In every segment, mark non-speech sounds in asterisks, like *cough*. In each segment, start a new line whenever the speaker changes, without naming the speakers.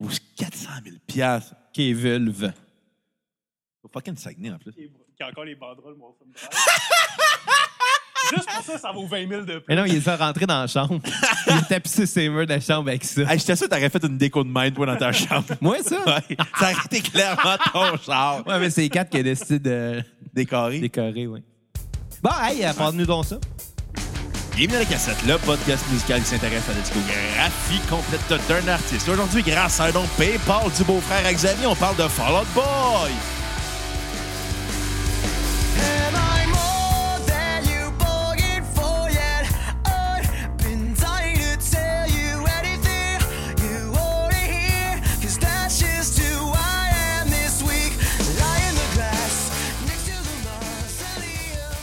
Ou 400 000 piastres.
Qui est vulve.
Faut fucking Saguenay, en plus.
Qui a encore les banderoles, mon film.
*laughs*
Juste pour ça, ça vaut 20 000 de plus.
Mais non, il les a rentrés dans la chambre. Il a tapissé ses murs de la chambre avec ça.
Hey, J'étais sûr que t'aurais fait une déco de main, toi, dans ta chambre.
Moi, ça?
*laughs* Ouais. ça aurait été clairement ton char.
Ouais, mais c'est quatre qui a décidé de
Décoré.
décorer, oui. Bon, hey, euh, parle-nous donc ça.
Bienvenue à la cassette, le podcast musical qui s'intéresse à la discographie complète d'un artiste. Aujourd'hui, grâce à un don PayPal du beau-frère à Xavier, on parle de Fall Out Boy.
And I'm more than you bargained for yet. I've been dying to tell you anything you want to hear. 'Cause that's just who I am this week. Lie in the glass next to the mausoleum.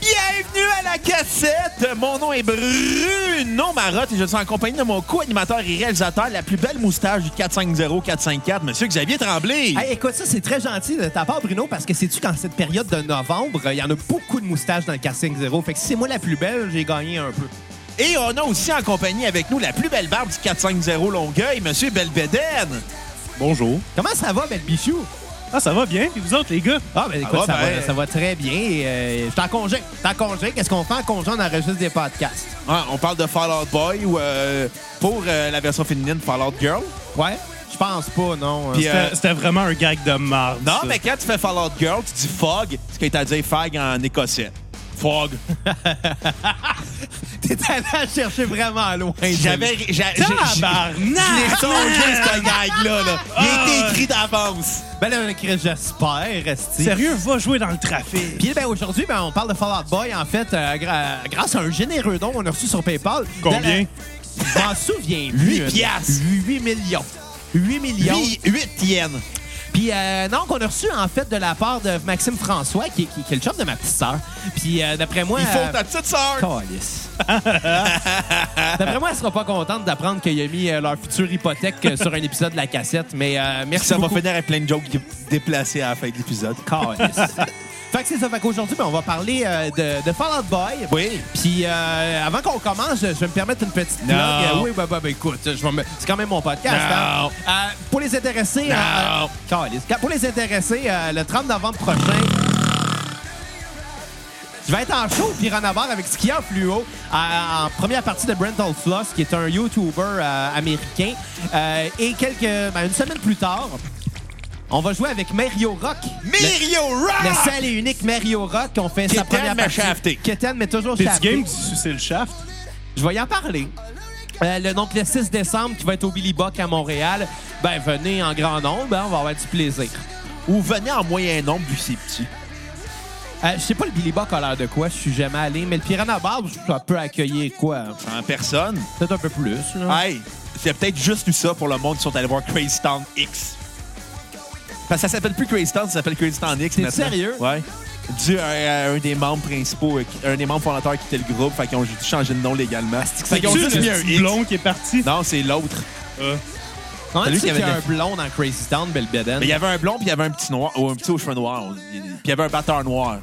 Bienvenue à la cassette. Mon nom est Bruno Marotte et je suis en compagnie de mon co-animateur et réalisateur, la plus belle moustache du 450-454, Monsieur Xavier Tremblay.
Hey, écoute, ça, c'est très gentil de ta part, Bruno, parce que sais-tu qu'en cette période de novembre, il y en a beaucoup de moustaches dans le casting zéro. Fait que si c'est moi la plus belle, j'ai gagné un peu.
Et on a aussi en compagnie avec nous la plus belle barbe du 450 Longueuil, Monsieur Belbeden.
Bonjour.
Comment ça va, belle bichou?
Ah, ça va bien? Puis vous autres, les gars?
Ah, ben écoute,
Ah,
ça,
ben.
va, ça va très bien. Et, euh, je suis en congé. Je suis en congé. Qu'est-ce qu'on fait en congé? On enregistre des podcasts.
Ouais, Ah, on parle de Fall Out Boy ou euh, pour euh, la version féminine, Fall Out Girl.
Ouais? Je pense pas, non.
Puis,
Euh,
euh,
C'était- C'était vraiment un gag de marde.
Non,
ça.
mais quand tu fais Fall Out Girl, tu dis fog, ce qui est à dire fag en écossais. Fog.
*laughs* T'es allé chercher vraiment loin.
J'avais. j'ai- j'ai- Je l'ai
Tabarnak!
songé, ce gag-là. là. Il
Ah.
était écrit d'avance.
Ben là, Chris, j'espère, Esti.
Sérieux, va jouer dans le trafic.
Puis ben, aujourd'hui, ben, on parle de Fall Out Boy. En fait, euh, gra- grâce à un généreux don qu'on a reçu sur PayPal.
Combien?
Dans la- Je m'en souviens.
Huit
8
piastres.
8 millions. 8 millions.
8 yens.
Puis euh, non, qu'on a reçu en fait de la part de Maxime François, qui, qui- qui est le chum de ma petite sœur. Puis euh, d'après moi.
Il faut
euh, *laughs*
ta petite sœur.
Câlisse. D'après moi, elle sera pas contente d'apprendre qu'il a mis euh, leur future hypothèque euh, sur un épisode de la cassette, mais euh, merci
Ça va
beaucoup.
finir avec plein de jokes dé- déplacés à la fin de l'épisode.
Câlisse. *laughs* fait que c'est ça. Fait qu'aujourd'hui, ben, on va parler euh, de, de Fall Out Boy.
Oui.
Puis euh, avant qu'on commence, je je vais me permettre une petite
Non.
plug. Euh, oui, bah, bah, bah, écoute, je vais me- c'est quand même mon podcast.
Non.
hein. Euh, pour les intéressés, euh, câlisse. pour les intéressés, euh, le 30 novembre prochain. Je vais être en show au Piranha Bar avec Skier Fluo à- euh, en première partie de Brental Floss, qui est un YouTuber euh, américain. Euh, et quelques, ben, une semaine plus tard, on va jouer avec Mario Rock. Le-
Mirio
le
Rock!
seul et unique Mario Rock, on fait sa
Keten,
première
mais
partie.
shafté.
Keten, mais toujours
T'es du
shafté.
game du sucer le shaft?
Je vais y en parler. Euh, le, donc, le 6 décembre, qui va être au Billy Buck à Montréal, ben venez en grand nombre, hein, on va avoir du plaisir.
Ou venez en moyen nombre, vu que c'est petit.
Euh, je sais pas le Billy Buck a l'air de quoi, je suis jamais allé, mais le Piranha Bar, ça peut accueillir quoi?
En personne.
Peut-être un peu plus. là.
Hey, c'est peut-être juste tout ça pour le monde qui sont allés voir Crazy Town X. Parce que ça s'appelle plus Crazy Town, ça s'appelle Crazy Town X
T'es
maintenant.
sérieux?
Ouais. Dû à, à un des membres principaux, euh, qui- un des membres fondateurs qui était le groupe, fait qu'ils ont juste changé de nom légalement. Fait qu'ils ont
Tu
juste
le
mis un
petit
X.
blond qui est parti?
Non, c'est l'autre.
Comment
Salut,
tu sais
Kevin
qu'il y a un
Duffy.
blond dans Crazy Town, Belbeden?
Mais il y avait un blond, puis il y avait un petit noir, ou un petit aux cheveux noirs. Il- Puis il y avait un batteur noir.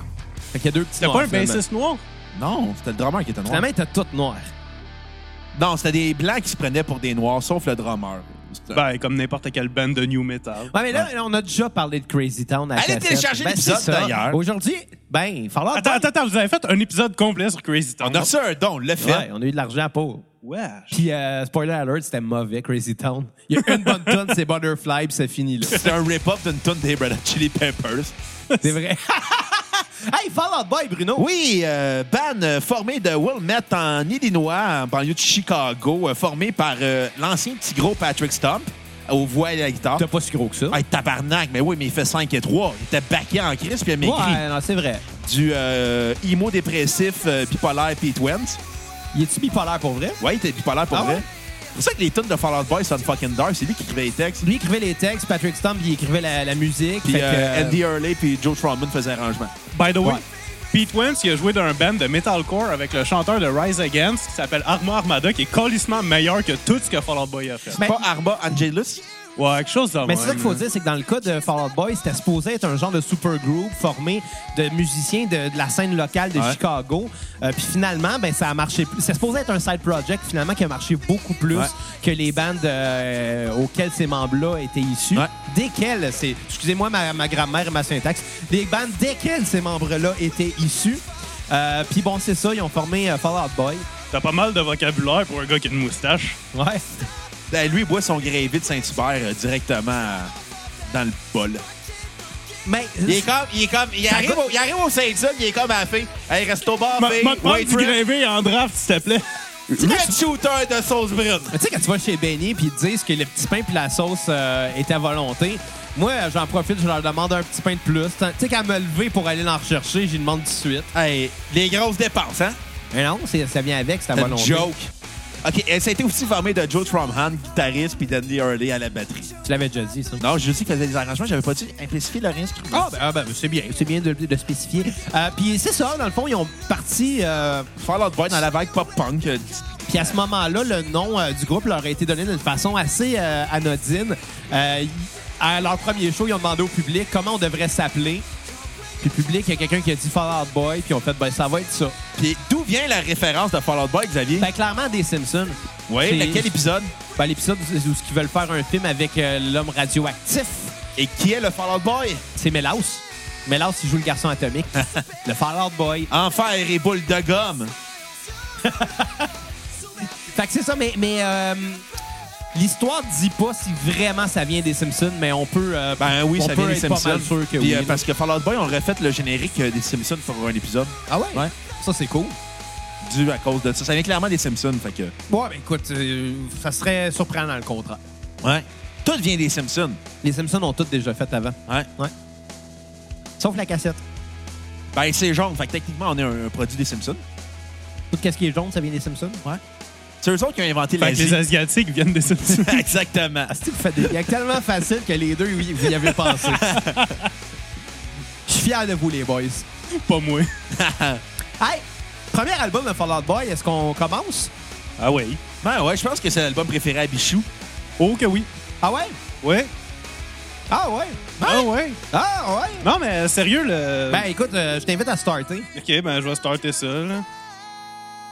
Fait qu'il y a deux petits
T'as
noirs,
pas un
finalement.
bassiste noir?
Non, c'était le drummer qui était noir.
Finalement, il était tout noir.
Non, c'était des blancs qui se prenaient pour des noirs, sauf le drummer. C'était-
Ben, comme n'importe quelle band de new metal.
Ouais, mais là, on a déjà parlé de Crazy Town. à la
Allez
cassette.
télécharger
Ben,
l'épisode,
c'est ça.
d'ailleurs.
Aujourd'hui, ben, il va falloir.
Attends, attends, attends, vous avez fait un épisode complet sur Crazy Town.
On a reçu un don, le fait. *laughs*
Ouais, on a eu de l'argent pour.
Ouais.
Puis, euh, spoiler alert, c'était mauvais, Crazy Town. Il y a une bonne tonne, c'est Butterfly, puis c'est
*laughs*
fini, là.
C'était un rip-up d'une tonne des Red Hot Chili Peppers. *laughs*
C'est vrai. hey, Fall Out Boy, Bruno.
Oui, euh, band euh, formé de Wilmette en Illinois, en banlieue de Chicago, euh, formé par euh, l'ancien petit gros Patrick Stump aux voix et à la guitare.
T'es pas si gros que ça.
Hey, tabarnak, mais oui, mais il fait 5 et 3. Il était baqué en crise puis il a maigri.
ouais, non, c'est vrai.
Du euh, emo dépressif, euh, bipolaire, Pete Wentz.
Il est-tu bipolaire pour vrai?
Ouais, il était bipolaire pour
Ah
vrai.
ouais?
C'est pour ça que les tunes de Fall Out Boy sont fucking dark. C'est lui qui écrivait les textes.
Lui, il écrivait les textes, Patrick Stump, il écrivait la, la musique.
Puis
fait que,
euh,
euh,
Andy Hurley puis Joe Trauman faisaient arrangement.
By the way,
Ouais.
Pete Wentz, il a joué dans un band de metalcore avec le chanteur de Rise
Ben,
Against qui s'appelle Arma Armada, qui est colissement meilleur que tout ce que Fall Out Boy a fait.
Mais-
Pas Arba Angelus.
Ouais, quelque chose de
Mais c'est ça
même,
qu'il faut
là.
dire, c'est que dans le cas de Fall Out Boy, c'était supposé être un genre de super group formé de musiciens de, de la scène locale de
Ouais.
Chicago. Euh, puis finalement, ben ça a marché. plus. C'est supposé être un side project finalement qui a marché beaucoup plus
Ouais.
que les bandes euh, auxquelles ces membres-là étaient issus.
Ouais.
Desquelles, c'est excusez-moi ma, ma grammaire et ma syntaxe, des bandes desquelles ces membres-là étaient issus. Euh, puis bon, c'est ça, ils ont formé euh, Fall Out Boy.
T'as pas mal de vocabulaire pour un gars qui a une moustache.
Ouais.
Ben, lui, il boit son gravy de Saint-Hubert euh, directement euh, dans le bol.
Mais
Il est comme, il est comme, il
Ça
arrive,
goûte-
au, il arrive au Saint-Hubert, il est comme à la fille. Hey, reste au bar, fille.
M'a pas
Wait
du
for it.
grévé Eh en draft, s'il te plaît.
Red shooter de sauce brune.
Mais tu sais, quand tu vas chez Benny puis ils te disent que le petit pain puis la sauce euh, est à volonté, moi, euh, j'en profite, je leur demande un petit pain de plus. Tu sais, qu'à me lever pour aller l'en rechercher, j'y demande tout de suite.
Hey, Ah, les grosses dépenses, hein?
Mais non, c'est- ça vient avec, c'est à
C'est une
volonté.
joke. OK, euh, ça a été aussi formé de Joe Tromhan, guitariste, puis d'Andy Hurley à la batterie.
Tu l'avais déjà dit, ça.
Non, je sais qu'ils faisaient des arrangements, j'avais pas dû impliquer leur instrument.
Ah, ben, ah, ben, c'est bien, c'est bien de, de spécifier. Euh, puis c'est ça, dans le fond, ils ont parti. euh,
Fall Out Boy dans la vague pop-punk. euh,
Puis à ce moment-là, le nom euh, du groupe leur a été donné d'une façon assez euh, anodine. Euh, y- à leur premier show, ils ont demandé au public comment on devrait s'appeler. Puis le public, il y a quelqu'un qui a dit Fall Out Boy, puis ils ont fait, ben ça va être ça.
Puis d'où vient la référence de Fall Out Boy, Xavier?
Ben, clairement des Simpsons.
Oui,
C'est-
mais quel épisode?
Ben, l'épisode où, où ils veulent faire un film avec euh, l'homme radioactif,
Et qui est le Fall Out Boy?
c'est Melaus. Melaus, il joue le
*laughs*
garçon atomique. le Fall Out Boy.
Enfer et boule de gomme.
Fait que c'est ça, mais, mais euh, l'histoire dit pas si vraiment ça vient des Simpsons, mais on peut. euh,
Ben oui,
on
ça
peut
vient des
être pas
Simpsons.
mal sûr que
Puis,
oui.
euh, parce que Fall Out Boy, on refait le générique euh, des Simpsons pour un épisode,
Ah ouais?
Ouais.
Ça, c'est cool.
dû à cause de ça. Ça vient clairement des Simpsons, fait que...
Ouais, ben écoute, euh, ça serait surprenant le contrat.
Ouais. Tout vient des Simpsons.
Les Simpsons ont toutes déjà fait avant.
Ouais.
Sauf la cassette.
Ben, c'est jaune, fait que techniquement, on est un, un produit des Simpsons.
Tout ce qui est jaune, ça vient des Simpsons. Ouais.
C'est eux autres qui ont inventé
Fait que les
l'Asie.
Asiatiques viennent des
*laughs*
Simpsons.
*laughs* Exactement.
Ah, c'est vous faites des gags tellement faciles que les deux, oui, vous y avez pensé. Je suis fier de vous, les boys.
pas moi.
Hey! Premier album de Fall Out Boy, est-ce qu'on commence?
Ah oui.
Ben ouais, je pense que c'est l'album préféré à Bichou.
Oh que oui.
Ah ouais?
Ouais.
Ah ouais?
Ah ouais.
Ah ouais?
Non, mais euh, sérieux, le...
Ben écoute, euh, je t'invite à starter.
OK, ben je vais starter ça, là.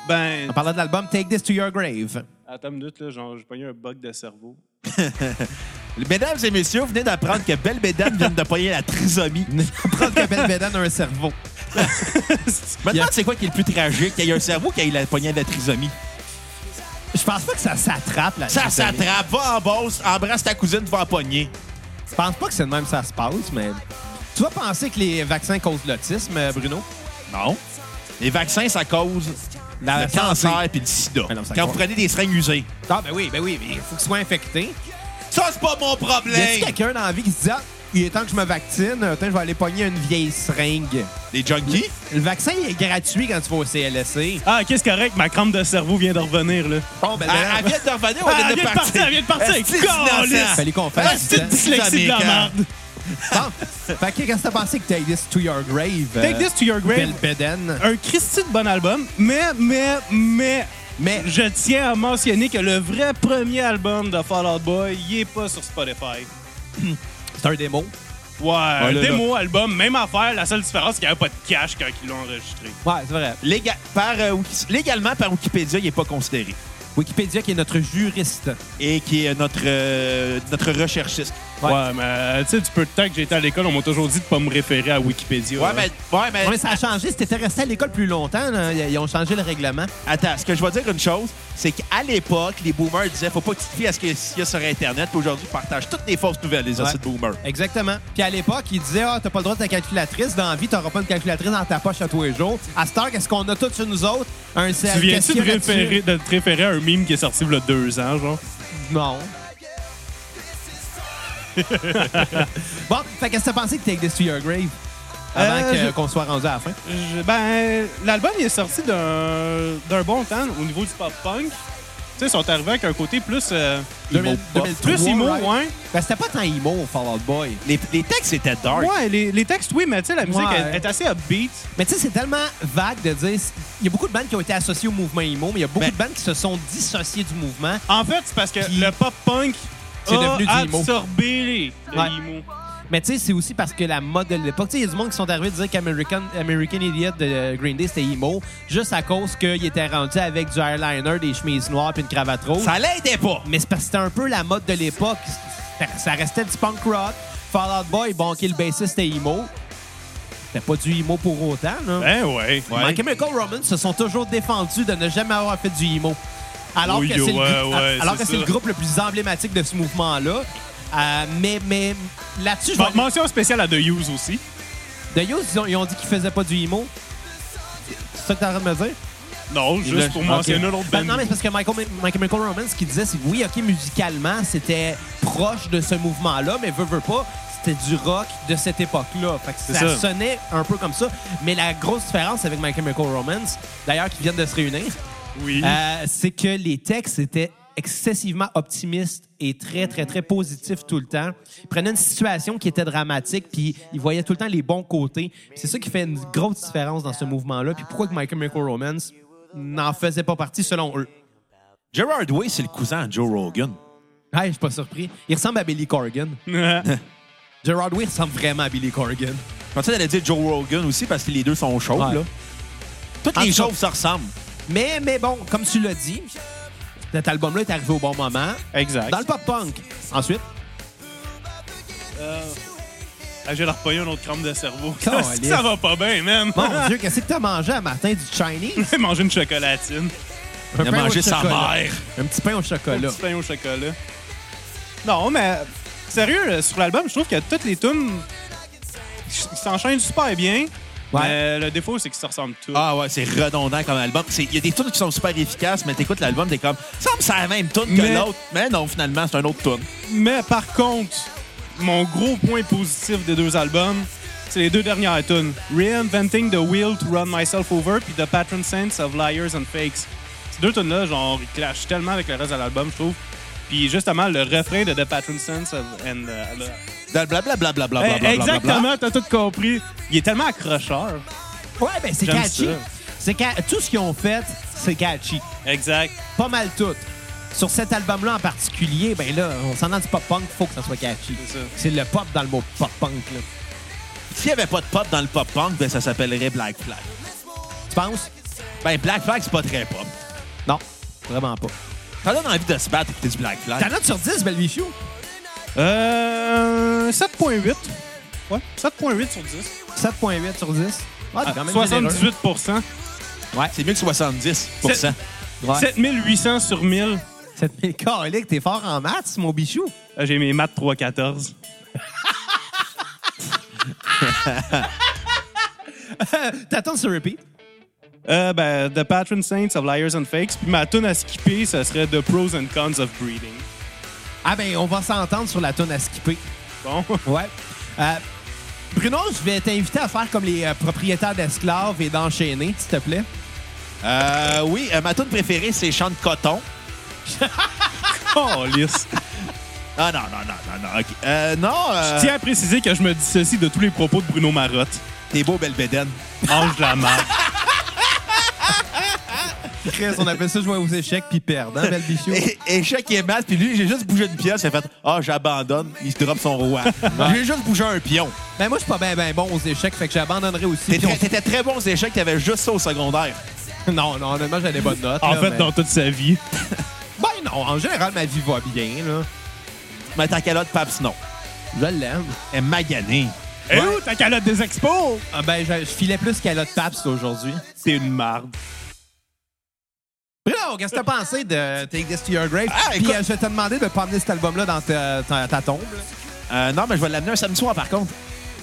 Ben...
On parlait de l'album Take This to Your *laughs* Grave.
Ah, Attends une minute, là, genre, j'ai pogné un bug de cerveau.
Mesdames et messieurs, vous venez d'apprendre que Belle Bédane vient de payer la trisomie.
Prendre que Ben Vedan a un cerveau.
Maintenant, c'est quoi qui est le plus tragique? Il y a un cerveau qui a eu la poignée de la trisomie.
Je pense pas que ça s'attrape, là.
Ça s'attrape, va en bosse, embrasse ta cousine, tu vas en pogner.
Je pense pas que c'est de même que ça se passe, mais. Tu vas penser que les vaccins causent l'autisme, euh, Bruno?
Non. Les vaccins, ça cause
La
le
santé.
cancer Ben puis le sida.
Mais non, ça
Quand
cause-
vous prenez des seringues usées.
Ah, ben oui, ben oui, mais il faut qu'ils soient infectés.
Ça, c'est pas mon
Y a-tu
problème!
quelqu'un dans la vie qui se dit, ah, il est temps que je me vaccine, euh, tiens, je vais aller pogner une vieille seringue?
Les junkies?
Le vaccin, il est gratuit quand tu vas au CLSC.
Ah, OK, c'est correct, ma crampe de cerveau vient de revenir, là.
Bon, ben,
Elle, Ah, elle vient de revenir, on
Ah,
vient de partir.
elle vient de partir!
Est-ce que c'est innocent?
Fallait qu'on
Ah,
fasse.
c'est
hein.
une
Dyslexie de la
Américain.
merde!
Bon. Fait que qu'est-ce que t'as pensé que Take This to Your Grave? euh, Ben
Take This to Your Grave.
Beden.
Un Christy de bon album, mais, mais, mais...
Mais-
Je tiens à mentionner que le vrai premier album de Fall Out Boy, il est pas sur Spotify.
C'est un démo.
Ouais, un
là,
démo, album, même affaire. La seule différence, c'est qu'il n'y avait pas de cash quand ils l'ont enregistré.
Ouais, c'est vrai.
*laughs* Léga- par, euh, Wiki- légalement, par Wikipédia, il n'est pas considéré.
Wikipédia qui est notre juriste.
Et qui est notre, euh, notre recherchiste.
Ouais.
Ouais, mais euh, tu sais, du peu de temps que j'étais à l'école, on m'a toujours dit de pas me référer à Wikipédia.
Ouais,
hein.
mais, Euh. ouais, mais
Ouais, mais ça a changé. Si t'étais resté à l'école plus longtemps, là, ils ils ont changé le règlement.
attends, ce que je vais dire une chose, c'est qu'à l'époque, les boomers disaient faut pas que tu te fies à ce qu'il y a sur Internet. Puis aujourd'hui, ils partagent toutes les fausses nouvelles, les acides boomers.
Exactement. Puis à l'époque, ils disaient Ah, t'as pas le droit de ta calculatrice. Dans la vie, t'auras pas une calculatrice dans ta poche à tous les jours. À cette heure, qu'est-ce qu'on a tous sur nous autres Un
Tu viens-tu
de
de, référer- de te référer à un meme qui est sorti il y a deux ans, genre?
*laughs* Non. bon, fait qu'est-ce que t'as pensé que Take This to Your Grave Avant
Euh,
que-
je-
qu'on soit rendu à la fin.
Je- ben, l'album il est sorti d'un d'un bon temps au niveau du pop punk. Tu sais, ils sont arrivés avec un côté plus. euh,
2000-
pop.
2003,
Plus emo,
right?
ouais.
Ben, c'était pas tant emo, Fall Out Boy.
Les, les textes étaient dark.
Ouais, les, les textes, oui, mais tu sais, la musique
Ouais.
elle- est assez upbeat.
Mais tu sais, c'est tellement vague de dire. Il y a beaucoup de bandes qui ont été associées au mouvement emo, mais il y a beaucoup
Ben-
de bandes qui se sont dissociées du mouvement.
En fait, c'est parce que
Puis-
le pop punk
C'est devenu
a
du emo.
absorbé les le
Ouais.
emo.
Mais tu sais, c'est aussi parce que la mode de l'époque. Tu sais, il y a du monde qui sont arrivés à dire qu'American American Idiot de euh, Green Day, c'était emo, juste à cause qu'il était rendu avec du eyeliner, des chemises noires puis une cravate rouge.
Ça l'aidait pas.
Mais c'est parce que c'était un peu la mode de l'époque. Ça, ça restait du punk rock. Fall Out Boy, bon, qui est le bassiste était emo. C'était pas du emo pour autant, là.
Ben ouais.
My Chemical Romance se sont toujours défendus de ne jamais avoir fait du emo. Alors
Oui,
que c'est le,
ouais,
grou-
ouais,
alors
c'est
que c'est
ça.
le groupe le plus emblématique de ce mouvement-là. Euh, mais mais là-dessus, je
Bon,
vais aller-
mention spéciale à The Use aussi.
D'ailleurs, ils ont, ils ont dit qu'ils faisaient pas du emo. C'est ça que t'es en train de me dire?
Non,
Là,
juste pour
ok.
mentionner l'autre
Ben
band.
non, mais c'est parce que Michael, My Chemical Romance, ce qu'il disait, c'est que oui, OK, musicalement, c'était proche de ce mouvement-là, mais veut, veut pas, c'était du rock de cette époque-là. Fait que
C'est
ça,
ça.
sonnait un peu comme ça. Mais la grosse différence avec My Chemical Romance, d'ailleurs, qui viennent de se réunir,
Oui.
euh, c'est que les textes étaient excessivement optimistes et très, très, très positifs tout le temps. Ils prenaient une situation qui était dramatique, puis ils voyaient tout le temps les bons côtés. Puis C'est ça qui fait une grosse différence dans ce mouvement-là. Puis pourquoi que My Chemical Romance n'en faisait pas partie selon eux?
Gerard Way, c'est le cousin de Joe Rogan.
Hey, je suis pas surpris. Il ressemble à Billy Corgan. *laughs* Gerard Way ressemble vraiment à Billy Corgan.
Je pensais d'aller dire Joe Rogan aussi parce que les deux sont chauds.
Ouais.
Oh, Là. Toutes
En
les
tout cas-
chauves se ressemblent.
Mais, mais bon, comme tu l'as dit, cet album-là est arrivé au bon moment.
Exact.
Dans le pop-punk. Ensuite,
Ah, j'ai leur repogné un autre crampe de cerveau.
Caliste.
Parce que *laughs* ça va pas bien, man. *laughs*
mon Dieu, qu'est-ce que t'as mangé à matin du Chinese?
J'ai mangé une chocolatine.
Un
Il a
pain au
mangé sa
chocolat.
mère.
Un petit pain au chocolat.
Un petit pain au chocolat. Non, mais sérieux, euh, sur l'album, je trouve que toutes les tunes s- s'enchaînent super bien.
Ouais.
Mais le défaut, c'est qu'ils se ressemblent tous.
Ah ouais, c'est redondant comme album. C'est- Il y a des tunes qui sont super efficaces, mais t'écoutes l'album, t'es comme, ça me sert la même tune que
Mais-
l'autre. Mais non, finalement, c'est un autre tune.
Mais par contre, mon gros point positif des deux albums, c'est les deux dernières tunes. Reinventing the Wheel to Run Myself Over puis The Patron Saints of Liars and Fakes. Ces deux tunes-là, genre, ils clashent tellement avec le reste de l'album, je trouve. Puis justement, le refrain de The Patron Saints of... And, euh, le-
Blablabla. Bla, bla, bla, bla,
Eh,
bla, bla,
Exactement, t'as tout compris. Il est tellement accrocheur.
Ouais, ben c'est
J'aime
catchy.
ça.
C'est ca- Tout ce qu'ils ont fait, c'est catchy.
Exact.
Pas mal tout. Sur cet album-là en particulier, ben là, on s'en a du pop-punk, faut que ça soit catchy.
C'est ça.
C'est le pop dans le mot pop-punk, là.
S'il n'y avait pas de pop dans le pop-punk, ben, ça s'appellerait Black Flag.
Tu penses?
Ben, Black Flag, c'est pas très pop.
Non, vraiment pas.
Ça donne envie de se battre écouter du Black
Ta
Flag.
note sur 10, Belvichou?
Euh... 7.8. Ouais, 7.8 sur 10.
7.8 sur 10. Ouais,
Ah,
t'es quand même
Ah,
généreux.
78
C'est mieux que 70
C'est-
Ouais. *laughs*
7800 sur 1000.
7000 calique, t'es fort en maths, mon bichou.
Euh, J'ai mes maths 314.
T'attends sur repeat.
Euh, ben, The Patron Saints of Liars and Fakes. Puis ma tune à skipper, ça serait The Pros and Cons of Breeding.
Ah ben, on va s'entendre sur la tonne à skipper.
Bon.
Ouais. Euh, Bruno, je vais t'inviter à faire comme les euh, propriétaires d'esclaves et d'enchaîner, s'il te plaît.
Euh, oui, euh, ma tune préférée, c'est Chant de coton.
*laughs* Oh, lisse.
Ah non, non, non, non, non. ok. Euh, non, euh,
Tiens à préciser que je me dissocie de tous les propos de Bruno Marotte.
t'es beau, belle bédaine.
Mange de la *laughs* merde.
Chris, on appelle ça jouer aux échecs puis perdre, hein, belle bichou?
É- Échec et mat, puis lui, j'ai juste bougé une pièce, il a fait Ah, j'abandonne, il se drop son
*laughs*
roi. j'ai juste bougé un pion.
Ben moi, je suis pas bien bon aux échecs, fait que j'abandonnerai aussi.
T'es
puis on-
très- T'étais très bon aux échecs, t'avais juste ça au secondaire.
*laughs* Non, non, honnêtement, j'ai des bonnes notes.
En
là,
fait,
mais-
dans toute sa vie.
Ben non, en général, ma vie va bien, là.
Mais ta calotte, Paps, non.
Je l'aime.
Elle est maganée.
Eh où, ta calotte des expos?
Ah ben, je, je filais plus qu'à l'autre paps aujourd'hui.
C'est une marde.
Bruno, qu'est-ce que t'as pensé de Take This to Your Grave?
Ah,
puis
écoute-
euh, je t'ai demandé de pas amener cet album-là dans ta, ta- ta tombe. là.
Euh, non, mais je vais l'amener un samedi soir, par contre.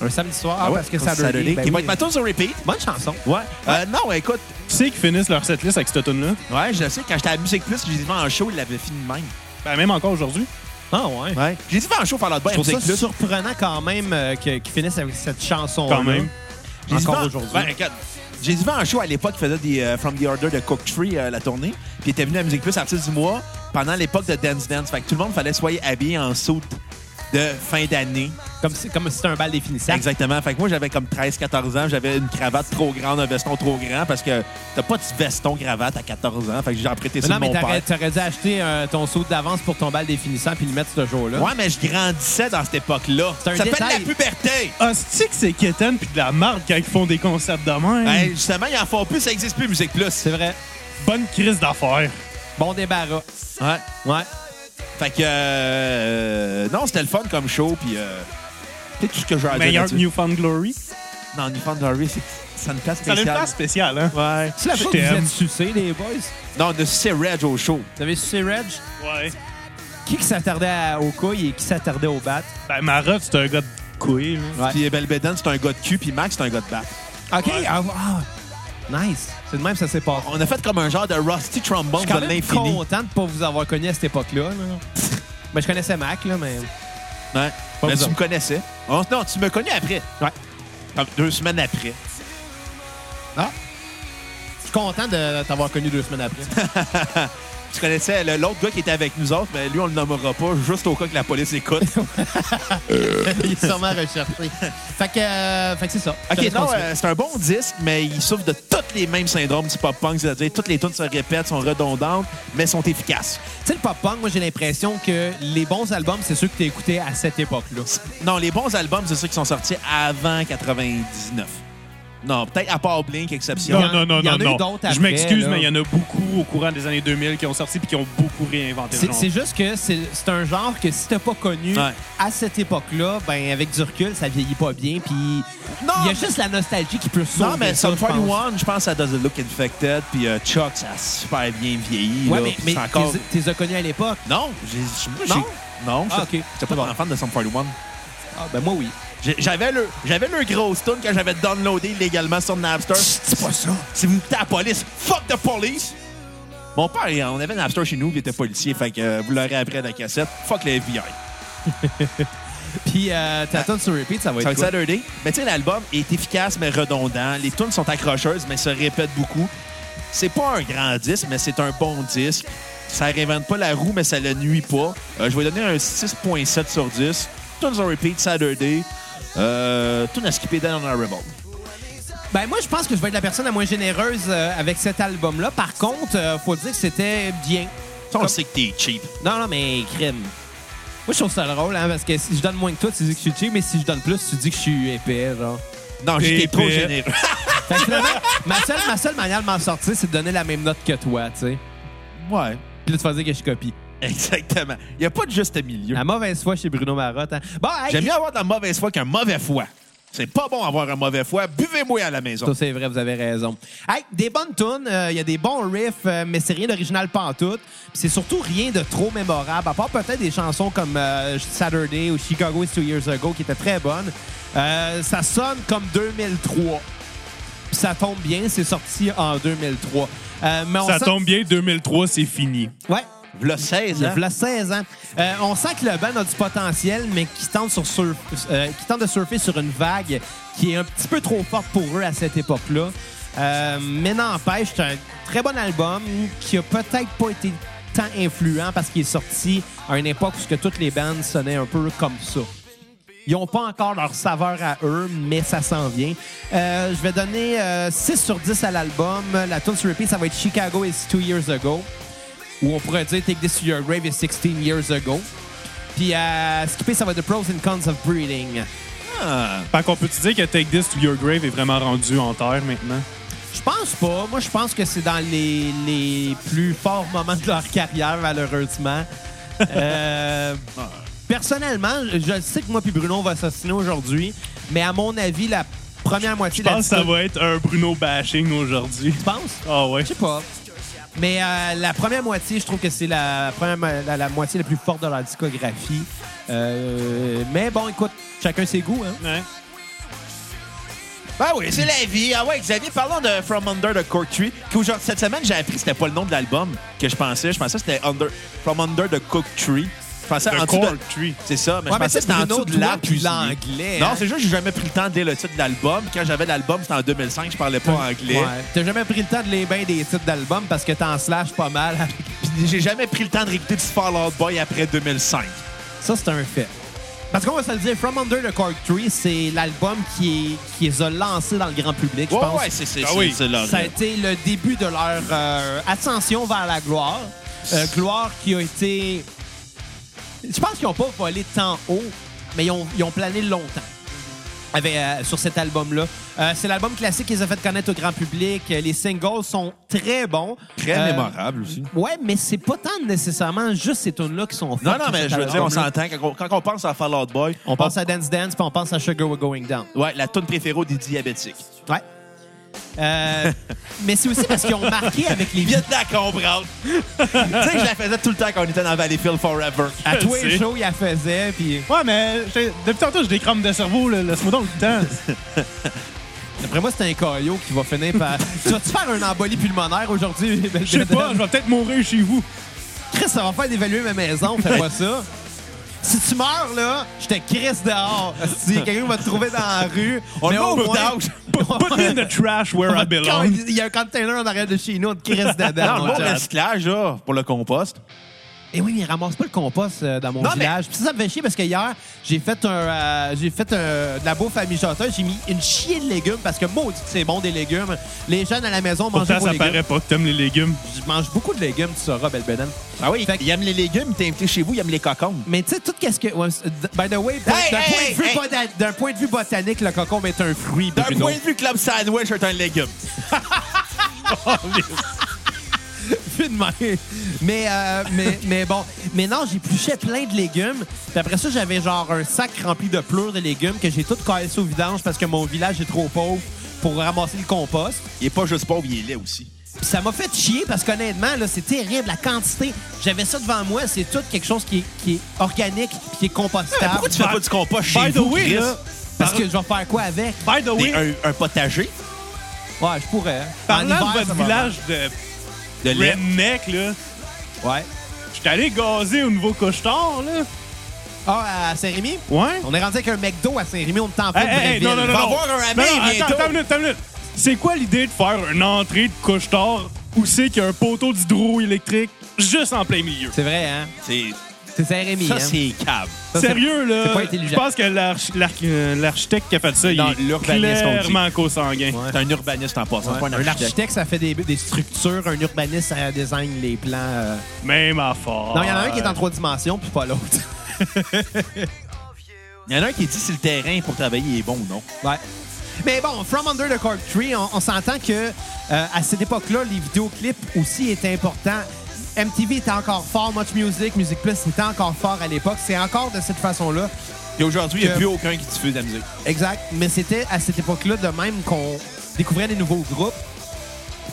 Un samedi soir,
Ah ouais,
parce que
contre
ça
Saturday,
ben
qui va
oui.
être ma tune sur repeat.
Bonne chanson.
Ouais. Euh, non, écoute,
Tu sais qu'ils finissent leur setlist avec cette tune là
ouais, je le sais, quand j'étais à Musique Plus, j'ai dit en show, il l'avait fini de même.
Ben, même encore aujourd'hui.
Ah ouais.
Ouais. J'ai dit en show, par l'autre
Je
bain,
trouve ça
Musique Plus.
surprenant quand même euh, que- qu'ils finissent avec cette chanson.
Quand même.
J'ai dit
Encore
vent-
aujourd'hui.
Ben, regarde, J'ai dit vent en show à l'époque, il faisait des euh, From the Order de Cook Tree euh, la tournée. Puis il était venu à Musique Plus artiste du mois pendant l'époque de Dance Dance. Fait que tout le monde fallait soit habillé en soute de fin d'année
Comme si comme si c'était un bal définissable.
Exactement. Fait que moi, j'avais comme 13-14 ans, j'avais une cravate trop grande, un veston trop grand, parce que t'as pas de veston-cravate à 14 ans. Fait que j'ai prêté
Mais
ça
non,
de
mais
mon
t'aurais,
père.
t'aurais dû acheter euh, ton saut d'avance pour ton bal définissant puis le mettre ce jour-là.
Ouais, mais je grandissais dans cette époque-là.
C'est un
Ça s'appelle
détail.
la puberté.
Hostie Ah, que c'est quétaine puis de la marque quand ils font des concepts de même.
Hey, justement, ils en font plus, ça existe plus, Musique Plus.
C'est vrai.
Bonne crise d'affaires.
Bon débarras.
Ouais.
Ouais.
Fait que. euh, non, c'était le fun comme show, puis. euh, c'est tout ce que j'ai à dire.
Meilleur
là-dessus.
Newfound Glory.
Non, Newfound Glory, c'est- ça nous place
Ça a
spéciale.
une place spéciale, hein?
Ouais.
C'est la
Je
fois que vous
t'aime.
êtes sucés, les boys.
Non, de c'est Reg au show.
Vous avez sucé Reg?
Ouais.
Qui qui s'attardait à- aux couilles et qui s'attardait aux battes?
Ben, Marotte, c'est un gars de couille.
Ouais.
Puis Belbédane, c'est un gars de cul, puis Max, c'est un gars de batte.
OK. Ah, ah. nice. C'est de même que ça s'est passé.
On a fait comme un genre de Rusty
Je
Trombone
suis
de
quand même
l'infini.
content de pas vous avoir connu à cette époque-là. là. Ben, je connaissais Mac, là, mais...
Ouais.
Pas
Mais
vous
tu
autres.
me connaissais. Oh, non, tu me connais après.
Ouais.
Comme deux semaines après.
Je suis content de t'avoir connu deux
*laughs*
semaines après.
Tu connaissais le- l'autre gars qui était avec nous autres, mais lui, on le nommera pas, juste au cas que la police écoute.
Il est sûrement recherché. Fait que, euh, fait que c'est ça. Je te
OK,
laisse
non,
continuer.
euh, c'est un bon disque, mais il souffre de tous les mêmes syndromes du pop-punk, c'est-à-dire toutes les tunes se répètent, sont redondantes, mais sont efficaces.
Tu sais, le pop-punk, moi, j'ai l'impression que les bons albums, c'est ceux que tu écoutais à cette époque-là.
Non, les bons albums, c'est ceux qui sont sortis avant 99. Non, peut-être à part Blink, exception.
Il y en-
Non, non, non,
il y en
non.
a eu
non.
d'autres après,
Je m'excuse,
là.
mais il y en a beaucoup au courant des années 2000 qui ont sorti puis qui ont beaucoup réinventé le
C'est
genre.
c'est juste que c'est c'est un genre que si t'as pas connu
Ouais.
à cette époque-là, ben avec du recul, ça vieillit pas bien. Puis
Non,
il y a juste la nostalgie qui peut sauver
Non, mais
ça,
Sum
je pense.
41, je pense à Does It Look Infected, puis euh, Chuck, ça a super bien vieilli.
Ouais,
là,
mais,
puis
mais
c'est encore...
t'es- t'es as connu à l'époque.
Non, j'ai- j'ai- moi, j'ai-
Non?
Non,
Ah,
j'étais
ok.
j'étais pas un fan de Sum 41.
Ah, ben moi, oui.
J'ai- J'avais le, j'avais le gros stone quand j'avais downloadé illégalement sur Napster.
C'est pas ça.
Si vous écoutez la police, fuck the police! Mon père, il- on avait Napster chez nous, puis il était policier, fait que euh, vous l'aurez après à la cassette. Fuck le FBI.
Puis euh, ta tune sur repeat, ça va
Ben, Ça va
être
être
quoi?
Saturday. Mais tu sais, l'album est efficace mais redondant. Les tunes sont accrocheuses mais se répètent beaucoup. C'est pas un grand disque, mais c'est un bon disque. Ça réinvente pas la roue, mais ça le nuit pas. Euh, je vais donner un 6.7 sur 10. Tunes on repeat, Saturday. Euh, tunes à skipper down honorable.
Ben moi, je pense que je vais être la personne la moins généreuse euh, avec cet album-là. Par contre, euh, faut dire que c'était bien.
Ça, on sait que t'es cheap.
Non, non, mais crime. Moi, je trouve ça drôle, hein, parce que si je donne moins que toi, tu dis que je suis cheap, mais si je donne plus, tu dis que je suis épais, genre.
Non, j'étais
T'es
trop
épais.
généreux.
Fait que finalement, *laughs* ma seule, ma seule manière de m'en sortir, c'est de donner la même note que toi, tu sais.
ouais.
Puis là, tu vas dire que je copie.
*laughs* Exactement. Il a pas de juste milieu.
La mauvaise foi chez Bruno Marotte, hein. Bon, hey,
J'aime mieux avoir de la mauvaise foi qu'un mauvais foi. C'est pas bon avoir un mauvais foi. Buvez-moi à la maison.
Ça, c'est vrai, vous avez raison. Hey, des bonnes tunes, euh, il y a des bons riffs, euh, mais c'est rien d'original pantoute. Puis c'est surtout rien de trop mémorable, à part peut-être des chansons comme euh, Saturday ou Chicago is Two Years Ago, qui étaient très bonnes. Euh, ça sonne comme 2003. Puis ça tombe bien, c'est sorti en 2003. Euh, mais on
Ça
sent-
tombe bien, 2003, c'est fini.
Ouais,
V'là 16,
il y
hein?
a v'là 16 ans. Euh, on sent que le band a du potentiel, mais qui tente, sur surf- euh, qui tente de surfer sur une vague qui est un petit peu trop forte pour eux à cette époque-là. Euh, mais n'empêche, c'est un très bon album qui a peut-être pas été tant influent parce qu'il est sorti à une époque où ce que toutes les bandes sonnaient un peu comme ça. Ils n'ont pas encore leur saveur à eux, mais ça s'en vient. Euh, je vais donner euh, 6 sur 10 à l'album. La tune sur repeat, ça va être Chicago is Two Years Ago ou on pourrait dire Take This to Your Grave is 16 years ago. Puis à skipper, ça va être The Pros and Cons of Breeding.
Ah.
Fait qu'on peut-tu dire que Take This to Your Grave est vraiment rendu en terre maintenant?
Je pense pas. Moi, je pense que c'est dans les, les plus forts moments de leur carrière, malheureusement.
*laughs*
Euh, personnellement, je sais que moi puis Bruno, on va s'assiner aujourd'hui, mais à mon avis, la première moitié
Je pense
de
que
la
ça va être un Bruno bashing aujourd'hui.
Tu penses?
Ah ouais.
Je sais pas. Mais euh, la première moitié, je trouve que c'est la, première mo- la, la moitié la plus forte de leur discographie. Euh, mais bon, écoute, chacun ses goûts. Hein?
Ouais.
Ben oui, c'est la vie. Ah ouais, Xavier, parlons de From Under the Cork Tree. Que aujourd'hui- cette semaine, j'ai appris que c'était pas le nom de l'album que je pensais. Je pensais que c'était Under, From Under the Cork Tree. Je pensais en
The
dessous de...
Cork Tree.
C'est ça, mais
Ouais,
je
mais
pensais que c'était en
c'est
dessous de
Bruno,
l'arbre
toi, puis
cuisinier.
l'anglais,
Non,
hein.
c'est juste que j'ai jamais pris le temps de lire le titre de l'album. Quand j'avais l'album, c'était en 2005, je parlais pas anglais.
Ouais. T'as jamais pris le temps de les bains des titres d'albums parce que t'en slash pas mal.
Puis j'ai jamais pris le temps de réécouter du Fall Out Boy après 2005.
Ça, c'est un fait. Parce qu'on va se le dire, From Under the Cork Tree, c'est l'album qui, est- qui les a lancés dans le grand public, je
Ouais,
pense.
ouais, c'est c'est
Ah
c'est-
oui.
c'est leur-
Ça a été le début de leur euh, ascension vers la gloire. Euh, gloire qui a été. Je pense qu'ils n'ont pas volé tant haut, mais ils ont, ils ont plané longtemps avec, euh, sur cet album-là. Euh, c'est l'album classique qu'ils ont fait connaître au grand public. Euh, Les singles sont très bons.
Très
Euh,
mémorable aussi.
Ouais, mais c'est pas tant nécessairement juste ces tunes-là qui sont faites.
Non, non,
sur
mais
cet
je veux dire, on
album-là.
s'entend. Quand on, quand on pense à Fall Out Boy,
On pense à Dance Dance, puis on pense à Sugar We're Going Down.
ouais, la tune préférée des diabétiques.
Ouais.
*laughs*
Euh, mais c'est aussi parce qu'ils ont marqué avec les
Viens de la *laughs* comprendre. tu sais, je la faisais tout le temps quand on était dans Valleyfield Forever.
À tous
sais.
les shows, il la faisait, puis...
Ouais, mais j'ai- depuis tantôt, j'ai des crampes de cerveau, là. laisse-moi donc le temps.
D'après moi, c'est un caillot qui va finir
*laughs*
par... tu vas-tu faire un embolie pulmonaire aujourd'hui?
Je sais pas, je vais peut-être mourir chez vous.
Chris, ça va faire évaluer ma maison, fais pas ça. Si tu meurs, là, je te crisse dehors. Si quelqu'un va te trouver dans la rue,
On
mais
l'a
au
au
moins,
d'âge.
Put me in the trash where I
*laughs* quand
belong.
il y a un container en arrière de chez nous, on te crisse
Dans
dedans.
le
mon
bon
chum.
recyclage, là, pour le compost.
Et oui, mais ils ramassent pas le compost euh, dans mon
Non, mais-
village. Puis ça, ça me fait chier parce que hier, j'ai fait, un, euh, j'ai fait un- de la bouffe à mijoteuse. J'ai mis une chier de légumes parce que maudit que c'est bon des légumes. Les jeunes à la maison
Pourtant,
mangent beaucoup
ça
de légumes.
paraît pas que t'aimes les légumes.
Je mange beaucoup de légumes, tu sauras, belle bedaine.
Ah oui,
Fait que-
il aime les légumes, t'es invité chez vous, il aime les cocombes.
Mais tu sais, tout qu'est-ce que... ouais, c'est- by the way, d'un
Hey,
point,
hey,
de
hey,
vue
hey.
bota- d'un point de vue botanique, le cocombe est un fruit,
D'un
Bruno.
point de vue club sandwich, est un légume.
plus de main. Mais, euh, mais, mais bon, mais non, j'épluchais plein de légumes. Puis après ça, j'avais genre un sac rempli de pleurs de légumes que j'ai tout cassé au vidange parce que mon village est trop pauvre pour ramasser le compost.
Il est pas juste pauvre, il est laid aussi.
Puis ça m'a fait chier parce qu'honnêtement, là, c'est terrible, la quantité. J'avais ça devant moi, c'est tout quelque chose qui est, qui est organique puis qui
Mais
est compostable.
pourquoi tu fais pas du compost chez
By the
vous,
way,
Chris?
là,
Parce que je vais faire quoi avec?
By the
Des-
way,
un, un potager
Ouais, je pourrais. En
parlant
hiver,
de
ça
votre
va
village de
de lait.
redneck, là,
bien. Ouais.
j'étais allé gazer au nouveau couche-tard, là.
Ah, à Saint-Rémy?
Ouais.
On est rendu avec un McDo à Saint-Rémy, on me tente pas
Hey,
de
hey, hey, non, non,
Bréville.
non,
Va
non.
voir un ami
Non, non,
bientôt.
Attends, attends une minute, attends une minute. C'est quoi l'idée de faire une entrée de couche-tard où c'est qu'il y a un poteau d'hydroélectrique juste en plein milieu?
C'est vrai, hein?
C'est-
C'est Saint-Rémy, hein?
Ça, c'est cave.
Ça, c'est-
Sérieux, là,
c'est pas
je
intelligent.
pense que l'arch- l'arch- euh, l'architecte qui a fait ça, il
Non,
est
l'urbaniste, on dit.
clairement co-sanguin.
C'est un urbaniste en passant, c'est pas un
Un
architecte.
architecte, ça fait des, des structures. Un urbaniste, ça désigne les plans. euh.
Même affaire.
Non, il y en a un qui est en trois dimensions, puis pas l'autre.
Il y en a un qui dit si le terrain pour travailler est bon ou non.
ouais. Mais bon, From Under the Cork Tree, on, on s'entend que euh, à cette époque-là, les vidéoclips aussi étaient importants. MTV était encore fort, Much Music, Music Plus était encore fort à l'époque. C'est encore de cette façon-là.
Et aujourd'hui, il n'y a
Que-
plus aucun qui diffuse de la musique.
Exact. Mais c'était à cette époque-là de même qu'on découvrait des nouveaux groupes.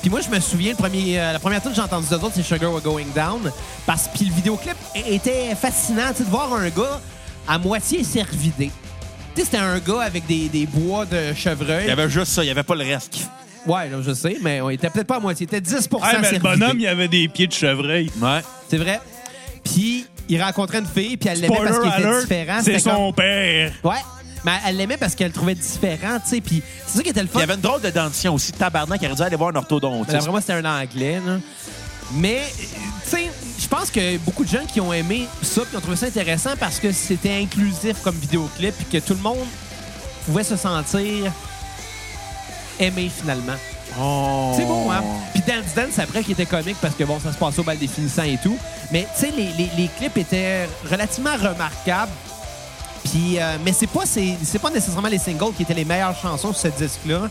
Puis moi, je me souviens, le premier, euh, la première tune que j'ai entendue d'eux autres, c'est Sugar We're Going Down. Parce puis le vidéoclip é- était fascinant. Tu sais, de voir un gars à moitié cervidé. Tu sais, c'était un gars avec des, des bois de chevreuil.
Il y avait juste ça, il n'y avait pas le reste.
Ouais, là, je sais, mais on était peut-être pas à moitié. Il était 10
Hey, mais
cervidé.
le bonhomme, il avait des pieds de chevreuil.
Ouais.
C'est vrai. Puis il rencontrait une fille, puis elle l'aimait parce
Spoiler
qu'il était
alert,
différent.
c'est
C'était comme-
son père.
Ouais. Mais elle l'aimait parce qu'elle le trouvait différent, tu sais. Puis c'est ça qui était le fun.
Il y avait une drôle de dentition aussi, tabarnak, il aurait dû aller voir un
Mais
orthodontiste.
D'après moi, c'était un anglais. là. Mais, euh, tu sais, je pense que beaucoup de gens qui ont aimé ça puis ont trouvé ça intéressant parce que c'était inclusif comme vidéoclip puis que tout le monde pouvait se sentir aimé finalement.
Oh.
C'est bon, hein? Puis Dance Dance, après, qui était comique parce que, bon, ça se passait au bal des finissants et tout. Mais, tu sais, les, les- les clips étaient relativement remarquables. Puis, euh, mais c'est pas, c'est, c'est pas nécessairement les singles qui étaient les meilleures chansons sur ce disque-là.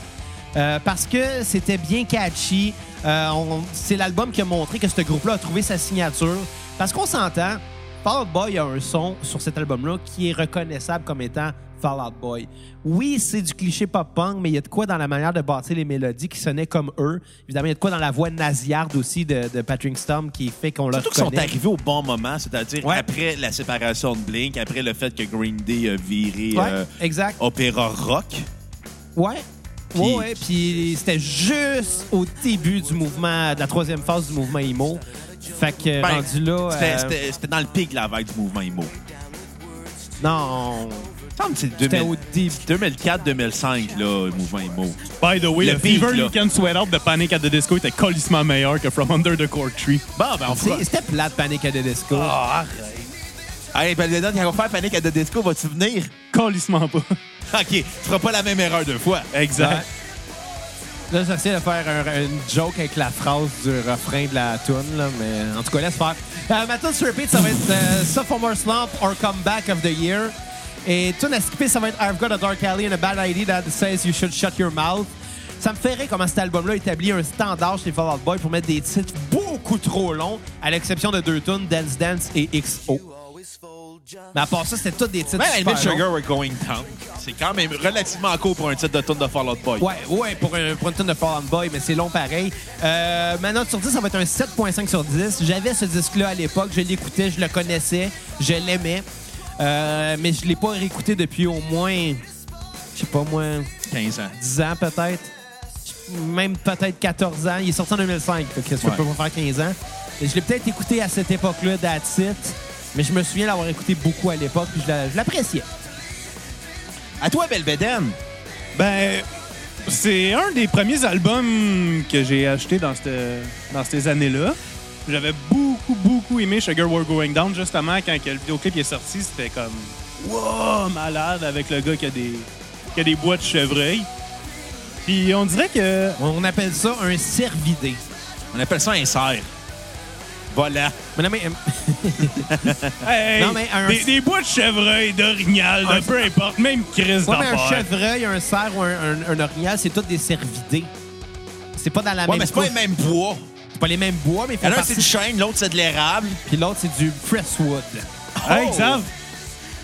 euh, parce que c'était bien catchy. Euh, on- c'est l'album qui a montré que ce groupe-là a trouvé sa signature. Parce qu'on s'entend, Fall Out Boy a un son sur cet album-là qui est reconnaissable comme étant Fall Out Boy. Oui, c'est du cliché pop-punk, mais il y a de quoi dans la manière de bâtir les mélodies qui sonnaient comme eux. Évidemment, il y a de quoi dans la voix nasillarde aussi de, de Patrick Storm qui fait qu'on le
Surtout qu'ils sont
reconnaît.
arrivés au bon moment, c'est-à-dire
Ouais.
après la séparation de Blink, après le fait que Green Day a viré euh,
Ouais, exact.
opéra rock.
Ouais.
Puis-
Ouais, ouais, puis c'était juste au début du mouvement, de la troisième phase du mouvement IMO. Fait que
Ben,
rendu là.
C'était-
euh,
C'était c'était dans le pic de la vague du mouvement emo. Il
non.
me semble que c'est
C'était
2000
au début.
2004-2005, là, le mouvement emo.
By the way,
Le
le,
beat,
Fever
là.
You Can Sweat Out de Panic at the Disco était colissement meilleur que From Under the Cork Tree.
Bon, ben, on fera.
C'est- C'était plate, Panic at the Disco.
Ah, arrête.
Hey, ben, les quand on va faire Panic à the Disco, vas-tu venir?
Colissement pas.
OK, tu feras pas la même erreur deux fois.
Exact.
Là, j'essaie de faire un- une joke avec la phrase du refrain de la tune, là, mais en tout cas, laisse faire. Euh, ma tune sur repeat, ça va être euh, Sophomore Slump or Comeback of the Year. Et tune à skipper, ça va être I've Got a Dark Alley and a Bad Idea that says you should shut your mouth. Ça me ferait comment cet album-là établit un standard chez Fall Out Boy pour mettre des titres beaucoup trop longs, à l'exception de deux tunes, Dance Dance et XO. Mais à part ça, c'était tous des titres
Mais
super
Limit
longs.
Sugar, we're going down. C'est quand même relativement court pour un titre de tune de Fall Out Boy.
Ouais, ouais, pour, un, pour une tonne de Fall Out Boy, mais c'est long pareil. Euh, ma note sur 10, ça va être un 7.5 sur 10. J'avais ce disque-là à l'époque, je l'écoutais, je le connaissais, je l'aimais. Euh, mais je l'ai pas réécouté depuis au moins, je sais pas moi,
15 ans.
10 ans peut-être. Même peut-être 14 ans. Il est sorti en 2005, donc ça
Ouais.
peut pas faire 15 ans. Et je l'ai peut-être écouté à cette époque-là, that's it. Mais je me souviens l'avoir écouté beaucoup à l'époque, puis je la- je l'appréciais.
À toi, Belbeden.
*laughs* Ben, c'est un des premiers albums que j'ai acheté dans, cette- dans ces années-là. J'avais beaucoup, beaucoup aimé Sugar We're Going Down, justement, quand que le vidéoclip est sorti. C'était comme, wow, malade, avec le gars qui a des, qui a des bois de chevreuil. Puis on dirait que
On appelle ça un cervidé.
On appelle ça un cerf. Voilà.
Mais euh, non, mais-
Hey,
Non, mais un-
des, des bois de chevreuil, d'orignal, de
Un-
peu importe, même Chris
Ouais, mais un
d'affaires.
chevreuil, un cerf ou un, un, un orignal, c'est tous des cervidés. C'est pas dans la
Ouais,
même
mais c'est pas
couche.
les mêmes bois.
C'est pas les mêmes bois, mais ils font
L'un,
partie-
c'est du chêne, l'autre, c'est de l'érable.
Puis l'autre, c'est du Presswood.
Hey,
Oh!
Xav,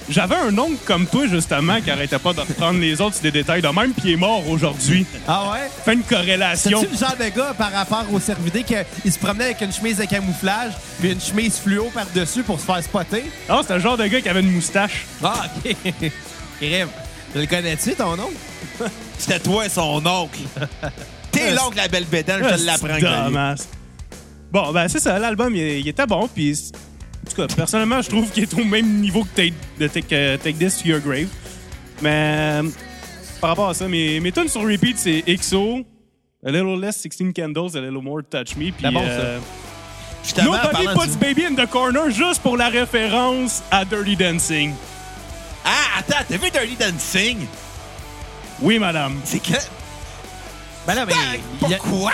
j'avais un oncle comme toi, justement, qui arrêtait pas de reprendre les autres sur des détails de même, puis il est mort aujourd'hui.
Ah ouais?
Fais une
C'est-tu
corrélation.
le genre de gars par rapport au cervidé qu'il se promenait avec une chemise de camouflage puis une chemise fluo par-dessus pour se faire spotter?
Non, Ah, c'est le genre de gars qui avait une moustache.
Ah, OK. Crème. Tu le connais-tu, ton nom?
C'était toi et son oncle. *laughs* T'es l'oncle à Belbeden, je te l'apprends. Xavier.
Dumbass. Ah, Bon, ben c'est ça, l'album, il, il était bon, puis... c- En tout cas, personnellement, je trouve qu'il est au même niveau que Take, de Take, euh, Take This to Your Grave. Mais euh, par rapport à ça, mes, mes tunes sur repeat, c'est XO, A Little Less 16 Candles, A Little More Touch Me, puis...
C'est bon, ça.
euh,
Justement, en
Nobody
parlant
Puts
du-
Baby in the Corner juste pour la référence à Dirty Dancing.
Ah, attends, t'as vu Dirty Dancing?
Oui, madame.
C'est que...
Ben non, mais... il a-
Pourquoi?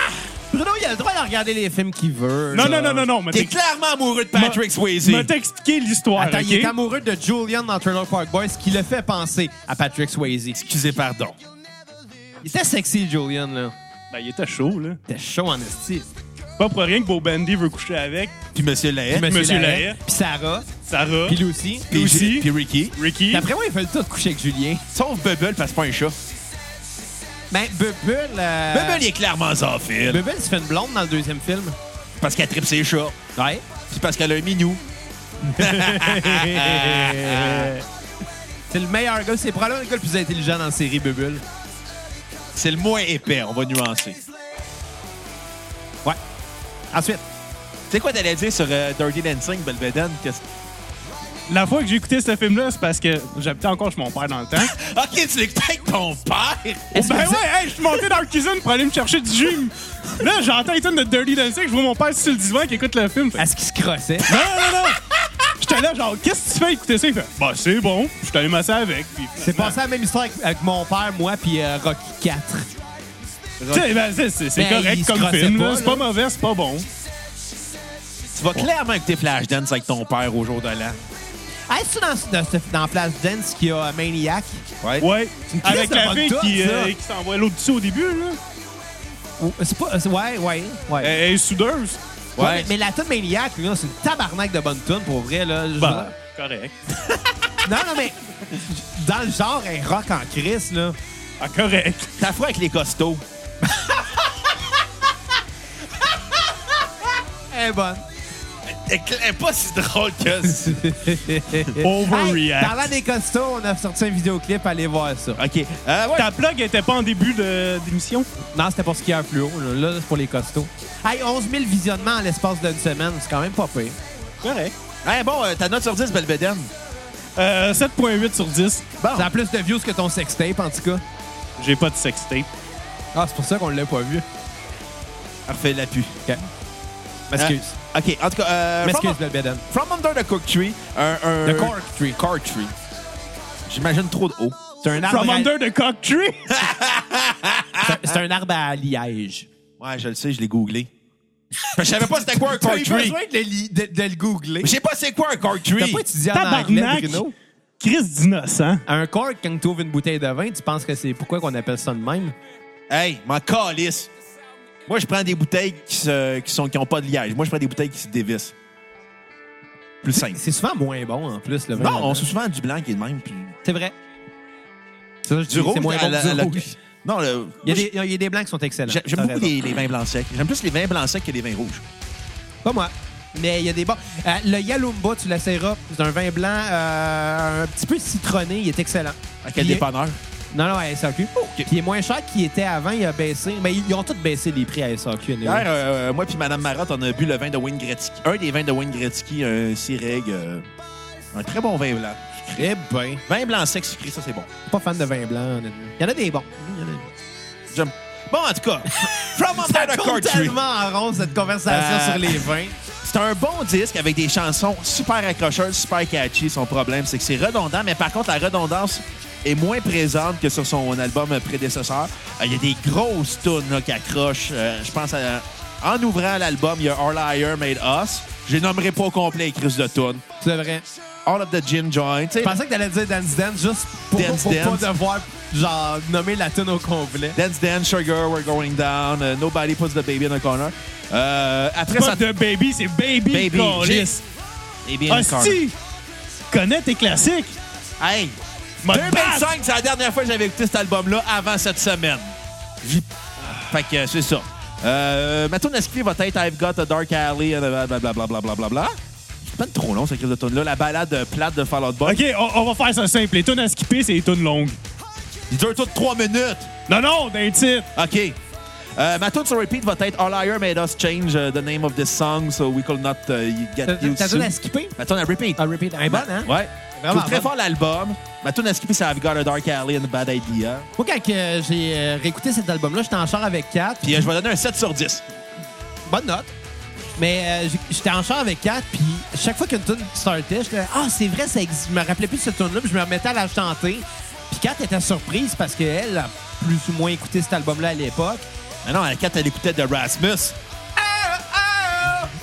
Bruno, il a le droit de regarder les films qu'il veut.
Non,
là.
non, non, non, non. mais
T'es
t'es-
clairement amoureux de Patrick Swayze.
m'a t'expliquer l'histoire,
Attends, il
ok?
est amoureux de Julian dans Trailer Park Boys, ce qui le fait penser à Patrick Swayze.
Excusez, pardon.
Il était sexy, Julian, là.
Ben, il était chaud, là.
T'es chaud en esti.
Pas pour rien que Beau Bandy veut coucher avec
Puis Monsieur Laet.
Monsieur
Lahaye,
Lahaye.
Puis Sarah.
Sarah,
Puis Lucy.
Puis
aussi.
J- Puis Ricky.
Ricky.
D'après moi, il fait le tout de coucher avec Julien.
Sauf Bubble, parce que c'est pas un chat.
Ben, Bubble... euh,
Bubble, il est clairement zoophile.
Bubble, il se fait une blonde dans le deuxième film.
Parce qu'elle tripe ses chats.
Ouais.
Puis parce qu'elle a un minou.
C'est le meilleur gars. C'est probablement le gars le plus intelligent dans la série, Bubble.
C'est le moins épais, on va nuancer.
Ouais. Ensuite.
Tu sais quoi t'allais dire sur euh, Dirty Dancing, Belveden? que c'est-
La fois que j'ai écouté ce film-là, c'est parce que j'habitais encore chez mon père dans le temps.
*laughs*
Ok, tu l'écoutais avec ton père?
Oh,
que
ben
vous
ouais, hey, je suis monté dans la cuisine pour aller me chercher du jus. Là, j'entends une tonne de Dirty Dancing, je vois mon père sur le divan qui écoute le film. Fait-
Est-ce qu'il se crossait?
Non,
Hein?
non, non! J'étais là, genre, qu'est-ce que tu fais écouter ça? Il fait, bah, c'est bon. Je suis allé masser avec. puis-
C'est passé la même histoire avec, avec mon père, moi, puis euh, Rocky 4.
Tu sais, ben, c'est- c'est c'est
Ben, il
correct
se
comme
crossait
film.
pas,
là.
là.
C'est pas mauvais, c'est pas bon.
Tu vas clairement écouter Flashdance avec ton père au jour de l'an.
Est-ce dans, dans, ce- dans Flashdance qu'il y a euh, Maniac?
Ouais.
une crise
Avec
de
la
bonne
fille qui,
tune,
euh,
ça.
qui s'envoie l'eau dessus au début, là.
Ou- C'est pas. c'est- Ouais, ouais, ouais.
Eh,
Elle est soudeuse.
Ouais, mais, mais la tune Maniac, là, c'est une tabarnak de bonne tune pour vrai, là. Je-
Bah, correct.
Non, non, mais *laughs* dans le genre, un rock en crise, là.
Ah, correct.
T'as froid avec les costauds.
Eh bonne.
Elle est pas si drôle que ça.
Hey,
*laughs* Overreact.
parlant des costauds, on a sorti un vidéoclip, allez voir ça.
OK. Euh, ouais.
Ta plug était pas en début de- d'émission?
Non, c'était pour skier plus haut, là, là c'est pour les costauds. Hey, 11 000 visionnements en l'espace d'une semaine, c'est quand même pas pire.
Correct.
Hey, bon, euh, ta note sur 10, Belbeden.
Euh, 7.8 sur 10.
Bon.
Ça a plus de views que ton sextape, en tout cas.
J'ai pas de sextape.
Ah, c'est pour ça qu'on l'a pas vu.
Parfait, l'appui.
M'excuse.
Euh, OK, en tout cas, euh,
M'excuse,
from,
Bill Beden.
From Under the Cook Tree, un... un
The Cork Tree.
Cork Tree. J'imagine trop de haut.
C'est un arbre
From
à-
under the cock tree!
c'est- C'est un arbre à liège.
Ouais, je le sais, je l'ai
*laughs*
googlé. Parce que Je savais pas c'était quoi un
T'as
Cork
eu
Tree.
besoin de le, li- de- de le googler.
Je sais pas c'est quoi un Cork
T'as
Tree.
pas étudié en anglais,
Tabarnak!
Bruno?
Chris hein? d'innocent.
Un cork, quand tu ouvres une bouteille de vin, tu penses que c'est pourquoi qu'on appelle ça de même?
Hey, m'en calisse. Moi, je prends des bouteilles qui, se, qui, sont, qui ont pas de liège. Moi, je prends des bouteilles qui se dévissent. Plus simple.
C'est souvent moins bon, en plus, le vin.
Non, on se souvent du blanc qui est le même. Puis...
C'est vrai. Ça, je
Du
dis,
rouge,
c'est moins
à
bon
la-
que
à
du
la-
rouge.
Non, le...
Il y, a des, il y a des blancs qui sont excellents.
J'ai- J'aime
T'as
beaucoup
raison.
les, les vins blancs secs. J'aime plus les vins blancs secs que les vins rouges.
Pas moi. Mais il y a des bons. Euh, le Yalumba, tu l'essayeras. C'est un vin blanc euh, un petit peu citronné. Il est excellent.
À quel
Puis-
dépanneur?
Non, non, à SAQ. Puis il est moins cher qu'il était avant. Il a baissé. Mais ils ils ont tous baissé les prix à SAQ. anyway.
Hier, euh, moi puis Madame Marotte, on a bu le vin de Wayne Gretzky. Un des vins de Wayne Gretzky, un Sireg. euh, un très bon vin blanc.
Eh ben.
Vin blanc sec sucré, ça, c'est bon.
Pas fan de vin blanc, honnêtement. Il y en a des bons.
J'aime. Bon, en tout
*laughs*
cas, From Under the Cork Tree.
tellement en rond, cette conversation
Euh,
sur les vins.
C'est un bon disque avec des chansons super accrocheuses, super catchy. Son problème, c'est que c'est redondant, mais par contre, la redondance est moins présente que sur son album prédécesseur. Euh, Il y a des grosses tunes là, qui accrochent. Euh, je pense à- En ouvrant l'album, il y a All I Hear Made Us. Je les nommerai pas au complet, Chris de tunes.
C'est vrai.
All of the Gin Joint. tu sais,
Je pensais que t'allais dire Dance Dance juste pour,
Dance
pour
Dance.
pas devoir genre, nommer la tune au complet.
Dance Dance, Sugar, We're Going Down, euh, Nobody Puts the Baby in the Corner. Euh, après ça,
Pas de Ah, baby, c'est baby,
Baby,
câlisse.
Baby in the Corner.
Hostie! Connais tes classiques?
Hey,
Ma
2005, c'est la dernière fois que j'avais écouté cet album-là avant cette semaine. J'y- Fait que c'est ça. Euh, ma tune à skipper va être I've Got a Dark Alley, euh, and blablabla. blablabla. C'est pas trop long, cette crise de tune-là. La balade euh, plate de Fall Out Boy.
OK, on, on va faire ça simple. Les tunes à skipper, c'est les tunes longues.
Il dure tout 3 minutes.
Non, non, d'un titre.
OK. Euh, ma tune sur repeat va être All Liar Made Us Change euh, the Name of This Song, so we could not euh, get
T'as
you
t'as
soon.
tune à skipper?
Ma tune à repeat.
Ah, repeat. Elle est bonne, hein?
Ouais. Je
Vraiment
trouve très
bonne.
fort l'album. Ma tune à skipper, c'est I've Got a Dark Alley and a Bad Idea.
Moi, quand euh, j'ai euh, réécouté cet album-là, j'étais en char avec Kat.
Puis euh, je vais donner un 7 sur 10.
bonne note. Mais euh, j- j'étais en char avec Kat, puis chaque fois qu'une tune startait, j'étais « Ah, c'est vrai, ça existe. Je me rappelais plus de cette tune-là, puis je me remettais à la chanter. Puis Kat était surprise parce qu'elle a plus ou moins écouté cet album-là à l'époque.
Mais non, à 4, elle écoutait de Rasmus.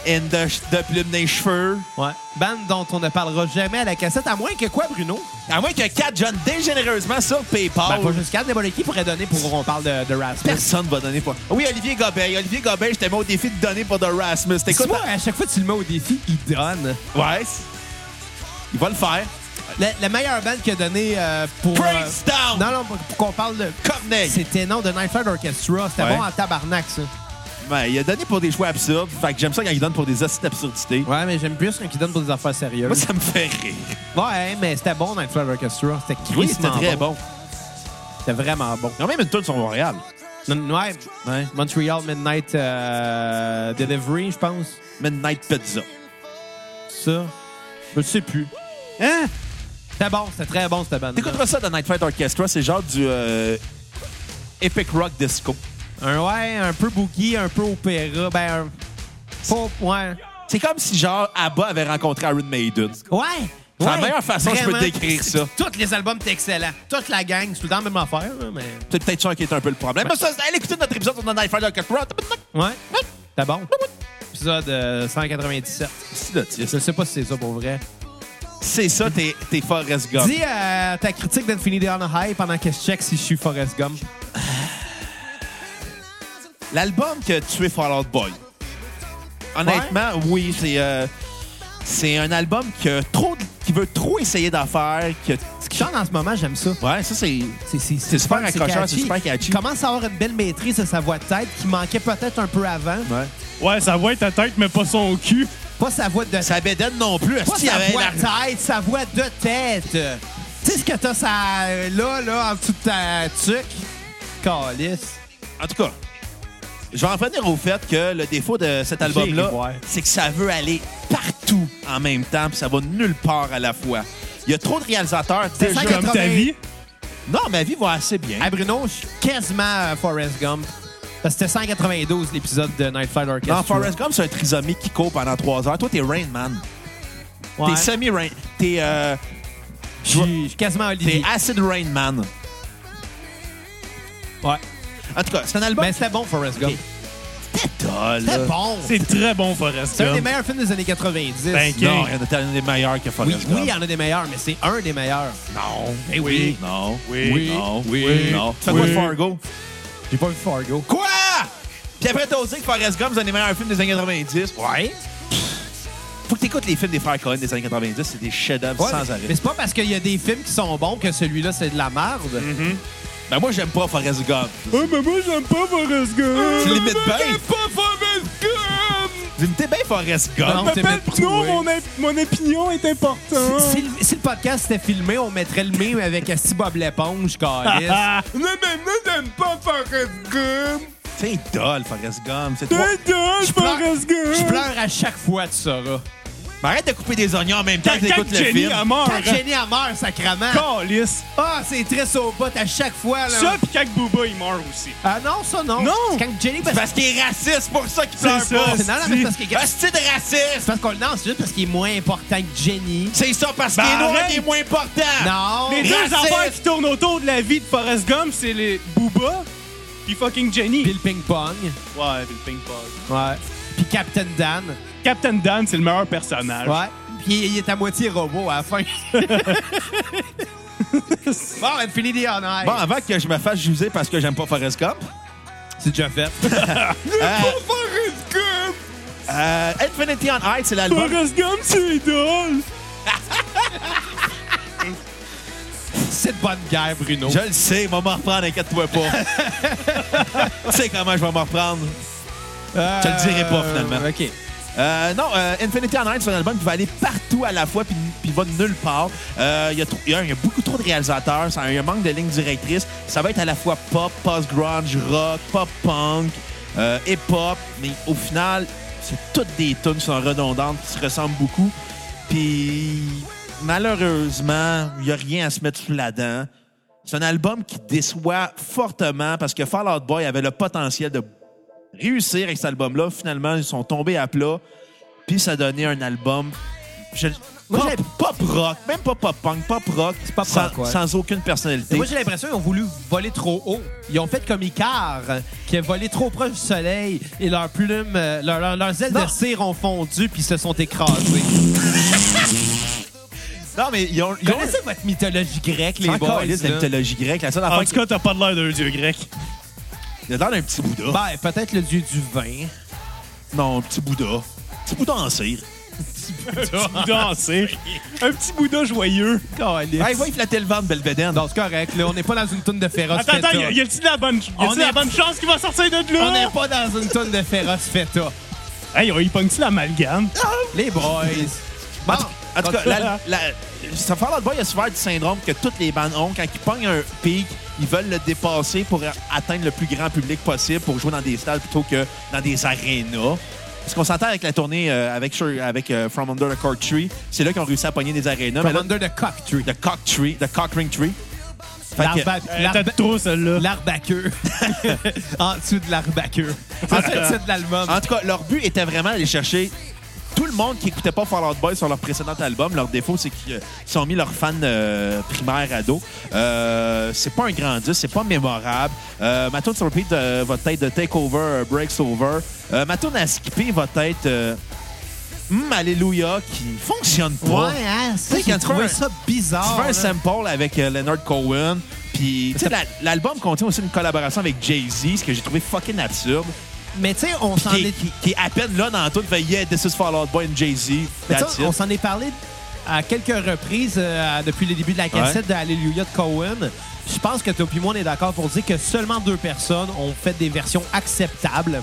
And de, de plume des cheveux.
Ouais. Band dont on ne parlera jamais à la cassette, à moins que quoi, Bruno?
À moins que 4 donne dégénéreusement sur PayPal.
Ben, pas juste Kat, n'importe qui pourrait donner pour on parle de, de Rasmus.
Personne va donner pas. Oui, Olivier Gobeil. Olivier Gobeil, je t'ai mis au défi de donner pour de Rasmus. T'écoutes?
Dis-moi, à chaque fois que tu le mets au défi, il donne.
Ouais. Il va le faire.
La, la meilleure band qu'il a donné euh, pour... euh,
Praise Down!
Non, non, pour, pour qu'on parle de...
Corneille.
C'était non de Night Flight Orchestra. C'était
Ouais.
bon en tabarnak, ça.
Ben, il a donné pour des choix absurdes. Fait que j'aime ça quand il donne pour des astuces d'absurdité.
Ouais, mais j'aime plus quand ils donnent pour des affaires
Moi,
sérieuses.
ça me fait rire.
Ouais, mais c'était bon Night Flight Orchestra. C'était
Oui,
crissement
c'était très bon.
C'était vraiment bon.
Ils ont même une tune sur Montréal.
Non, Ouais,
Ouais.
Montreal Midnight euh, Delivery, je pense.
Midnight Pizza.
Ça. Je sais plus.
Hein?
C'était bon, c'était très bon, cette bande
T'écouteras ça de Night Fight Orchestra. C'est genre du euh, Epic Rock Disco.
Un, ouais, un peu boogie, un peu opéra. Ben, un... Pas, ouais.
C'est comme si, genre, ABBA avait rencontré Iron Maiden.
Ouais!
C'est la
ouais,
meilleure façon que je peux
vraiment.
décrire ça.
Tous les albums, c'est excellent. Toute la gang, c'est tout le temps la même affaire, hein, mais.
C'est peut-être ça qui est un peu le problème. Mais ça, c'est- allez écouter notre épisode sur The Night Fighter Orchestra.
Ouais. C'était bon. Épisode euh, 197.
C'est de tis.
Je sais pas si c'est ça pour vrai.
C'est ça, t'es t'es Forrest Gump.
Dis euh, ta critique d'Infinity on a High pendant que je check si je suis Forrest Gump.
L'album que tu es Fall Out Boy. Honnêtement, oui, c'est euh, c'est un album qui, a trop, de- qui veut trop essayer d'affaires. que-
Ce qui chante en ce moment, j'aime ça.
Ouais, ça, c'est...
C'est-
C'est super
fun,
accrocheur, c'est super catchy.
Il commence à avoir une belle maîtrise de sa voix de tête qui manquait peut-être un peu avant.
Ouais.
Ouais, ça va être ta tête, mais pas son cul.
Pas sa voix de
Ça bédaine non plus.
Pas
Est-ce qu'il y
sa
avait
voix
la-
de tête, sa voix de tête. Tu sais ce que t'as ça, là, là, en dessous de ta tuque? Calice.
En tout cas, je vais en venir au fait que le défaut de cet album-là,
ri, ouais.
c'est que ça veut aller partout en même temps, puis ça va nulle part à la fois. Il y a trop de réalisateurs déjà.
ça que-
Comme ta vie.
Non, ma vie va assez bien.
Ah, Hey Bruno, je suis quasiment euh, Forrest Gump. Parce que c'était 192 l'épisode de Night Flight Orchestra.
Dans Forrest Gump, c'est un trisomique qui court pendant trois heures. Toi, t'es Rain Man.
Ouais.
T'es semi-Rain. T'es euh,
Je suis je suis quasiment
t'es
Olivier.
Acid Rain Man.
Ouais.
En tout cas, c'est un album
Mais c'était bon, Forrest Gump.
Ok. qui était là.
C'était bon.
C'est très bon, Forrest
C'est un des
Gump.
meilleurs films des années 90.
Ben,
Non, il y en a tellement des meilleurs que
oui,
Forrest
oui,
Gump.
il y en a des meilleurs, mais c'est un des meilleurs.
Non.
Eh oui.
Non.
Oui.
Non.
Oui.
Non. Tu fais
Oui.
quoi de Fargo?
J'ai pas vu Fargo.
Quoi? Puis après, t'as dit que Forrest Gump, c'est un des meilleurs films des années 90.
Ouais.
Faut que t'écoutes les films des frères Cohen des années 90. C'est des chefs-d'œuvre
Ouais,
sans
mais-
arrêt.
Mais c'est pas parce qu'il y a des films qui sont bons que celui-là, c'est de la merde.
Ben moi, j'aime pas Forrest Gump.
Ah, mais moi, j'aime pas Forrest Gump.
Tu l'imites bien.
J'aime pas Forrest Gump.
Vous imitez bien Forrest
Ah Non,
Gump.
t'es
Appelle-
mettre
Non,
troué.
mon, op- mon opinion est importante.
Si, si le- si le podcast était filmé, on mettrait le meme avec Asti Bob
*laughs*
l'éponge, câlisse.
Non, mais moi, j'aime pas Forrest Gump.
C'est dole, Forrest Gump. C'est trois-
T'es dingue, Forrest Gump.
Je pleure à chaque fois, tu sauras.
Mais arrête de couper des oignons en même temps
Quand
que t'écoutes le
quand Jenny
film.
a mort.
Quand Jenny a meurt, sacrament.
Calice.
Ah, c'est très au bout à chaque fois, là.
Ça, pis quand Booba, il meurt aussi.
Ah non, ça, non.
Non.
C'est Quand Jenny...
C'est parce qu'il est raciste, c'est pour ça qu'il pleure
C'est ça.
pas.
Non, non, mais c'est parce
C'est
qu'il-
de
c'est
raciste.
parce qu'on le lance juste parce qu'il est moins important que Jenny.
C'est ça, parce qu'il
Ben,
est noir
arrête.
qu'il est moins important.
Non.
Les deux
Raciste.
affaires qui tournent autour de la vie de Forrest Gump, c'est les Booba pis fucking Jenny.
Puis le ping-pong.
Ouais, pis le ping-pong.
Ouais. Puis Captain Dan.
Captain Dan, c'est le meilleur
Ah,
personnage.
Ouais. Puis il est à moitié robot à
*laughs*
la fin. bon, on finit les honneurs.
Bon, avant que je me fasse juser parce que j'aime pas Forrest Gump,
c'est déjà fait.
Forrest Gump!
euh, Infinity on Ice, c'est l'album.
Forrest Gump, c'est drôle!
*laughs* c'est de bonne guerre, Bruno.
Je le sais, va m'en reprendre, inquiète-toi pas. tu sais comment je vais m'en reprendre. te le dirai pas, finalement.
OK.
Euh, non, euh, Infinity on Ice, c'est un album qui va aller partout à la fois puis puis va nulle part. Euh, Il y, a tr- il y a- il y a beaucoup trop de réalisateurs, ça- il y a un manque de lignes directrices. Ça va être à la fois pop, post-grunge, rock, pop-punk, euh, hip-hop, mais au final, c'est toutes des tunes qui sont redondantes, qui se ressemblent beaucoup. Puis malheureusement, il n'y a rien à se mettre sous la dent. C'est un album qui déçoit fortement parce que Fall Out Boy avait le potentiel de réussir avec cet album-là. Finalement, ils sont tombés à plat. Puis ça donnait un album. je-
Moi,
pop,
j'ai-
pop rock, même pas pop punk, pop rock,
pop
sans,
rock, ouais.
sans aucune
Et
personnalité.
moi, j'ai l'impression qu'ils ont voulu voler trop haut. Ils ont fait comme Icar, euh, qui a volé trop proche du soleil et leurs plumes, euh, leurs- leurs- leurs ailes
Non.
de cire ont fondu puis se sont écrasées.
Non, mais ils ont. Ils
Vous
ont-
Connaissez votre mythologie grecque,
Sans
les boys?
câlisse de la
là?
mythologie grecque. La seule affaire,
En tout
qui-
cas, t'as pas de l'air d'un dieu *laughs* grec.
il a l'air d'un petit Bouddha.
Ben, peut-être le dieu du vin.
Non, un petit Bouddha. Petit Bouddha en cire.
Danser. Un petit Bouddha joyeux.
Hey, va y flatter le ventre, Belvedere.
Non, c'est correct. Là, on n'est pas dans une toune de féroce
Attends,
feta.
attends, y a- y a-t-il la bonne, y
On
a-t-il la
est-
bonne chance qu'il va sortir de
On
là?
n'est pas dans une toune de féroce feta.
Hey, on y pogne-tu l'amalgame?
Les boys. Bon,
En tout cas,
Continue.
la, la, ça Fall Out Boy a souffert du syndrome que toutes les bandes ont. Quand ils pognent un pic, ils veulent le dépasser pour atteindre le plus grand public possible pour jouer dans des stades plutôt que dans des arénas. Parce qu'on s'entend avec la tournée euh, avec, Sure- avec euh, From Under the Cork Tree, c'est là qu'ils ont réussi à pogner des arénas. mais
From
là,
Under the Cock Tree.
the Cock Tree, the Cock Ring Tree. Fait que-
L'arba-
Euh,
l'arba-
T'as trop celle-là.
L'arbaqueux. *laughs* en dessous de l'arbaqueux. En dessous de l'album.
En tout cas, leur but était vraiment d'aller chercher tout le monde qui écoutait pas Fall Out Boy sur leur précédent album. Leur défaut, c'est qu'ils euh, ils ont mis leurs fans euh, primaires à dos. Euh, c'est pas un grand disque, c'est pas mémorable. Euh, ma tune sur repeat euh, va être de Takeover, euh, Breaks Over. Euh, ma tune à skipper va être euh, Hum, Alléluia, qui fonctionne pas.
Ouais, hein, ça,
Tu sais, quand
j'ai
tu fais un-
trouvé ça
Tu
bizarre.
fais un
là.
sample avec euh, Leonard Cohen. Puis, tu sais, la- l'album contient aussi une collaboration avec Jay-Z, ce que j'ai trouvé fucking absurde
Mais tu sais, on s'en
qui,
est...
est- qui- qui est à peine là dans la toune, fait Yeah, this is Fall Out Boy and Jay-Z.
Mais tu
That's
sais, on
it.
s'en est parlé à quelques reprises euh, depuis le début de la cassette de Alléluia de Cohen. Je pense que toi et moi, on est d'accord pour dire que seulement deux personnes ont fait des versions acceptables.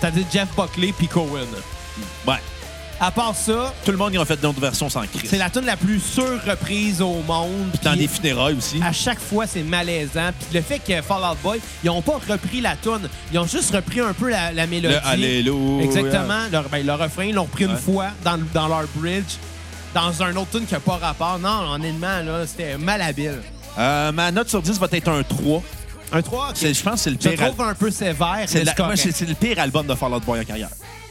C'est-à-dire Jeff Buckley puis Cohen.
Ouais.
À part ça,
Tout le monde y a fait d'autres versions sans crise.
c'est la tune la plus surreprise au monde.
Dans
puis
des funérailles aussi.
à chaque fois, c'est malaisant. Puis le fait que Fall Out Boy, ils n'ont pas repris la tune, ils ont juste repris un peu la, la mélodie.
Le Alléluia.
Exactement. Leur, ben, leur refrain, ils l'ont repris
Ouais.
une fois dans, dans leur bridge, dans un autre tune qui n'a pas rapport. Non, honnêtement, là, c'était malhabile.
Euh, ma note sur 10 va être un 3.
Un 3, ok.
C'est- Je pense que c'est le
Je
pire. al-
trouve un peu sévère.
c'est
mais
la-
c'est
moi,
correct.
c'est- c'est le pire album de Fall Out Boy en carrière.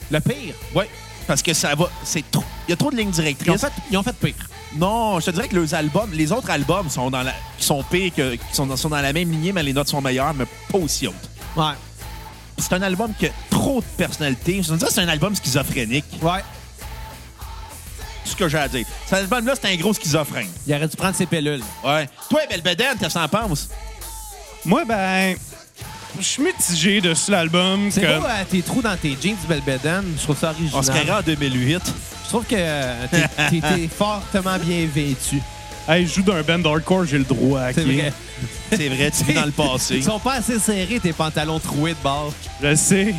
Le pire.
Oui. Parce que ça va. C'est trop. Il y a trop de lignes
Ils ont,
directrices.
fait, ils ont fait pire.
Non, je te dirais que les albums, les autres albums sont dans la, qui sont pires, que, qui sont dans, sont dans la même lignée, mais les notes sont meilleures, mais pas aussi hautes.
Ouais.
C'est un album qui a trop de personnalité. Je te dirais que c'est un album schizophrénique.
Ouais.
C'est ce que j'ai à dire. Cet album-là, c'est un gros schizophrène.
Il aurait dû prendre ses pellules.
Ouais. Toi, Belle Bedaine, qu'est-ce que t'en penses?
Moi, ben. Je suis mitigé de cet album.
C'est
comme-
beau, euh, tes trous dans tes jeans Belbeden. Je trouve ça original.
On se carrait en 2008.
Je trouve que euh,
*laughs*
t'es- t'es t'es fortement bien vêtu.
Hey, je joue d'un band hardcore, j'ai le droit à
C'est vrai.
*laughs* C'est vrai, tu vis dans le passé.
*laughs* Ils sont pas assez serrés, tes pantalons troués de bord.
Je le sais.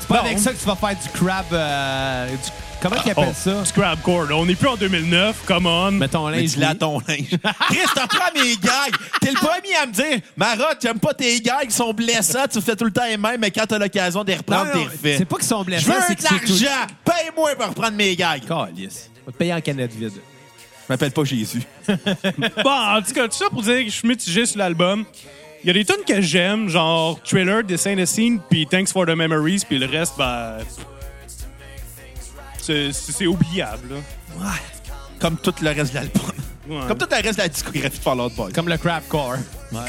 C'est pas
Non.
avec ça que tu vas faire du crab. euh, du- Comment ils appellent ça?
Scrapcore, là. Oh, On n'est plus en 2009, come on. *laughs*
Mettons
Mais
linge.
dis-le à
oui.
ton linge. Chris, t'as pas mes gags. T'es le premier à me dire, Marotte, t'aimes pas tes gags, ils sont blessants, tu fais tout le temps les mêmes, mais quand t'as l'occasion de les
Non,
reprendre,
non,
t'es refait.
C'est pas qu'ils sont
Je
blessés.
veux
c'est
de
que c'est tout-
l'argent! Paye-moi pour reprendre mes gags! Je
Calisse. On va te payer en canette vide.
m'appelle pas Jésus.
Bon, Bah, en tout cas, tout ça pour dire que je suis mitigé sur l'album. Il y a des tunes que j'aime, genre Thriller, Dessin de Scene, puis Thanks for the Memories, puis le reste, ben. C'est c'est- c'est oubliable, là.
Comme tout le reste de l'album.
Ouais.
Comme tout le reste de la discographie de Fall Out Boy.
Comme le crab core.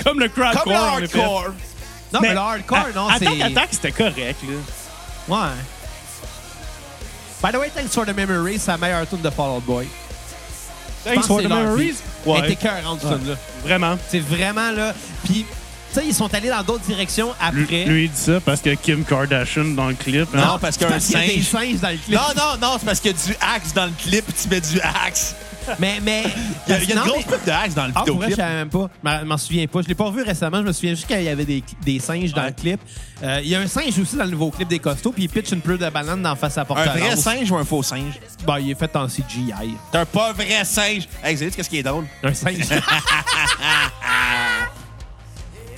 Comme le crowd
Comme le hardcore.
Non, mais, le hardcore, non, c'est.
Attaque, attaque, c'était correct, là.
Ouais. By the way, Thanks for the Memory, c'est la meilleure tune de Fall Out Boy. Je
Thanks
pense
for
que
the
c'est leur
Memories.
beat. Elle
Ouais,
était écœurante, cette tune-là.
vraiment.
C'est vraiment là. Puis, tu sais, ils sont allés dans d'autres directions
Lui,
après.
lui, il dit ça parce que Kim Kardashian dans le clip. hein.
Non, parce
C'est
qu'un
qu'il y a des
singe.
singes dans le clip.
Non, non, non, c'est parce qu'il y a du axe dans le clip, tu mets du axe.
Mais, mais.
Il y a, il y a une
non,
grosse
mais-
pub de axe dans le
Ah, pour vrai, je
vidéoclip.
savais même pas. Je m'en- Je m'en souviens pas. Je l'ai pas revu récemment. Je me souviens juste qu'il y avait des, des singes dans
Ouais.
le clip. Euh, Il y a un singe aussi dans le nouveau clip des costauds, puis il pitch une pleure de banane dans face à porte
Un vrai singe ou un faux singe?
Bah, il est fait en CGI.
T'es un pas vrai singe. Hey, vous savez qu'est-ce qui est drôle? *laughs*
Un singe.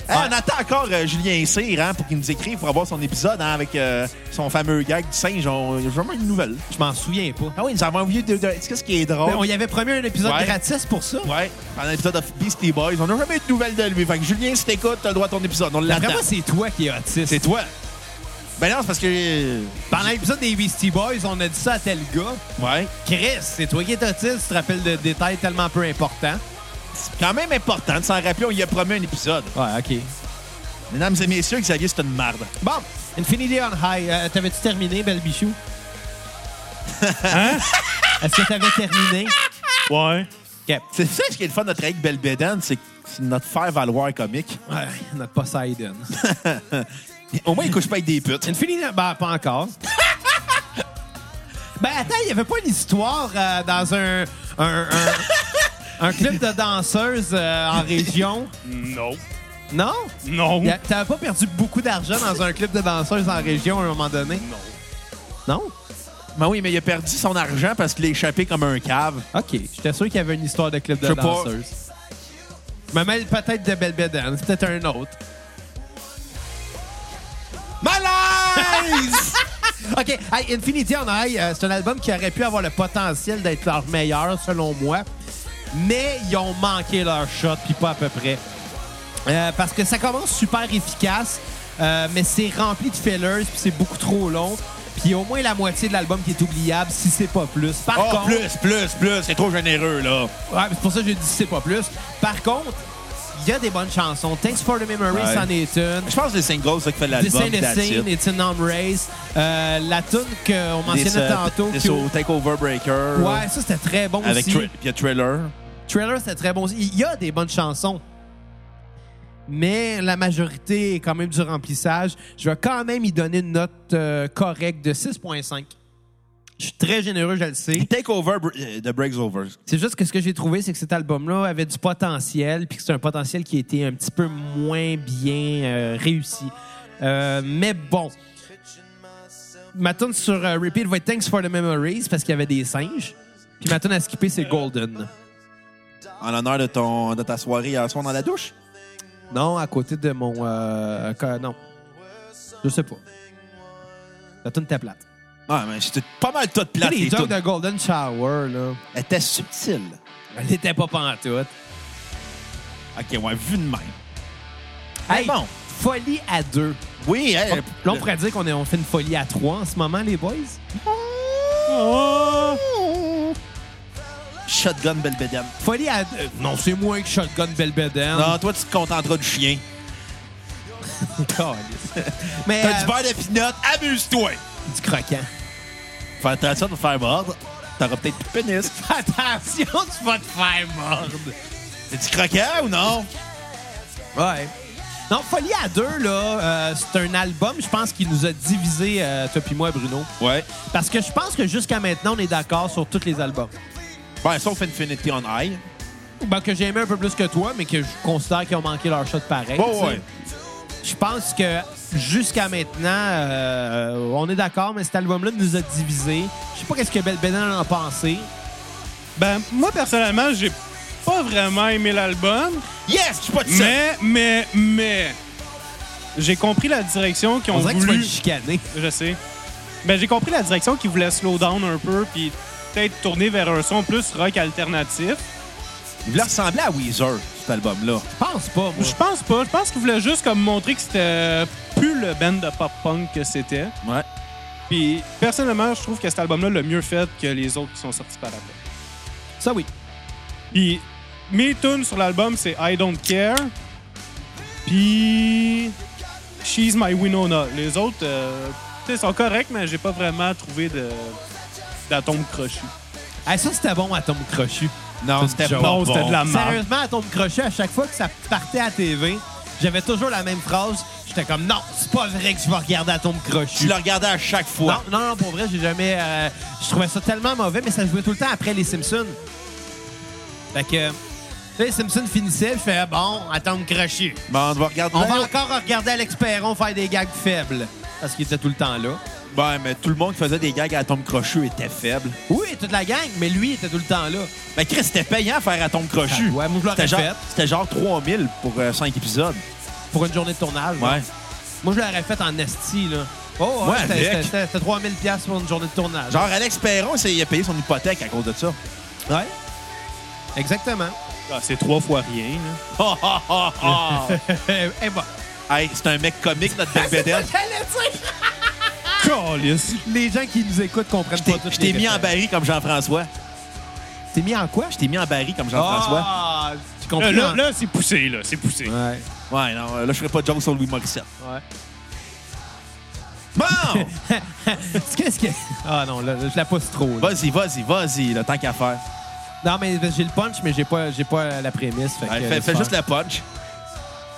Hey, on attend encore euh, Julien Cyr hein, pour qu'il nous écrive pour avoir son épisode hein, avec euh, son fameux gag du singe. On... J'ai vraiment une nouvelle.
je m'en souviens pas.
Ah oui, Ben, nous avons envoyé... De... de- Qu'est-ce qui est
Mais on
drôle?
y avait promis un épisode
Ouais.
gratis pour ça.
Ouais, un épisode de Beastie Boys. On n'a jamais eu de nouvelles de lui. Fait que Julien, si t'écoutes, t'as le droit à ton épisode. On
Après
l'attend.
moi, c'est toi qui es autiste.
C'est toi. Ben non, c'est parce que...
Pendant l'épisode des Beastie Boys, on a dit ça à tel gars.
Ouais.
Chris, c'est toi qui es autiste. Tu te rappelles de détails tellement peu importants.
C'est quand même important de s'en rappeler. On y a promis un épisode.
Ouais, OK.
Mesdames et messieurs, Xavier, c'est une marde.
Bon, Infinity on High. Euh, T'avais-tu terminé, Belle Bichou?
*laughs* Hein?
*laughs* Est-ce que t'avais terminé?
Ouais.
OK.
C'est ça ce qui est le fun de notre avec Belbédane, c'est que c'est notre faire valoir comique.
Ouais, notre
*laughs*
Poseidon.
Au moins, il couche pas avec des putes.
Infinity... Ben, pas encore. ben, attends, il y avait pas une histoire euh, dans un... un,
*laughs*
un... un clip de danseuse euh, en région.
Non.
Non?
Non.
Y a- T'avais pas perdu beaucoup d'argent dans un clip de danseuse en région à un moment donné?
Non.
Non?
Ben oui, mais il a perdu son argent parce qu'il l'a échappé comme un cave.
OK. J'étais sûr qu'il y avait une histoire de clip de
Je sais pas.
danseuse. Je me mêle peut-être de Belbédane. C'est peut-être un autre.
Malaise!
OK. Hey, Infinity on High, euh, c'est un album qui aurait pu avoir le potentiel d'être leur meilleur, selon moi. Mais ils ont manqué leur shot, puis pas à peu près. Euh, parce que ça commence super efficace, euh, mais c'est rempli de fillers, puis c'est beaucoup trop long. Puis il y a au moins la moitié de l'album qui est oubliable, si c'est pas plus.
*laughs*
Par
oh,
contre,
plus, plus, plus. C'est trop généreux, là.
Ouais, c'est pour ça que j'ai dit c'est pas plus. Par contre, il y a des bonnes chansons. Thanks for the Memory,
Ouais.
c'en est une.
Je pense que les singles, c'est ça qui fait l'album.
Design the
that's it.
Scene, It's an Arm Race. Euh, la tune qu'on
Des,
mentionnait
euh,
tantôt.
des
qui-
au Takeover Breaker. euh,
Ouais, ça c'était très bon
Avec
aussi.
tra- puis il y a Thriller.
Trailer, c'était très bon aussi. Il y a des bonnes chansons. Mais la majorité est quand même du remplissage. Je vais quand même y donner une note euh, correcte de 6.5. Je suis très généreux, je le sais.
Takeover Br- euh, de Breaks Over.
C'est juste que ce que j'ai trouvé, c'est que cet album-là avait du potentiel, puis que c'est un potentiel qui était un petit peu moins bien euh, réussi. Euh, mais bon. Ma tune sur euh, Repeat va être Thanks for the Memories parce qu'il y avait des singes. Puis ma tune à skipper, c'est Golden.
En l'honneur de, ton, de ta soirée hier soir dans la douche.
Non, à côté de mon. euh, co- non. Je sais pas. La tune était plate.
Ouais, mais c'était pas mal tout
Tu sais,
plat.
les jokes de Golden Shower, là.
Elle était subtile.
Elle était pas pantoute.
OK, ouais, vu de même. Mais
Hey,
bon.
Folie à deux.
Oui, hey,
Là, on
le-
pourrait dire qu'on est- on fait une folie à trois en ce moment, les boys.
Shotgun Belbédène.
Folie à deux. Euh, Non, c'est moins que Shotgun Belbeden. *laughs*
Non, Ah, toi, tu te contenteras du chien.
mais
T'as
euh,
du beurre de pinot, amuse-toi!
du croquant.
Fais attention de te faire mordre. T'auras peut-être plus de pénis.
*laughs* Attention, tu vas te faire mordre.
C'est du croquant ou non?
Ouais. Non, Folie à deux, là, euh, c'est un album, je pense, qui nous a divisé, euh, toi puis moi, Bruno.
Ouais.
Parce que je pense que jusqu'à maintenant, on est d'accord sur tous les albums.
Ben, sauf Infinity on High.
Ben, que j'ai aimé un peu plus que toi, mais que je considère qu'ils ont manqué leur shot pareil.
Bon,
tu sais.
ouais.
Je pense que jusqu'à maintenant, euh, on est d'accord, mais cet album-là nous a divisés. Je sais pas qu'est-ce que Belbédin en a pensé.
Ben, moi, personnellement, j'ai pas vraiment aimé l'album,
Yes! Je suis pas de ça!
mais, mais, mais, j'ai compris la direction qu'ils
On
ont
dirait que tu vas le
voulu.
chicaner.
Je sais. Ben, j'ai compris la direction qu'ils voulaient slow down un peu, puis peut-être tourner vers un son plus rock alternatif.
Il voulait ressembler à Weezer, cet album-là.
Je pense pas, moi.
Je pense pas. Je pense qu'ils voulaient juste comme montrer que c'était plus le band de pop-punk que c'était.
Ouais.
Puis, personnellement, je trouve que cet album-là l'a mieux fait que les autres qui sont sortis par après.
Ça, oui.
Puis, mes tunes sur l'album, c'est I Don't Care. Puis, She's My Winona. Les autres, euh, tu sais, sont corrects, mais j'ai pas vraiment trouvé de d'atome crochu.
Ah, ça, c'était bon, Atome Crochu.
Non, c'était pas bon.
Non, Ah, c'était de la merde.
Sérieusement, Atome Crochu, à chaque fois que ça partait à TV, j'avais toujours la même phrase. J'étais comme, non, c'est pas vrai que je vais regarder Atome
Tu
Crochu.
le regardais à chaque
Non,
fois.
non, non, pour vrai, j'ai jamais. euh, je trouvais ça tellement mauvais, mais ça jouait tout le temps après les Simpsons. Fait que. là, les Simpsons finissaient, je fais bon, attends, crochu.
Bon, Ben, on va regarder.
On va encore regarder Alex Perron faire des gags faibles. Parce qu'il était tout le temps là.
Ben, mais tout le monde qui faisait des gags à tombe crochu était faible.
Oui, toute la gang, mais lui, il était tout le temps là.
Ben, Chris, c'était payant à faire à tombe
Ah,
crochu.
ouais, moi, je l'aurais
C'était genre-
fait.
C'était genre 3000 pour 5 épisodes.
Pour une journée de tournage. là.
Ouais.
Moi, je l'aurais fait en esti, là. Oh, ouais,
Ouais,
c'était-
avec.
c'était- c'était c'était 3000 pièces pour une journée de tournage.
Genre, Alex Perron, c'est- il a payé son hypothèque à cause de ça.
Ouais. Exactement.
Ah, c'est trois fois rien. là.
Ha, ha, ha, ha.
*laughs* Eh ben,
Hey, c'est un mec comique, notre Big
c'est ça
Bedel. *laughs*
que j'allais dire.
Calisse.
Les gens qui nous écoutent comprennent
Je
pas
t'ai-
toutes
je t'ai
les
mis en
références.
baril comme Jean-François.
Je t'ai mis en quoi?
Je t'ai mis en baril comme Jean-François.
Ah, tu
Là,
comprends?
Euh, là, là, c'est poussé, là. C'est poussé.
Ouais,
Ouais, non, euh, là, je ferais pas de joke sur Louis Morissette. *laughs*
ouais.
Bon! *laughs*
Qu'est-ce que... Ah non, là, là, je la pousse trop. là.
vas-y, vas-y, vas-y, le tant qu'à faire.
Non, mais j'ai le punch, mais j'ai pas, j'ai pas la prémisse. Fait que,
Hey, fais
laisse
fais
faire.
juste le punch.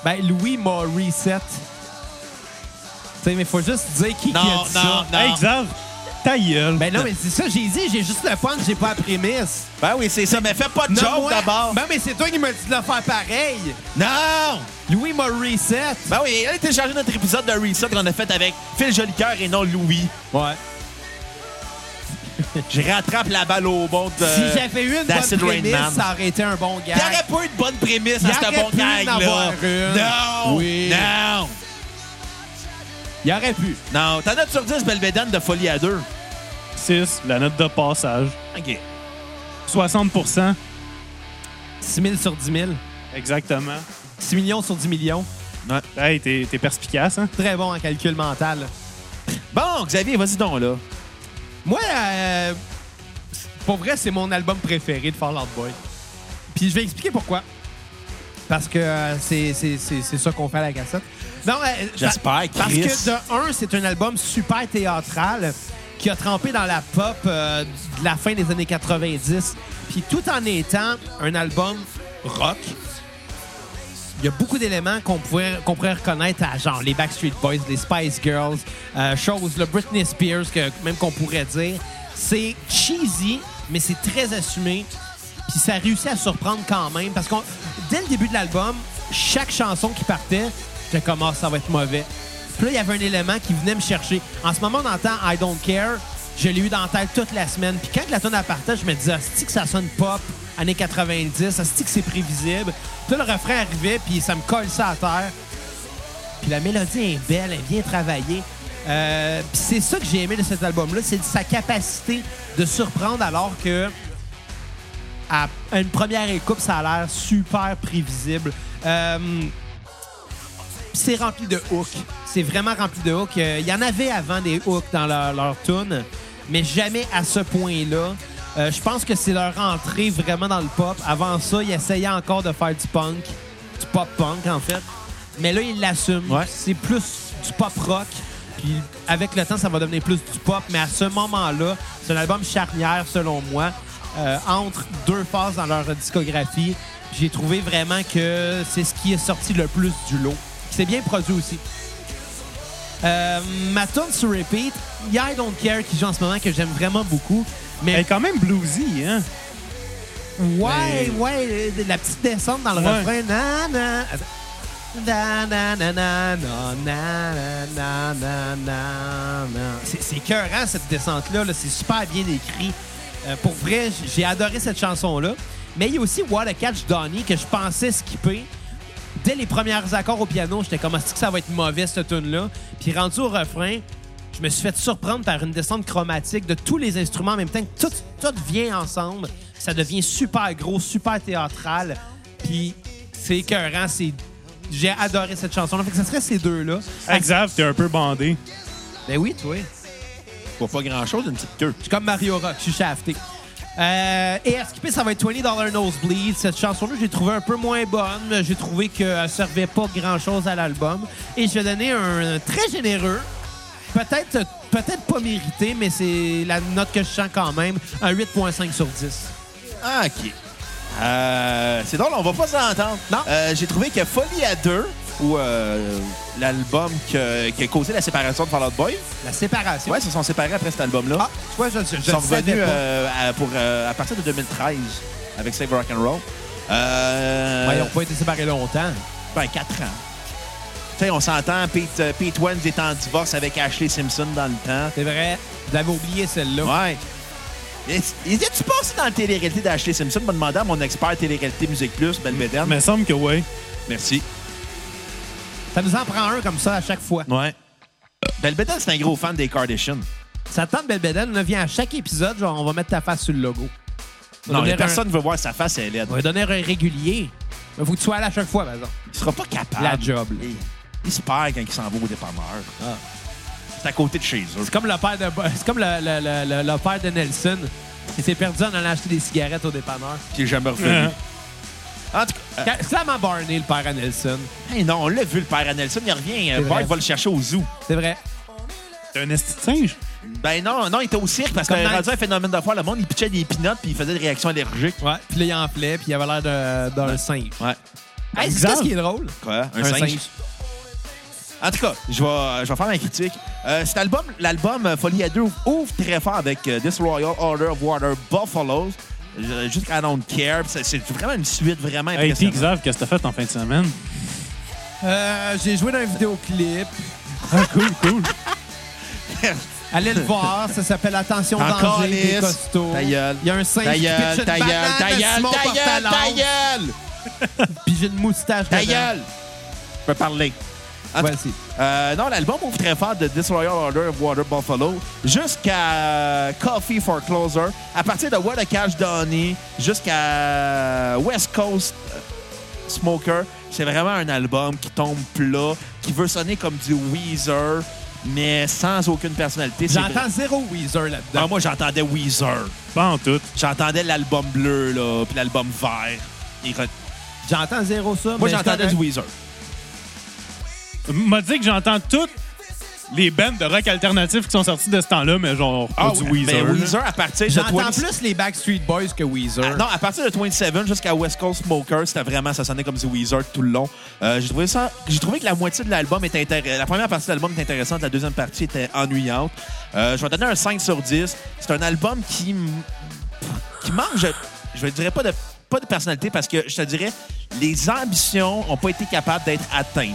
Ben, Louis m'a reset. Tu sais, mais faut juste dire qui, qui a dit
Non,
ça.
non.
Hey, Xav, ta gueule.
Ben non, mais c'est ça, j'ai dit, j'ai juste le punch, j'ai pas la prémisse.
Ben oui, c'est ça, mais fais pas de
Non,
joke
moi-
d'abord.
Ben, mais c'est toi qui m'as dit de le faire pareil.
Non!
Louis m'a reset.
Ben oui, allez télécharger notre épisode de Reset qu'on a fait avec Phil Jolicoeur et non Louis.
Ouais.
Je rattrape la balle au bon de.
si j'avais eu une bonne
euh, d'Acid Rain
prémisse,
Man.
ça aurait été un bon
Il
gag.
n'y aurait pas eu de bonne prémisse
Il
à ce
aurait
bon
pu en avoir
gag-là.
une.
Non!
Oui.
Non!
Il aurait pu.
Non, ta note sur 10, Belvedere, de folie à deux.
6, la note de passage.
OK.
60
6 000 sur 10 000.
Exactement.
6 millions sur 10 millions.
Hey, t'es t'es perspicace, hein?
Très bon en calcul mental.
Bon, Xavier, vas-y donc, là.
Moi, euh, pour vrai, c'est mon album préféré de Fall Out Boy. Puis je vais expliquer pourquoi. Parce que euh, c'est c'est- c'est- c'est ça qu'on fait à la cassette. Non, euh,
J'espère,
pa- Parce
Chris.
que de un, c'est un album super théâtral qui a trempé dans la pop euh, de la fin des années 90. Puis tout en étant un album rock, il y a beaucoup d'éléments qu'on pourrait, qu'on pourrait reconnaître à genre les Backstreet Boys, les Spice Girls, euh, chose, le Britney Spears, que, même qu'on pourrait dire. C'est cheesy, mais c'est très assumé. Puis ça réussit à surprendre quand même. Parce que dès le début de l'album, chaque chanson qui partait, j'étais comme, ah, ça va être mauvais. Puis là, il y avait un élément qui venait me chercher. En ce moment, on entend I Don't Care. Je l'ai eu dans la tête toute la semaine. Puis quand la tonne partait, je me disais, cest que ça sonne pop, années 90, cest que c'est prévisible? Puis là, le refrain arrivait, puis ça me colle ça à terre. Puis la mélodie est belle, elle est bien travaillée. Euh, puis c'est ça que j'ai aimé de cet album-là, c'est sa capacité de surprendre alors que à une première écoute, ça a l'air super prévisible. Euh, c'est rempli de hooks. C'est vraiment rempli de hooks. Euh, Il y en avait avant des hooks dans leur, leur tune, mais jamais à ce point-là. Euh, je pense que c'est leur entrée vraiment dans le pop. Avant ça, ils essayaient encore de faire du punk, du pop-punk en fait. Mais là, ils l'assument.
Ouais.
C'est plus du pop-rock. Puis avec le temps, ça va devenir plus du pop. Mais à ce moment-là, c'est un album charnière, selon moi, euh, entre deux phases dans leur discographie. J'ai trouvé vraiment que c'est ce qui est sorti le plus du lot. C'est bien produit aussi. Euh, ma tune sur repeat, Yeah, I Don't Care, qui joue en ce moment, que j'aime vraiment beaucoup.
Elle
Mais
est quand même bluesy, hein?
Ouais, ouais, euh, la petite descente dans le
Ouais.
refrain. Na, na, na, na, na, na, na, na, na, na, na, na. C'est c'est écœurant, cette descente-là. là. C'est super bien écrit. Euh, pour vrai, j- j'ai adoré cette chanson-là. Mais il y a aussi What a Catch Donnie que je pensais skipper. Dès les premiers accords au piano, j'étais comme, est-ce que ça va être mauvais, cette tune-là? Puis rendu au refrain, je me suis fait surprendre par une descente chromatique de tous les instruments en même temps que tout, tout vient ensemble. Ça devient super gros, super théâtral. Puis c'est écœurant. c'est- J'ai adoré cette chanson-là. Fait que ce serait ces deux-là.
Exact, t'es un peu bandé.
Ben oui, toi.
Je vois pas grand-chose, une petite queue.
Je suis comme Mario Rock, je suis shafté. Euh, et à skipper, ça va être 20 Nosebleed. Cette chanson-là, j'ai trouvé un peu moins bonne. J'ai trouvé qu'elle servait pas grand-chose à l'album. Et je vais donner un, un très généreux, peut-être peut-être pas mérité, mais c'est la note que je sens quand même, un 8.5 sur 10.
Ah, OK. Euh, c'est drôle, on va pas s'entendre.
Non.
Euh, J'ai trouvé que Folie à deux, ou euh, l'album que- qui a causé la séparation de Fall Out Boy,
La séparation.
ouais, ils se sont séparés après cet album-là.
Ah, tu vois, je, je, je
Ils sont
le savais
revenus
pas.
euh, à, pour, euh, à partir de 2013 avec Save Rock and Roll.
Ouais, ils
Euh,
n'ont pas été séparés longtemps.
ben, 4 ans. Tu sais, on s'entend, Pete, euh, Pete Wentz était en divorce avec Ashley Simpson dans le temps.
C'est vrai. Vous l'avez oublié, celle-là.
Ouais. Étais-tu passé dans la télé-réalité d'Ashley Simpson? m'a demandé à mon expert télé-réalité Musique Plus, Belvedere.
Mais il me semble que oui.
Merci.
Ça nous en prend un comme ça à chaque fois.
Ouais. Belvedere, c'est un gros fan des Kardashians.
Ça tente Belbeden, on vient à chaque épisode, genre on va mettre ta face sur le logo. On va
Non, mais
donner
personne ne veut voir sa face, elle est laide.
Un, on va donner un régulier. Il faut que tu sois là à chaque fois, par exemple.
Il sera pas capable.
La job, là.
Il, il se perd quand il s'en va au dépanneur.
Ah.
C'est à côté de chez eux.
C'est comme le père de, c'est comme le, le- le- le- le père de Nelson. Il s'est perdu en allant acheter des cigarettes au dépanneur.
qui est jamais revenu.
Ouais.
En tout cas,
Quand- C'est clairement Barney, le père à Nelson.
euh, Ah. hey, non, on l'a vu, le père à Nelson, il revient. Euh,
C'est vrai.
Bart va le chercher au zoo.
C'est vrai.
T'es un esti de singe?
Ben non, non, il était au cirque parce que
Comme Nike.
rendu un phénomène de foire, le monde, il pitchait des pinottes puis il faisait des réactions allergiques.
Ouais. Puis là, il enflait, puis il avait l'air de- d'un singe.
Ouais.
Hey, c'est
Bizarre.
qu'est-ce qui est drôle?
Quoi? Un, singe. En tout cas, je vais, je vais faire ma critique. Euh, cet album, l'album euh, Folie à deux ouvre- ouvre très fort avec euh, This Royal Order of Water Buffaloes. Euh, Jusqu'à I Don't Care. C'est- C'est vraiment une suite vraiment
Hey, puis,
impressionnante.
Xav, qu'est-ce que t'as fait en fin de semaine?
Euh, J'ai joué dans un vidéoclip.
Ah, cool, cool.
Allez le voir, ça s'appelle Attention
Encore
danger des
lisse.
costauds.
Ta
Il y
gueule.
a un singe
Ta
qui pitche
gueule,
une
ta gueule,
banane
ta
à
gueule,
Simon
ta gueule,
Portalance.
ta gueule!
Puis j'ai une moustache.
Ta
dedans.
gueule! Je peux parler. En tout cas,
Voici.
Euh, non, l'album ouvre très fort de Disloyal Order of Water Buffalo jusqu'à Coffee for Closer, à partir de What a Cash Donny jusqu'à West Coast euh, Smoker. C'est vraiment un album qui tombe plat, qui veut sonner comme du Weezer, mais sans aucune personnalité. C'est vrai-
J'entends zéro Weezer là-dedans.
Ah, moi, j'entendais Weezer.
Pas en tout.
J'entendais l'album bleu, là, puis l'album vert. Et re-
J'entends zéro ça.
Moi,
mais
j'entendais
c'est
du
correct.
Weezer.
M- M'a dit que j'entends toutes les bands de rock alternatif qui sont sortis de ce temps-là, mais genre pas du
oui,
Weezer.
ben,
là.
Weezer, à partir de
J'entends
20
plus les Backstreet Boys que Weezer.
Ah, non, à partir de 27 jusqu'à West Coast Smoker, c'était vraiment, ça sonnait comme du Weezer tout le long. Euh, j'ai trouvé ça, j'ai trouvé que la moitié de l'album était intéressante. La première partie de l'album était intéressante, la deuxième partie était ennuyante. Euh, je vais donner un 5 sur 10. C'est un album qui, m- qui manque, je, je dirais pas de, pas de personnalité parce que je te dirais, les ambitions n'ont pas été capables d'être atteintes.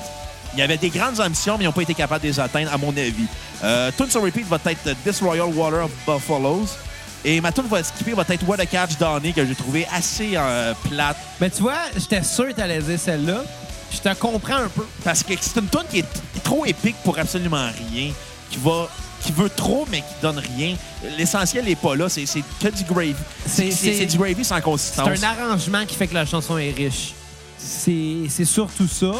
Il y avait des grandes ambitions, mais ils n'ont pas été capables de les atteindre, à mon avis. Euh, tune sur repeat va être This Royal Water of Buffaloes. Et ma tune va skipper va être What a Catch Donny, que j'ai trouvé assez euh, plate.
Mais tu vois, j'étais sûr que t'allais dire celle-là. Je te comprends un peu.
Parce que c'est une tune qui est trop épique pour absolument rien, qui va qui veut trop, mais qui donne rien. L'essentiel n'est pas là. C'est c'est que du gravy. C'est
C'est- c'est-
c'est du gravy sans
C'est
consistance.
un arrangement qui fait que la chanson est riche. C'est c'est surtout ça.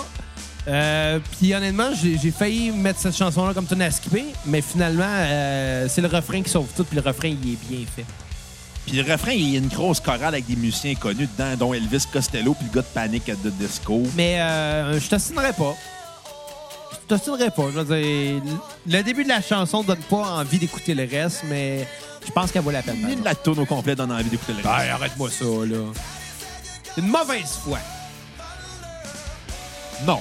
Euh, Puis honnêtement, j'ai j'ai failli mettre cette chanson-là comme tune à skipper, mais finalement, euh, c'est le refrain qui sauve tout, puis le refrain, il est bien fait.
Puis le refrain, il y a une grosse chorale avec des musiciens connus dedans, dont Elvis Costello puis le gars de Panic at the Disco.
Mais euh, je t'ostinerai pas. Je t'ostinerai pas. Je veux dire, le début de la chanson donne pas envie d'écouter le reste, mais je pense qu'elle vaut la peine.
Ni de la tourne au complet donne envie d'écouter le reste.
arrête-moi ça, là. Une mauvaise foi.
Non.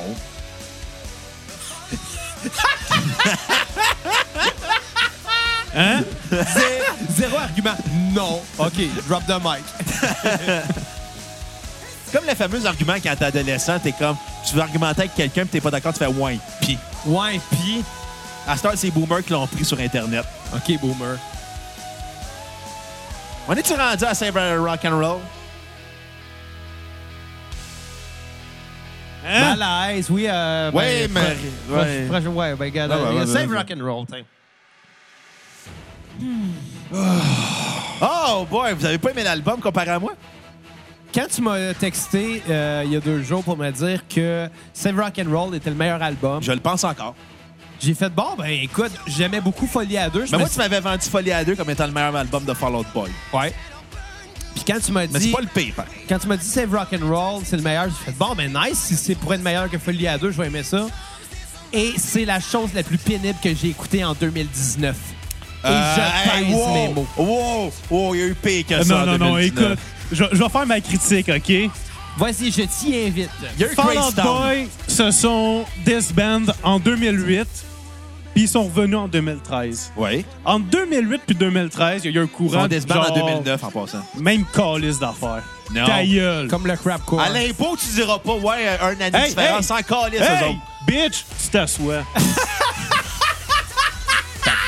Zéro argument. Non. OK, drop the mic.
C'est *laughs* comme le fameux argument quand t'es adolescent, t'es comme, tu veux argumenter avec quelqu'un puis t'es pas d'accord, tu fais ouais, pis.
Ouais, pis.
À cette heure, c'est les boomers qui l'ont pris sur Internet.
OK, boomer.
On est-tu rendu à Sabre Rock and Roll?
Hein?
Malaise, oui. Euh,
Ouais,
ben,
mais-
proche-
ouais.
proche- proche- ouais, ben, regarde,
Ouais, ouais,
euh,
ouais,
save
ouais,
rock'n'roll, tiens.
Oh boy, vous avez pas aimé l'album comparé à moi?
Quand tu m'as texté euh, il y a deux jours pour me dire que Save Rock'n'Roll était le meilleur album,
Je le pense encore.
j'ai fait bon, ben écoute, j'aimais beaucoup Folie à deux. je
Mais Ben,
me
moi, tu m'avais vendu Folie à deux comme étant le meilleur album de Fall Out Boy.
suis- Ouais. Puis quand tu m'as
Mais c'est
dit,
pas le pire, hein. par exemple.
quand tu m'as dit Save Rock'n'Roll, c'est le meilleur, j'ai fait bon, ben nice, si c'est pour être meilleur que Folie à deux, je vais aimer ça. Et c'est la chose la plus pénible que j'ai écoutée en 2019. Et je pèse
Euh, hey, wow,
mes mots.
Wow, wow, il y a eu pire que ça.
Euh, Non,
en
non, non,
2019.
écoute. Je, je vais faire ma critique, OK?
Vas-y, je t'y invite.
Il y a eu
Fall
Crazy
Out
Town.
Boy se sont disband en 2008, puis ils sont revenus en 2013.
Oui.
En 2008 puis 2013, il y a eu un
Ils
courant
sont disbandés en
genre,
2009 en passant.
Même calice d'affaires.
Non.
Ta gueule.
Comme le crap quoi.
À l'impôt, tu diras pas, ouais, un année
Hey,
différence,
hey!
sans calice, eux
Hey,
autres.
bitch, tu t'assois.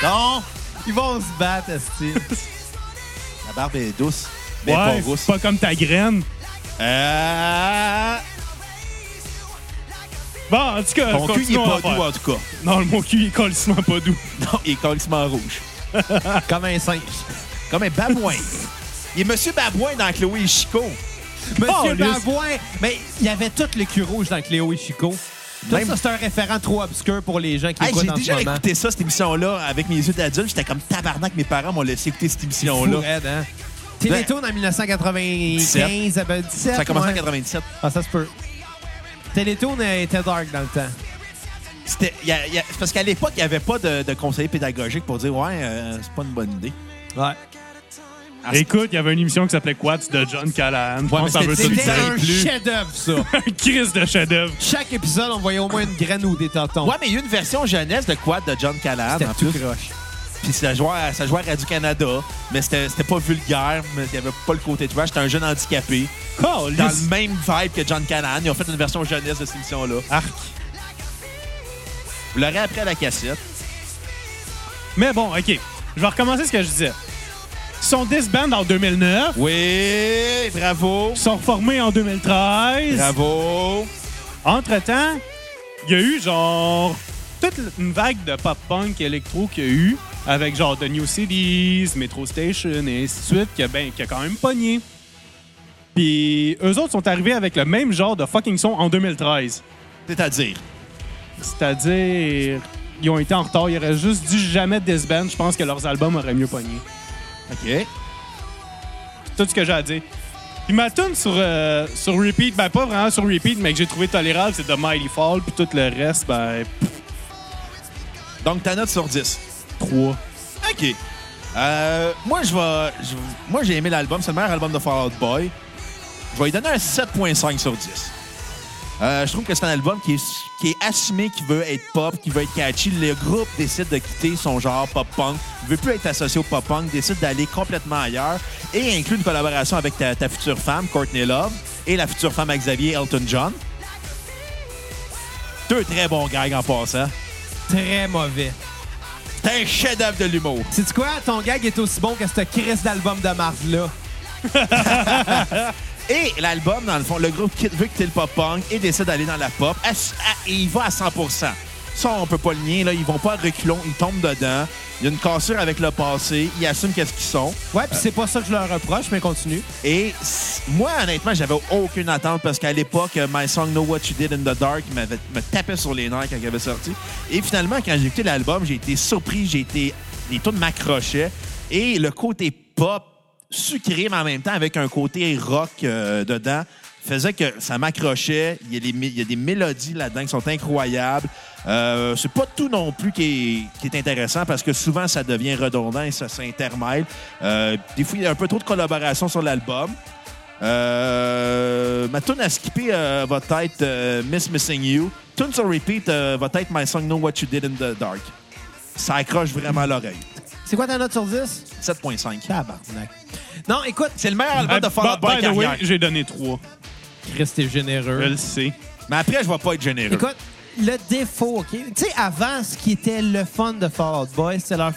Non,
Ils vont se battre, Esti.
la barbe est douce, mais pas
Ouais,
rousse.
pas comme ta graine.
Euh...
Bon, en tout cas,
Ton cul, il est
continuons
pas
à faire.
doux, hein. en tout cas. *laughs*
Non, mon cul, il est colissement pas doux.
Non, il est calissement rouge.
*laughs* Comme un singe.
Comme un *laughs* babouin. il est Monsieur Babouin dans Chloé et Chico.
Oh,
Monsieur
lui.
Babouin! Mais il y avait tout le cul rouge dans Cléo et Chico. Tout
Même-
ça, c'est un référent trop obscur pour les gens qui
Hey,
écoutent
j'ai
en
déjà
ce moment.
écouté ça, cette émission-là, avec mes yeux d'adulte. J'étais comme tabarnak, mes parents m'ont laissé écouter cette
Fou
émission-là.
raide, hein? Télétoon en 1995, ah ben, 17.
Ça a commencé en
ouais.
97.
Ah, ça se peut. Télétoon euh, était dark dans le temps.
C'était- il y a- il y a- c'est parce qu'à l'époque, il n'y avait pas de, de conseiller pédagogique pour dire Ouais, euh, c'est pas une bonne idée.
Ouais.
Écoute, il y avait une émission qui s'appelait Quats de John Callahan. Je pense
Ah, mais
que ça veut
c'était-
tout
C'était
savez
dire.
un
plus.
*laughs*
chef-d'œuvre, ça.
Un crise de chef-d'œuvre.
Chaque épisode, on voyait au moins une graine ou des tontons.
Ouais, mais il y a eu une version jeunesse de Quad de John Callahan.
C'était
en
tout
plus.
croche.
Puis ça jouait, à- ça jouait à Radio-Canada, mais c'était c'était pas vulgaire, mais il n'y avait pas le côté trash. C'était un jeune handicapé,
Calice.
dans le même vibe que John Callahan. Ils ont fait une version jeunesse de cette émission-là.
Arc.
Vous l'aurez après à la cassette.
Mais bon, OK. Je vais recommencer ce que je disais. Ils sont disband en 2009.
Oui, bravo.
Ils sont reformés en 2013.
Bravo.
Entre-temps, il y a eu genre toute l- une vague de pop-punk électro qu'il y a eu avec genre The New Cities, Metro Station et ainsi de suite qui a, ben, qui a quand même pogné. Puis eux autres sont arrivés avec le même genre de fucking son en 2013.
C'est-à-dire,
C'est-à-dire, ils ont été en retard. Ils auraient juste dû jamais disband. Je pense que leurs albums auraient mieux pogné.
OK.
C'est tout ce que j'ai à dire. Puis ma tune sur, euh, sur repeat, ben pas vraiment sur repeat, mais que j'ai trouvé tolérable, c'est The Mighty Fall. Puis tout le reste, ben,
Donc, ta note sur 10.
3.
OK. Euh, moi, je vais. je- Moi, j'ai aimé l'album. C'est le meilleur album de Fall Out Boy. Je vais lui donner un 7,5 sur 10. Euh, je trouve que c'est un album qui est, qui est assumé, qui veut être pop, qui veut être catchy. Le groupe décide de quitter son genre pop-punk, ne veut plus être associé au pop-punk, décide d'aller complètement ailleurs et inclut une collaboration avec ta, ta future femme, Courtney Love, et la future femme à Xavier, Elton John. Deux très bons gags en passant.
Très mauvais.
C'est un chef-d'œuvre de l'humour.
C'est quoi? Ton gag est aussi bon que ce Chris d'album de marde-là.
Et euh, l'album, dans le fond, le groupe qui- veut quitter le pop-punk et décide d'aller dans la pop. ass- à- Et il va à 100 Ça, on peut pas le nier. Là. Ils vont pas à reculons. Ils tombent dedans. Il y a une cassure avec le passé. Ils assument qu'est-ce qu'ils sont.
Ouais, puis c'est pas ça que je leur reproche, mais continue.
Et c- moi, honnêtement, j'avais aucune attente parce qu'à l'époque, euh, My Song Know What You Did in the Dark m'avait- me tapait sur les nerfs quand il avait sorti. Et finalement, quand j'ai écouté l'album, j'ai été surpris, j'ai été. Les tunes m'accrochaient. Et le côté pop, sucré, mais en même temps avec un côté rock euh, dedans, faisait que ça m'accrochait. Il y, a les mé- il y a des mélodies là-dedans qui sont incroyables. Euh, c'est pas tout non plus qui est, qui est intéressant parce que souvent ça devient redondant et ça s'intermêle. Euh, des fois, il y a un peu trop de collaboration sur l'album. Euh, ma tune à skipper euh, va être euh, Miss Missing You. Tune sur repeat euh, va être My Song Know What You Did in the Dark. Ça accroche vraiment l'oreille.
C'est quoi ta note sur 10?
7.5.
Tabarnak. Non, écoute, Ah,
C'est le meilleur album de Fall Out Boy
by the way,
carrière.
j'ai donné 3.
Chris, t'es généreux.
Je le sais.
Mais après, je vais pas être généreux.
Écoute, le défaut, OK? Tu sais, avant, ce qui était le fun de Fall Out Boy, c'était leur,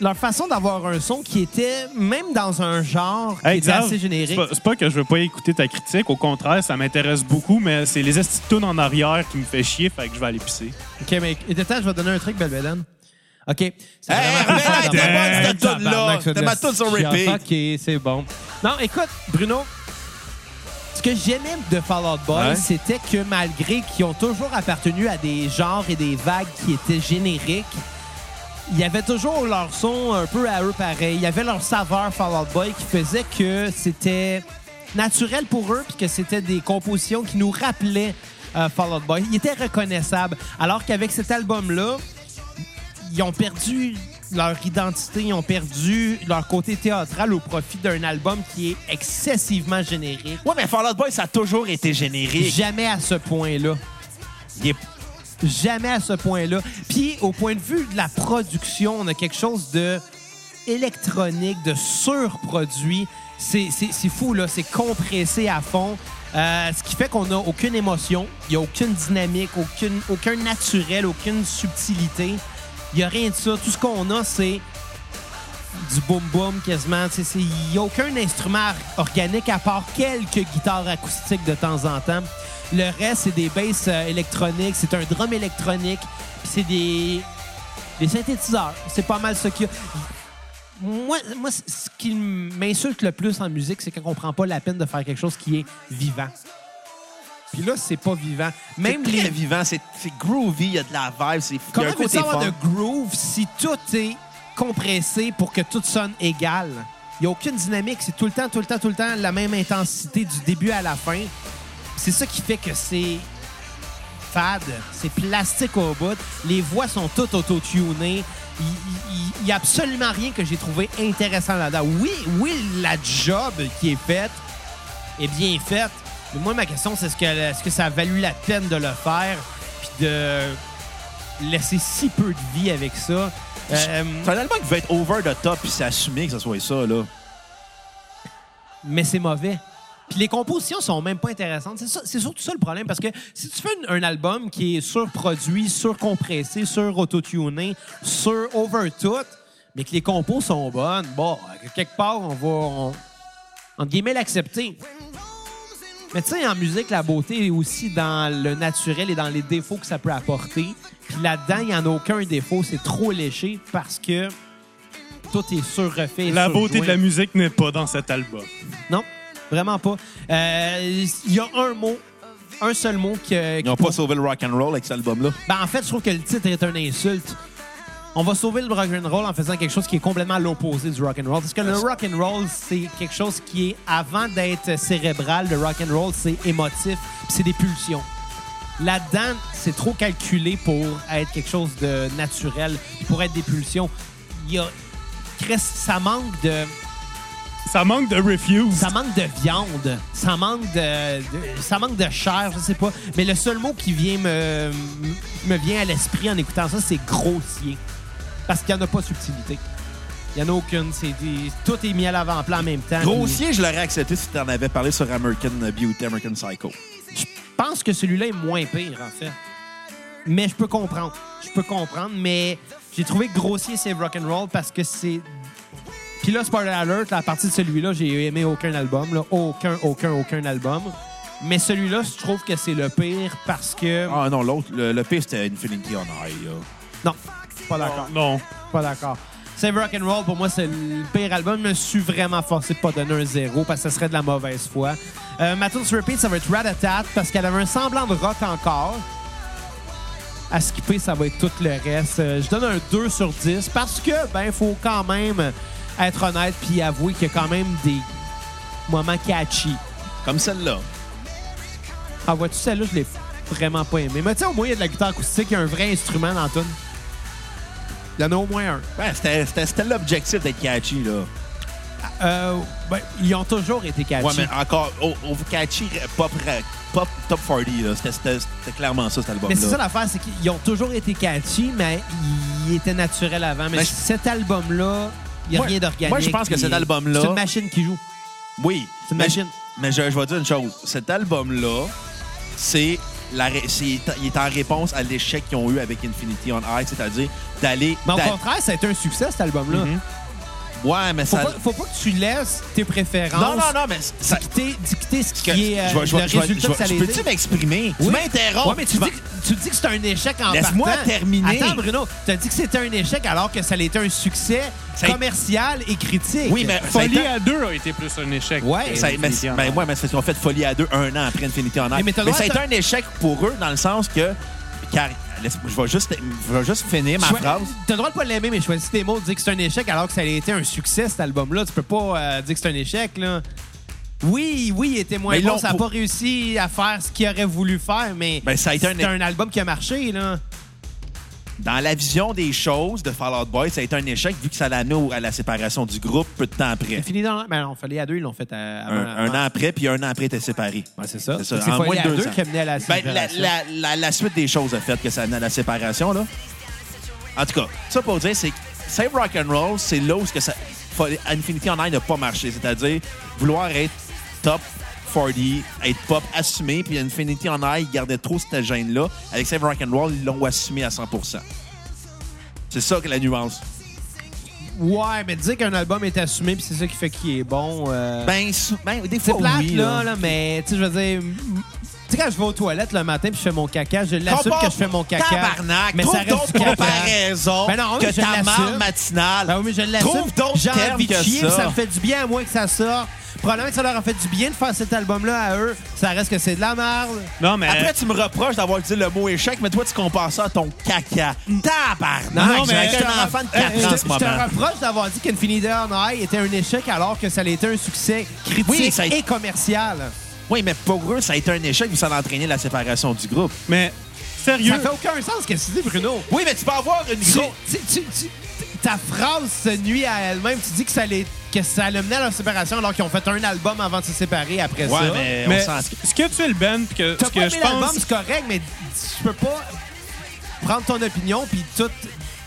leur façon d'avoir un son qui était, même dans un genre, qui
Hey,
était
Xav,
assez
C'est
générique.
pas, c'est pas que je veux pas écouter ta critique, au contraire, ça m'intéresse beaucoup, mais c'est les estitounes en arrière qui me fait chier, fait que je vais aller pisser.
OK, mais et de temps, je vais donner un truc, belle Bélène. OK. C'est
Hey,
vraiment
arrête,
pas ça
t'es
d'avoir-
bonne, cette tune-là.
Tabarnak, ça
T'es ma tune sur
chiant.
repeat.
OK, c'est bon. Non, écoute, Bruno, ce que j'aimais de Fall Out Boy,
Ouais.
c'était que malgré qu'ils ont toujours appartenu à des genres et des vagues qui étaient génériques, il y avait toujours leur son un peu à eux pareil. Il y avait leur saveur Fall Out Boy qui faisait que c'était naturel pour eux puis que c'était des compositions qui nous rappelaient euh, Fall Out Boy. Ils étaient reconnaissables. Alors qu'avec cet album-là, ils ont perdu leur identité, ils ont perdu leur côté théâtral au profit d'un album qui est excessivement générique.
Ouais, mais Fall Out Boy, ça a toujours été générique.
Jamais à ce point-là.
Il est-
Jamais à ce point-là. Puis, au point de vue de la production, on a quelque chose de électronique, de surproduit. C'est c'est- c'est fou, là. C'est compressé à fond. Euh, ce qui fait qu'on n'a aucune émotion. Il n'y a aucune dynamique, aucune, aucun naturel, aucune subtilité. Il n'y a rien de ça. Tout ce qu'on a, c'est du boom-boom quasiment. Tu sais, c'est- Il n'y a aucun instrument organique à part quelques guitares acoustiques de temps en temps. Le reste, c'est des basses euh, électroniques, c'est un drum électronique, puis c'est des, des synthétiseurs. C'est pas mal ce qu'il y a. Moi, moi, c- ce qui m'insulte le plus en musique, c'est quand on prend pas la peine de faire quelque chose qui est vivant. Puis là, c'est pas vivant. Même
c'est très
les
vivant, c'est c'est groovy, il y a de la vibe, c'est il y a
Comment
un
peut-il
côté
avoir
fun.
de groove si tout est compressé pour que tout sonne égal? Il n'y a aucune dynamique. C'est tout le temps, tout le temps, tout le temps la même intensité du début à la fin. C'est ça qui fait que c'est fade. C'est plastique au bout. Les voix sont toutes auto-tunées. Il- il- Il n'y a absolument rien que j'ai trouvé intéressant là-dedans. Oui, oui, la job qui est faite est bien faite. Mais moi, ma question, c'est est-ce que, est-ce que ça a valu la peine de le faire puis de laisser si peu de vie avec ça. Euh,
C'est un album qui va être over the top puis c'est assumé que ce soit ça, là.
mais c'est mauvais. Puis les compositions sont même pas intéressantes. C'est ça- C'est surtout ça le problème parce que si tu fais une- un album qui est surproduit, surcompressé, sur-autotuné, sur-overtout, mais que les compos sont bonnes, bon, quelque part, on va, on- entre guillemets, l'accepter. Mais tu sais, en musique, la beauté est aussi dans le naturel et dans les défauts que ça peut apporter. Puis là-dedans, il n'y en a aucun défaut. C'est trop léché parce que tout est surrefait. et
La beauté de
surjoué.
la musique n'est pas dans cet album.
Non, vraiment pas. Euh, Il y a un mot, un seul mot que.
Ils n'ont pas sauvé le rock and roll avec cet album-là.
Ben, en fait, je trouve que le titre est une insulte. On va sauver le rock and roll en faisant quelque chose qui est complètement à l'opposé du rock and roll. Parce que le rock and roll, c'est quelque chose qui est avant d'être cérébral. Le rock and roll, c'est émotif, puis c'est des pulsions. Là-dedans, c'est trop calculé pour être quelque chose de naturel, puis pour être des pulsions. Il y a, Chris, ça manque de
Ça manque de refuse.
ça manque de viande, ça manque de, de- ça manque de chair, je sais pas. Mais le seul mot qui vient me, me vient à l'esprit en écoutant ça, c'est grossier. Parce qu'il n'y en a pas de subtilité. Il n'y en a aucune. C'est des- tout est mis à l'avant-plan en même temps.
Grossier, je l'aurais accepté si tu en avais parlé sur American Beauty, American Psycho.
Je pense que celui-là est moins pire, en fait. Mais je peux comprendre. Je peux comprendre, mais j'ai trouvé que grossier, c'est rock'n'roll parce que c'est. Puis là, spoiler alert, à partir de celui-là, j'ai aimé aucun album. là. Aucun, aucun, aucun album. Mais celui-là, je trouve que c'est le pire parce que.
Ah non, l'autre, le, le pire, c'était Infinity on High. là.
Non, pas d'accord.
Non.
Pas d'accord. Save Rock and Roll, pour moi, c'est le pire album. Je me suis vraiment forcé de pas donner un zéro parce que ce serait de la mauvaise foi. Euh, ma tune sur repeat, ça va être Ratatat parce qu'elle avait un semblant de rock encore. À skipper, ça va être tout le reste. Euh, je donne un 2 sur 10 parce que, ben, faut quand même être honnête puis avouer qu'il y a quand même des moments catchy.
Comme celle-là.
Ah, vois-tu, celle-là, je l'ai vraiment pas aimée. Mais tu sais, au moins, il y a de la guitare acoustique, il y a un vrai instrument dans la tune. Il y en a au moins un.
Ouais, c'était- c'était c'était l'objectif d'être catchy, là.
Euh, ben, ils ont toujours été catchy.
Ouais, mais encore, au, au catchy pop, ra- pop top 40, là. C'était- C'était c'était clairement ça, cet
Mais c'est ça
album-là.
l'affaire, c'est qu'ils ont toujours été catchy, mais ils étaient naturels avant. Mais
Ben, je-
cet album-là, il n'y a
Moi-
rien d'organique.
moi, je pense que
puis
cet album-là-
C'est une machine qui joue.
Oui.
C'est une
mais-
machine.
Mais je, je vais dire une chose. Cet album-là, c'est la ré- c'est- il est en réponse à l'échec qu'ils ont eu avec Infinity on High, c'est-à-dire d'aller.
Mais au
d'a-
contraire, ça a été un succès, cet album-là.
Ouais, mais
faut,
Mhm. ça.
pas, faut pas que tu laisses tes préférences
Non, non, non, mais c- ça.
dicter, dicter ce qui
que-
est euh,
je vais- je vais- je vais-
le
je
résultat que
vais-
ça a
je
été.
Peux-tu m'exprimer? Tu
Oui.
m'interromps.
Ouais, mais tu,
vas-
dis, que- tu dis que c'est un échec en
Laisse-moi
partant.
terminer.
Attends, Bruno, tu as dit que c'était un échec alors que ça a été un succès
Ça a-
commercial et critique.
Oui, mais ça a
Folie
été-
à deux a été plus un échec.
Ouais.
Ça- mais,
Infinity on
ben,
Ice.
ouais, mais c'est ce qu'on fait de Folie à deux un an après Infinity on Ice.
Mais- mais
Mais,
t'as le droit
ça a
de-
été un échec pour eux dans le sens que. Car, laisse- je, vais juste, je vais juste finir ma
Choi-
phrase.
T'as le droit de pas l'aimer, mais choisis tes mots, de dire que c'est un échec alors que ça a été un succès, cet album-là. Tu peux pas euh, dire que c'est un échec, là. Oui, oui, il était moins
Mais ils
bon.
l'ont
Ça n'a
pour-
pas réussi à faire ce qu'il aurait voulu faire, mais
Ben, ça a été un
c'est un album qui a marché, là.
Dans la vision des choses de Fall Out Boy, ça a été un échec vu que ça l'a amené au- à la séparation du groupe peu de temps après.
Fini dans... Ben non, fallait à deux, ils l'ont fait euh, à...
Un, un an après, puis un an après, t'es séparé.
Ouais, c'est ça.
C'est
C'est
ça, en moins
Folie
de
à
deux
deux
ans.
qui a mené à la
Ben, la,
séparation.
la- la- la suite des choses a fait que ça amenait à la séparation, là. En tout cas, ça pour dire, c'est que Save Rock and Roll, c'est là où ce que ça, Fall- Infinity Online n'a pas marché. C'est-à-dire vouloir être top 40, être pop assumé, puis Infinity Online gardait trop cette gêne-là. Avec Save Rock and Roll, ils l'ont assumé à 100 C'est ça que la nuance.
Ouais, mais dire qu'un album est assumé, puis c'est ça qui fait qu'il est bon... euh,
Ben, sou- ben, des
C'est
fois,
plate,
oui,
là, là, mais tu sais, je veux dire. m- Tu sais, quand je vais aux toilettes le matin puis je fais mon caca, je l'assume
Compare-
que je fais mon caca.
Tabarnak,
mais
trouve
ça reste
donc
du caca.
comparaison
Ben non, oui,
que
je
ta marde
l'assume.
matinale.
Ben oui, mais je l'assume.
Trouve donc
J'ai
terme
envie de
que
chier,
ça.
puis ça me fait du bien à moi que ça sorte. Probablement que ça leur a fait du bien de faire cet album-là à eux. Ça reste que c'est de la merde.
Non, mais.
Après, tu me reproches d'avoir dit le mot échec, mais toi, tu compares ça à ton caca. Tabarnak!
Mm. Non,
j'ai
mais- euh,
un enfant de 4
Je
ans
te,
en ce moment.
je te reproche d'avoir dit qu'Infinity on High était un échec alors que ça l'était un succès critique
Oui, ça a-
et commercial.
Oui, mais pour eux, ça a été un échec, puis ça a entraîné la séparation du groupe.
Mais, sérieux.
Ça fait aucun sens ce que tu dis, Bruno.
Oui, mais tu peux avoir une
Tu-
grosse...
tu- tu- tu- ta phrase se nuit à elle-même. Tu dis que ça, les, que ça l'a mené à leur séparation alors qu'ils ont fait un album avant de se séparer après
Ouais,
ça.
mais on
Mais
s'en...
ce que tu es le Ben, puis que
T'as
ce
pas
que
aimé
je
l'album,
pense.
c'est correct, mais tu peux pas prendre ton opinion puis tout...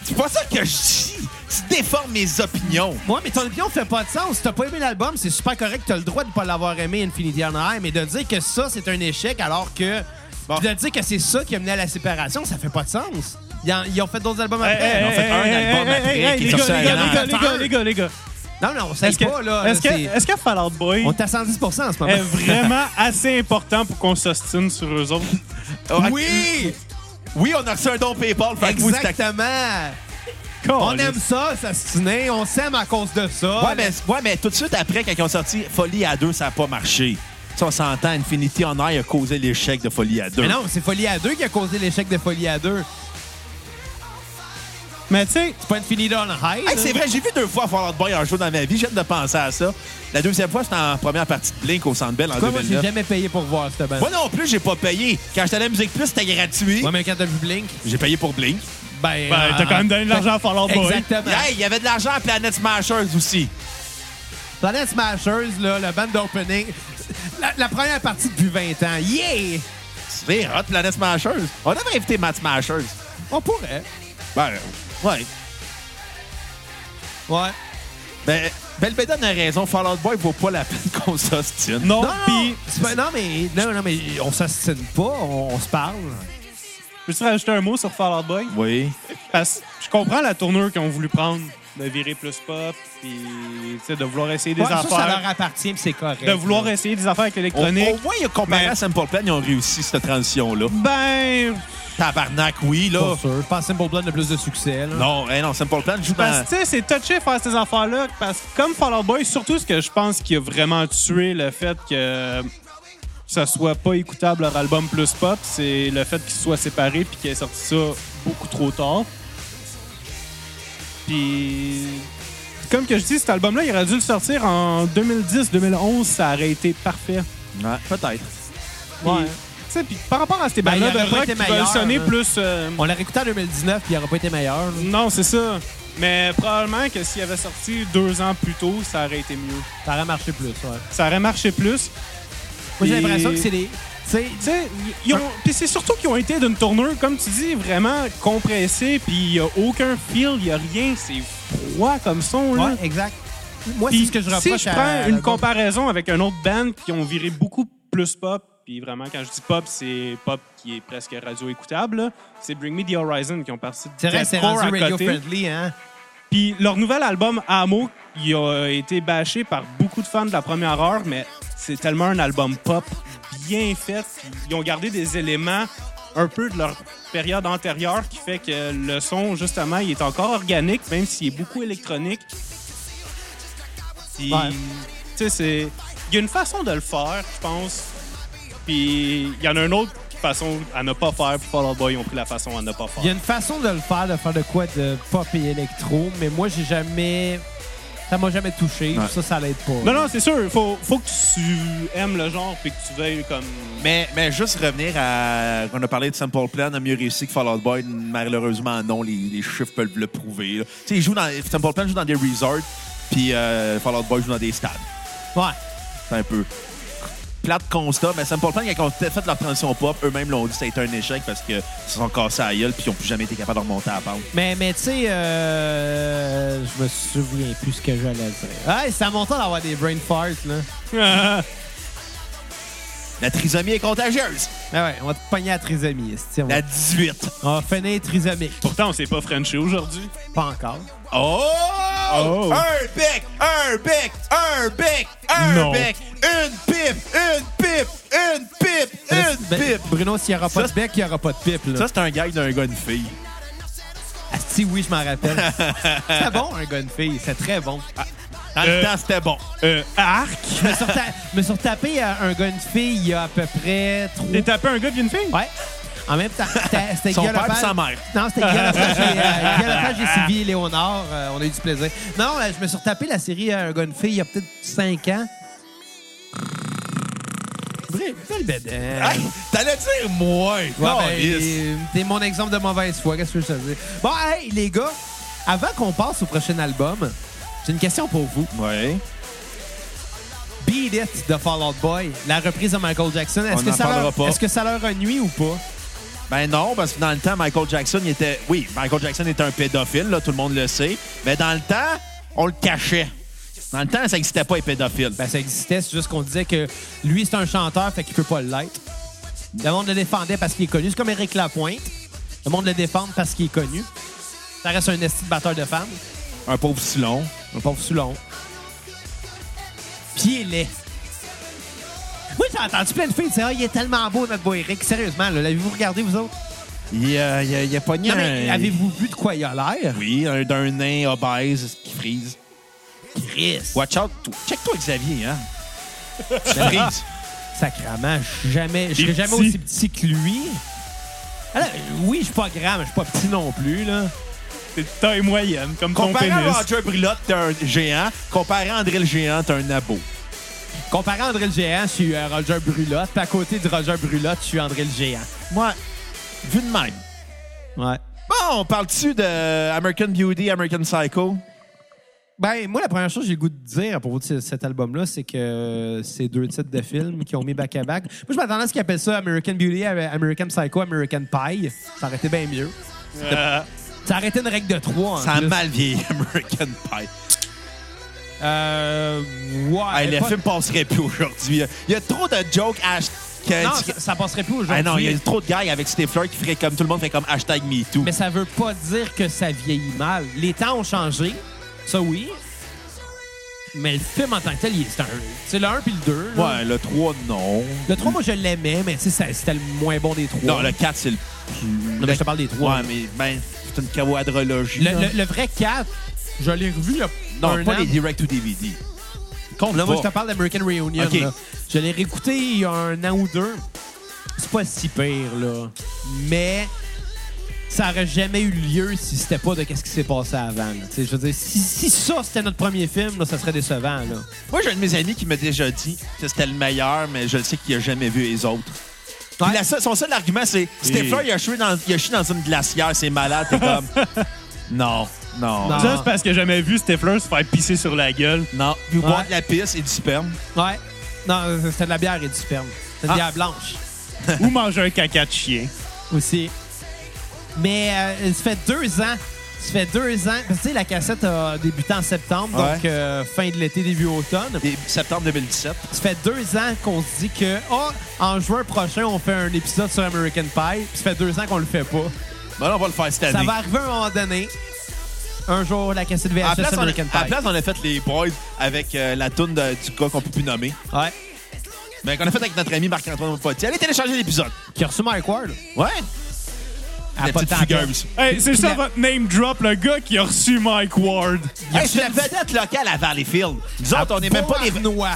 C'est pas ça que je dis! Tu déformes mes opinions.
Moi, mais ton opinion fait pas de sens. Si t'as pas aimé l'album, c'est super correct. T'as le droit de pas l'avoir aimé, Infinity on High, mais de dire que ça, c'est un échec alors que...
Bon.
De dire que c'est ça qui a mené à la séparation, ça fait pas de sens. Ils, en- ils ont fait d'autres albums
Hey,
après.
hey,
on
hey,
fait un
hey,
album
hey,
après
hey,
qui est
hey, les gars,
sorti
les gars,
un
les gars,
an.
les gars, les gars, les gars.
Non, non, on sait
Est-ce que,
pas, là.
est-ce que, Eh,
c'est-
est-ce que Fall Out Boy
On est à 110 en ce moment.
est vraiment assez important pour qu'on s'ostine sur eux autres?
Oui! Oui, on a reçu un don PayPal. fait que oui, c'est accepté.
Exactement. On aime ça, s'astiner. On s'aime à cause de ça.
Ouais mais, ouais, mais tout de suite après, quand ils ont sorti Folie à deux, ça n'a pas marché. Ça, on s'entend, Infinity on Air a causé l'échec de Folie à deux.
Mais non, c'est Folie à 2 qui a causé l'échec de Folie à 2.
Mais tu sais,
C'est pas une finie on high.
Hey,
là.
c'est vrai, j'ai vu deux fois Fall Out Boy en jeu dans ma vie. J'ai hâte de penser à ça. La deuxième fois, c'était en première partie de Blink au Centre Bell en
Quoi, moi, j'ai
2009.
jamais payé pour voir cette bande.
Moi non plus, j'ai pas payé. Quand j'étais à la Musique Plus, c'était gratuit.
Ouais, mais quand t'as vu Blink,
J'ai payé pour Blink.
ben.
ben, t'as quand même donné de l'argent à Fall Out Boy.
Exactement.
Hey, il y avait de l'argent à Planet Smashers aussi.
Planet Smashers, là, le band d'opening. La, la première partie depuis 20 ans. Yeah!
C'est hot, Planet Smashers. On avait invité Matt Smashers.
On pourrait.
Ben, ouais.
Ouais.
Ben, Belvedere a raison. Fall Out Boy vaut pas la peine *laughs* qu'on s'ostine.
Non,
Non,
Oh, puis
non, c'est pas- non, mais, non, non, mais on s'astine pas, on, on se parle.
peux-tu rajouter un mot sur Fall Out Boy?
Oui.
Parce que je comprends la tournure qu'ils ont voulu prendre. de virer plus pop, puis tu sais, de vouloir essayer des
Ouais, ça, ça
affaires.
leur appartient, puis c'est correct.
de vouloir
là. Oh,
essayer des affaires avec
Au,
l'électronique.
au moins, comparé
Mais-
à Simple Plan, ils ont réussi cette transition-là.
Ben,
Tabarnak, oui, là.
Pas sûr. Je pense que Simple Plan a plus de succès. Là.
Non, eh non, Simple Plan
Ben.
joue
parce
dans...
que tu sais, c'est touché faire ces affaires-là. Parce que comme Fall Out Boy, surtout ce que je pense qui a vraiment tué le fait que ça soit pas écoutable leur album plus pop, c'est le fait qu'ils se soient séparés puis qu'ils aient sorti ça beaucoup trop tard. Puis comme que je dis, cet album-là, il aurait dû le sortir en 2010-2011, ça aurait été parfait.
Ouais, peut-être.
Puis, tu sais, puis par rapport à ces
Ben,
bandes-là
il aurait
de rock
été
qui veulent
meilleur,
sonner
là.
plus euh,
On l'a réécouté en 2019, puis il n'aurait pas été meilleur. là.
Non, c'est ça. Mais probablement que s'il avait sorti deux ans plus tôt, ça aurait été mieux.
Ça aurait marché plus, ouais. Moi,
Ça aurait marché plus.
j'ai
Et-
l'impression que c'est des... Tu sais,
Tu sais, ils ont- Puis c'est surtout qu'ils ont été d'une tournure, comme tu dis, vraiment compressée, puis il n'y a aucun fil, il n'y a rien. C'est froid comme son, là.
Ouais, exact. Moi, c'est
Puis
ce que je reproche
si je
à-
prends une
à-
comparaison avec un autre band qui ont viré beaucoup plus pop, puis vraiment, quand je dis pop, c'est pop qui est presque radio-écoutable, là, c'est Bring Me The Horizon qui ont parti de
C'est vrai, c'est
deathcore
rendu
à côté.
radio-friendly, hein?
Puis leur nouvel album Amo, il a euh, été bâché par beaucoup de fans de la première heure, mais c'est tellement un album pop bien fait. puis Ils ont gardé des éléments un peu de leur période antérieure qui fait que le son, justement, il est encore organique, même s'il est beaucoup électronique. Puis,
Ouais.
tu sais, c'est. Il y a une façon de le faire, je pense. Puis, il y en a une autre façon à ne pas faire. Puis, Fall Out Boy ils ont pris la façon à ne pas faire.
Il y a une façon de le faire, de faire de quoi de pop et électro, mais moi, j'ai jamais. Ça m'a jamais touché.
Ouais.
Ça, ça l'aide pas.
Non, non, c'est sûr. Faut, faut que tu aimes le genre puis que tu veilles comme.
Mais, mais juste revenir à. On a parlé de Simple Plan, a mieux réussi que Fall Out Boy. Malheureusement, non, les, les chiffres peuvent le prouver. là. Tu sais, ils jouent dans- Simple Plan joue dans des resorts, puis euh, Fall Out Boy joue dans des stades.
Ouais.
C'est un peu plate constat, mais Simple Plan, quand ils ont fait leur transition pop, eux-mêmes l'ont dit, ça a été un échec parce que ils se sont cassés à la gueule, puis ils n'ont plus jamais été capables de remonter à la pente.
Mais, mais tu sais, euh, je me souviens plus ce que j'allais dire. Ouais, c'est à mon temps d'avoir des brain farts, là.
La trisomie est contagieuse.
Ah ouais, on va te pogner à trisomie, esti, on va-
La 18.
On va finir trisomique.
Pourtant, on s'est pas Frenché aujourd'hui.
Pas encore.
Oh!
Oh!
Un bec, un bec, un bec, un
Non.
bec, une pipe, une pipe, une pipe,
Là,
une
ben,
pipe.
Bruno, s'il n'y aura
Ça,
pas de bec, il n'y aura pas de pipe, là.
Ça, c'est un gag d'un gars, une fille.
Asti, Ah, oui, je
*laughs*
m'en rappelle. c'est bon, un gars, une fille. C'est très bon.
Ah, Dans le
Euh.
temps, c'était bon.
Euh, arc!
Je me suis reta- je me suis retapé à un gars, une fille, il y a à peu près trois
T'es tapé un gars puis une fille?
Ouais. En même temps, c'était- c'était
Son
Guy
père
Lepage.
et sa mère.
Non, c'était Guy Lepage et,
*laughs*
euh, Guy Lepage et Sylvie Léonard. Euh, on a eu du plaisir. Non, euh, je me suis retapé la série euh, Un gars, une fille il y a peut-être 5 ans. Vrai, belle bébé.
Hey, T'allais dire moi.
Ouais,
non,
ben,
yes.
t'es- T'es mon exemple de mauvaise foi. Qu'est-ce que je veux dire? Bon, hey, les gars, avant qu'on passe au prochain album, j'ai une question pour vous.
Ouais.
Beat It de Fall Out Boy, la reprise de Michael Jackson,
On
est-ce que,
n'en
ça
parlera pas.
leur- est-ce que ça leur ennuie ou pas?
Ben non, parce que dans le temps, Michael Jackson, il était. Oui, Michael Jackson était un pédophile, là, tout le monde le sait. Mais dans le temps, on le cachait. Dans le temps, ça n'existait pas, les pédophiles.
Ben, ça existait, c'est juste qu'on disait que lui, c'est un chanteur, fait qu'il peut pas l'être. Le monde le défendait parce qu'il est connu. C'est comme Eric Lapointe. Le monde le défend parce qu'il est connu. Ça reste un esti de batteur de femmes.
un pauvre silon.
Un pauvre Soulon. Puis il est laid. Moi, j'ai entendu plein de filles dire « Ah, il est tellement beau, notre beau Eric. » Sérieusement, là, l'avez-vous regardé, vous autres?
Il, euh, il, a- il a pogné
Non, mais
un-
avez-vous vu de quoi il a l'air?
Oui, un- d'un nain obèse qui frise.
Chris!
Watch out. toi. Check-toi, Xavier,
*laughs*
hein. Tu frises.
Sacrament, je suis jamais, je serais
Les
jamais
petits.
aussi petit que lui. Alors, oui, je suis pas grand, mais je suis pas petit non plus, là.
T'es de taille moyenne, comme ton
Comparé
pénis.
à Roger Brilotte, t'es un géant. Comparé à André le géant, t'es un abo.
Comparé à André le Géant, je suis euh, Roger Brulotte. Puis à côté de Roger Brulotte, je suis André le Géant.
Moi, vu de même.
Ouais.
Bon, on parle-tu de American Beauty, American Psycho?
Ben, moi, la première chose que j'ai le goût de dire à propos de ce- cet album-là, c'est que euh, c'est deux titres de films qui ont mis back-à-back. Moi, je m'attendais à ce qu'ils appellent ça American Beauty, euh, American Psycho, American Pie. Ça aurait été bien mieux.
Euh,
Ça aurait été une règle de trois. en
Ça a
plus.
mal vieilli, *laughs* American Pie.
Euh. Ouais.
Hey, le
pas-
film passerait plus aujourd'hui. Il y a trop de jokes à... que-
Non, ça, ça passerait plus aujourd'hui.
Ah non, il y a trop de gars avec Stifler qui ferait comme tout le monde fait comme hashtag MeToo.
Mais ça veut pas dire que ça vieillit mal. Les temps ont changé. Ça, oui. Mais le film en tant que tel, il- c'est un. C'est le 1 puis le 2. là.
Ouais, le 3, non.
Le 3, moi, je l'aimais, mais tu sais, ça- c'était le moins bon des 3.
Non, le 4, c'est le plus.
Non, mais je te parle des trois.
Ouais, mais ben, c'est une cavadrologie.
Le,
là.
le- le vrai 4, je l'ai revu il y a
non,
un
pas
an.
les direct-to-DVD. Compte
Là, moi, je
pas.
te parle d'American Reunion.
OK.
là. Je l'ai réécouté il y a un an ou deux. C'est pas si pire, là. Mais ça aurait jamais eu lieu si c'était pas de qu'est-ce qui s'est passé avant. là. Tu sais, Je veux dire, si, si ça, c'était notre premier film, là, ça serait décevant, là.
Moi, j'ai un de mes amis qui m'a déjà dit que c'était le meilleur, mais je le sais qu'il a jamais vu les autres. Puis la seule- son seul argument, c'est Steve Fleur, il a chié dans, il a chié dans une glacière, c'est malade. T'es
*laughs*
comme. non, non,
Non.
non.
Ça, c'est parce que j'ai jamais vu Stifler se faire pisser sur la gueule.
Puis boire
Ouais.
de la pisse et du sperme.
Ouais. Non, c'était de la bière et du sperme. C'était de la
Ah.
bière blanche
ou manger un caca de chien.
aussi. Mais euh, ça fait deux ans. Ça fait deux ans. Parce que, tu sais, la cassette a débuté en septembre,
Ouais.
donc euh, fin de l'été, début automne.
Dé- Septembre 2017.
Ça fait deux ans qu'on se dit que Ah, en juin prochain, on fait un épisode sur American Pie. Puis ça fait deux ans qu'on le fait pas.
Ben là, on va le faire cette année.
Ça va arriver à un moment donné. Un jour, la cassette
À la,
VHS
place, on a,
American
à la
Pie.
place, on a fait les boys avec euh, la toune de- du gars qu'on peut plus nommer.
Ouais.
Mais qu'on a fait avec notre ami Marc-Antoine Potier. Allez télécharger l'épisode.
Qui a reçu Mike Ward.
Ouais.
À
la
Ah, pas
petite
tant
fugueuse.
que-
Hey, c'est
Puis
ça
la-
votre name drop, le gars qui a reçu Mike Ward.
Hey, c'est la vedette locale à Valleyfield. Nous
Ah,
autres, on n'est même pas les...
Noix.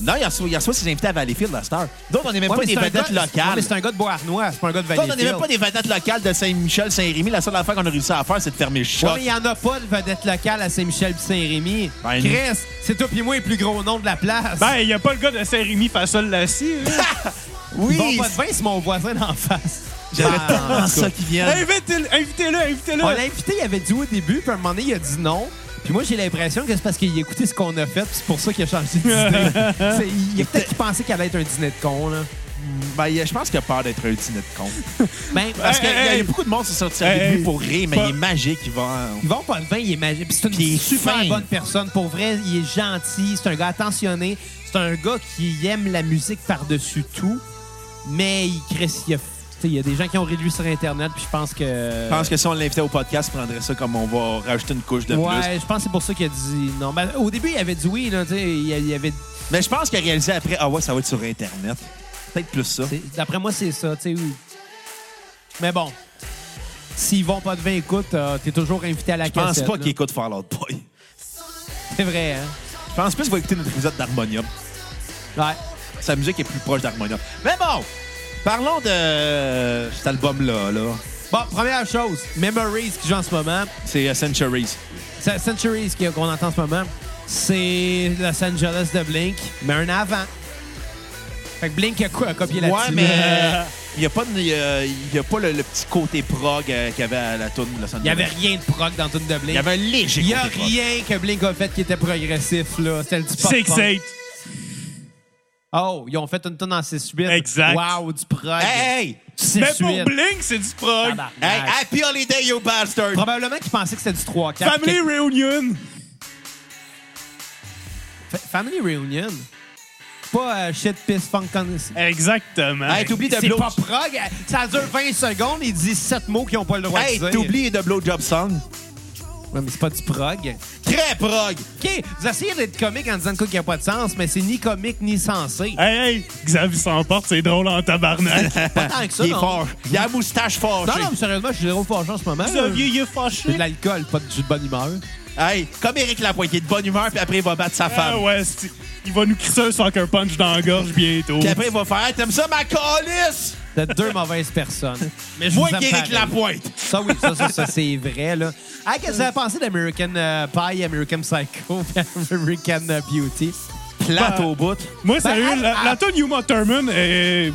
Non, il reçoit, il reçoit ses invités à Valleyfield, la star. D'autres, on n'est même pas des vedettes locales.
mais c'est un gars de Beauharnois, c'est pas un gars de
D'autres, on
Valleyfield.
n'est même pas des vedettes locales de Saint-Michel, Saint-Rémy. La seule affaire qu'on a réussi à faire, c'est de fermer le
Ouais,
choc.
mais il n'y en a pas de vedette locale à Saint-Michel pis Saint-Rémy.
Ben,
Chris, c'est toi pis moi les plus gros noms de la place.
Ben, y a pas le gars de Saint-Rémy Fassol Lassie. hein?
oui,
Bon, pas de vin, c'est mon voisin d'en face.
j'avais
Ben,
tellement ça qui vient.
Invitez-le, invitez-le, invitez-le.
On l'a invité, il avait dit oui au début, puis à un moment donné, il a dit non. Puis moi, j'ai l'impression que c'est parce qu'il écoutait ce qu'on a fait, puis c'est pour ça qu'il a changé
*laughs*
d'idée. C'est- il il a peut-être qu'il pensait qu'il allait être un dîner de con, là.
Ben, je pense qu'il a peur d'être un dîner de con.
Ben,
Parce
parce
qu'il
Hey,
y a
hey,
eu beaucoup de monde qui sont sortis
hey,
avec lui
hey.
pour rire, mais
Pas-
il est magique, il va. euh,
qu'ils vont pas de vin, il est magique. Puis c'est une
Puis il est
super
fin.
bonne personne. Pour vrai, il est gentil, c'est un gars attentionné, c'est un gars qui aime la musique par-dessus tout, mais il crée. Il y a, tu sais, il y a des gens qui ont réduit sur Internet, puis je pense que.
Je pense que si on l'invitait au podcast, il prendrait ça comme on va rajouter une couche de plus.
Ouais, je pense que c'est pour ça qu'il a dit non. Ben, au début, il avait dit oui, là, tu sais, il il avait
Mais je pense qu'il a réalisé après, ah ouais, ça va être sur Internet. Peut-être plus ça.
C'est- D'après moi, c'est ça, tu sais. oui. Mais bon, s'ils vont pas de vin, écoute, euh, t'es toujours invité à la
Je pense
cassette.
pas
là.
qu'il écoute Fallout Boy.
C'est vrai, hein?
Je pense plus qu'il va écouter notre épisode d'Harmonium.
Ouais.
Sa musique est plus proche d'Harmonium. Mais bon, parlons de cet album-là. Là.
Bon, première chose, Memories qui joue en ce moment,
C'est euh, Centuries.
c'est Centuries qui- qu'on entend en ce moment, c'est Los Angeles de Blink, mais un avant. Fait que Blink a, quoi, a copié
Ouais,
là-dessus.
mais
*laughs*
il n'y a pas, de- y a- y a pas le, le petit côté prog euh, qu'il y avait à la tourne de Los Angeles.
Il y avait rien de proc dans toute de Blink.
Il y avait un léger
Il y a
côté prog.
rien que Blink a fait qui était progressif, là. C'était du pop-punk.
6-8.
Oh, ils ont fait une tonne en 6-8.
Exact.
Wow, du prog.
Hey, hey!
Mais pour
6-8.
Blink, c'est du prog.
Tabarnak.
Hey, happy holiday, you bastard!
Probablement qu'ils pensaient que c'était du 3-4.
Family
Que-
Reunion.
Fa- Family Reunion. Pas euh, shit, piss, funk, con...
Exactement.
Hey, t'oublies de
C'est
blow...
pas prog. euh, Ça dure 20 secondes. Il dit 7 mots qu'ils n'ont pas le droit
Hey,
de dire.
t'oublies de blowjob song.
Ouais, mais c'est pas du prog.
Très prog!
OK, vous essayez d'être comique en disant de quoi qui n'a pas de sens, mais c'est ni comique
*laughs*
ni sensé.
Hey, hey, Xavier s'emporte, c'est drôle en tabarnak. Ah
Pas tant que ça,
Il est
non.
fort. Il a la moustache fort.
Non, non, mais sérieusement, je suis zéro fâché en ce moment. là.
Xavier, il est
C'est
fâché.
de l'alcool, pas du jus de bonne humeur.
Hey, comme Eric Lapointe, il est de bonne humeur, puis après, il va battre sa femme.
Ah ouais, c'est- il va nous crisser un soccer punch dans la gorge bientôt.
Puis après, il va faire T'aimes ça, ma calisse
Vous êtes deux *laughs* mauvaises personnes. Mais je
Moi
vous aime
qui Eric
pareil.
Lapointe.
Ça, oui,
*laughs*
ça, ça, ça, c'est vrai, là. Ah, qu'est-ce que vous avez pensé d'American euh, Pie, American Psycho, *laughs* puis American euh, Beauty? Euh,
Plate au bout.
Moi, sérieux,
Ben,
la,
ah,
la tune Uma Thurman est,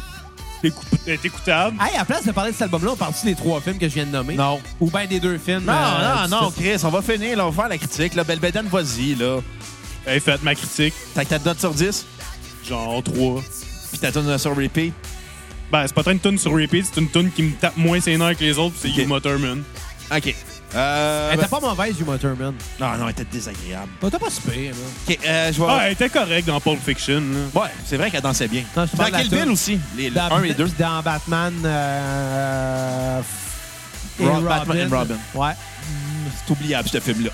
écou- est écoutable.
Hey, à la place de parler de cet album-là, on parle des trois films que je viens de nommer?
Non.
Ou bien des deux films?
Non,
euh,
non,
du
non,
film?
Chris, on va finir, là, on va faire la critique. Là, Belbeden, vas-y, là.
Hey, faites ma critique,
T'as que ta note sur 10,
genre 3.
puis ta donne sur repeat.
Ben, c'est pas tant une tune sur repeat, c'est une tune qui me tape moins ses nerfs que les autres, puis c'est
Ok.
Uma Thurman.
OK. Euh,
Elle était pas mauvaise, Uma Thurman.
Non, non, elle était désagréable.
Bah, T'as pas super, là.
OK, euh, je vais...
Ah, elle était correcte dans Pulp Fiction. là.
Ouais, c'est vrai qu'elle dansait bien.
Non, je te
dans
parle de la
Kill Bill
toune.
aussi, les 1 et 2.
puis dans Batman... Euh... f- et
Ro- Batman and Robin.
Ouais.
C'est oubliable, ce film-là.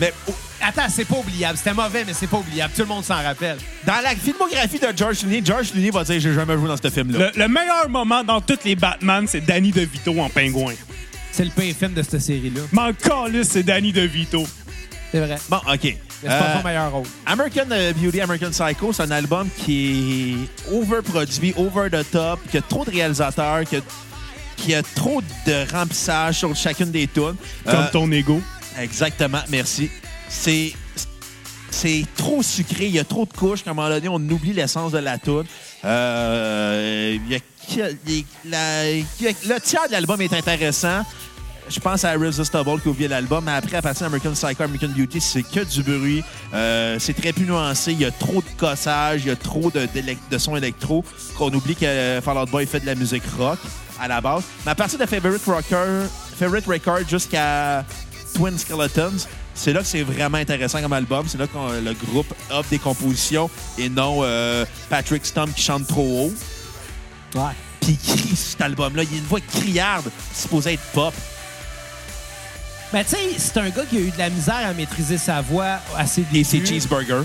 Mais au-
Oh, Attends, c'est pas oubliable. C'était mauvais, mais c'est pas oubliable. Tout le monde s'en rappelle.
dans la filmographie de George Clooney, George Clooney va dire J'ai jamais joué dans ce film-là.
Le, le meilleur moment dans tous les Batman, c'est Danny DeVito en pingouin.
C'est le pire film de cette série-là.
Mon calice, c'est Danny DeVito.
C'est vrai.
Bon, OK.
Mais c'est pas
Euh,
son meilleur rôle.
American euh, Beauty, American Psycho, c'est un album qui est overproduit, over the top, qui a trop de réalisateurs, qui a, qui a trop de remplissage sur chacune des tunes.
Comme
Euh,
ton ego.
Exactement, merci. C'est c'est trop sucré, il y a trop de couches. Comme à un moment donné, on oublie l'essence de la toune. Euh, il y a que- il- la- il y a- le tiers de l'album est intéressant. Je pense à Irresistible qui a oublié l'album, mais après, à partir d'American Psycho, American Beauty, c'est que du bruit. Euh, c'est très plus nuancé. Il y a trop de cossage, il y a trop de, d'élec- de sons électro. Qu'on oublie que euh, Fall Out Boy fait de la musique rock à la base. Mais à partir de Favorite, Rocker, Favorite Record jusqu'à Twin Skeletons, c'est là que c'est vraiment intéressant comme album. C'est là que euh, le groupe offre des compositions et non euh, Patrick Stump qui chante trop haut.
Ouais.
Puis il crie sur cet album-là. Il y a une voix criarde supposée être pop.
Mais tu sais, c'est un gars qui a eu de la misère à maîtriser sa voix à ses débuts.
Et c'est Cheeseburger.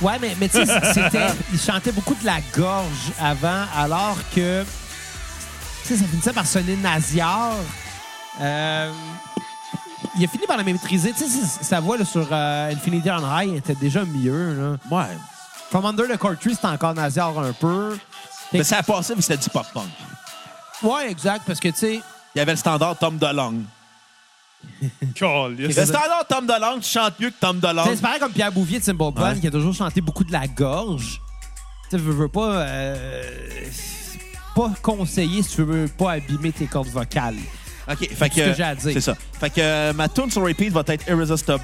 Ouais, mais, mais tu sais, c'était. Il chantait beaucoup de la gorge avant, alors que. Tu sais, ça finissait par sonner naziard. Euh, il a fini par la maîtriser. Tu sais, c'est- sa voix là, sur euh, Infinity on High était déjà mieux. Là.
Ouais.
From Under the Court Tree, c'était encore naziard un peu.
Mais ça a passé, mais c'était du pop-punk.
Ouais, exact, parce que tu sais.
Il y avait le standard Tom DeLonge.
Calice.
Le standard Tom DeLonge, tu chantes mieux que Tom
Tu
DeLonge.
sais, C'est pareil comme Pierre Bouvier de Simple Plan,
Ouais.
qui a toujours chanté beaucoup de la gorge. Tu sais, veux, veux pas. euh, c'est pas conseiller si tu veux pas abîmer tes cordes vocales.
OK, fait
C'est ce que
que...
j'ai à dire.
C'est ça. Fait que euh, ma tune sur repeat va être Irresistible.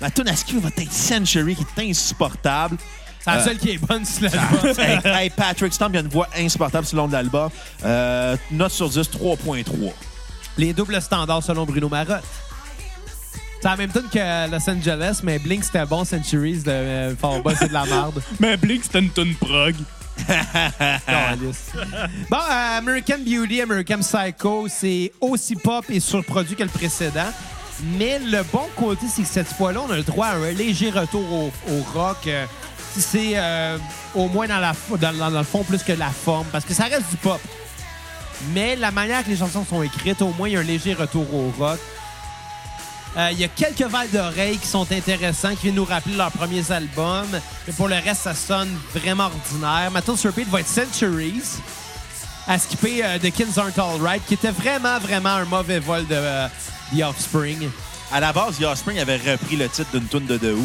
Ma tune à skew va être Century, qui est insupportable.
C'est la
Euh,
seule qui est bonne, c'est la
hey, hey, Patrick Stump, il y a une voix insupportable sur le long de l'album. Euh, note sur 10, 3.3.
Les doubles standards selon Bruno Marotte. C'est en même temps que Los Angeles, mais Blink c'était bon, Centuries de euh, Fort Boss, c'est de la merde.
Mais Blink, c'était une toune prog.
Calisse. bon, euh, American Beauty, American Psycho, c'est aussi pop et surproduit que le précédent. Mais le bon côté, c'est que cette fois-là, on a le droit à un léger retour au, au rock. euh, C'est euh, au moins dans, la, fo- dans, dans- dans le fond plus que la forme, parce que ça reste du pop. Mais la manière que les chansons sont écrites, au moins, il y a un léger retour au rock. Euh, Il y a quelques valves d'oreilles qui sont intéressants, qui viennent nous rappeler leurs premiers albums. Mais pour le reste, ça sonne vraiment ordinaire. Ma tune sur repeat va être Centuries, à skipper euh, The Kids Aren't Alright, qui était vraiment, vraiment un mauvais vol de euh, The Offspring.
À la base, The Offspring avait repris le titre d'une tune de The Who.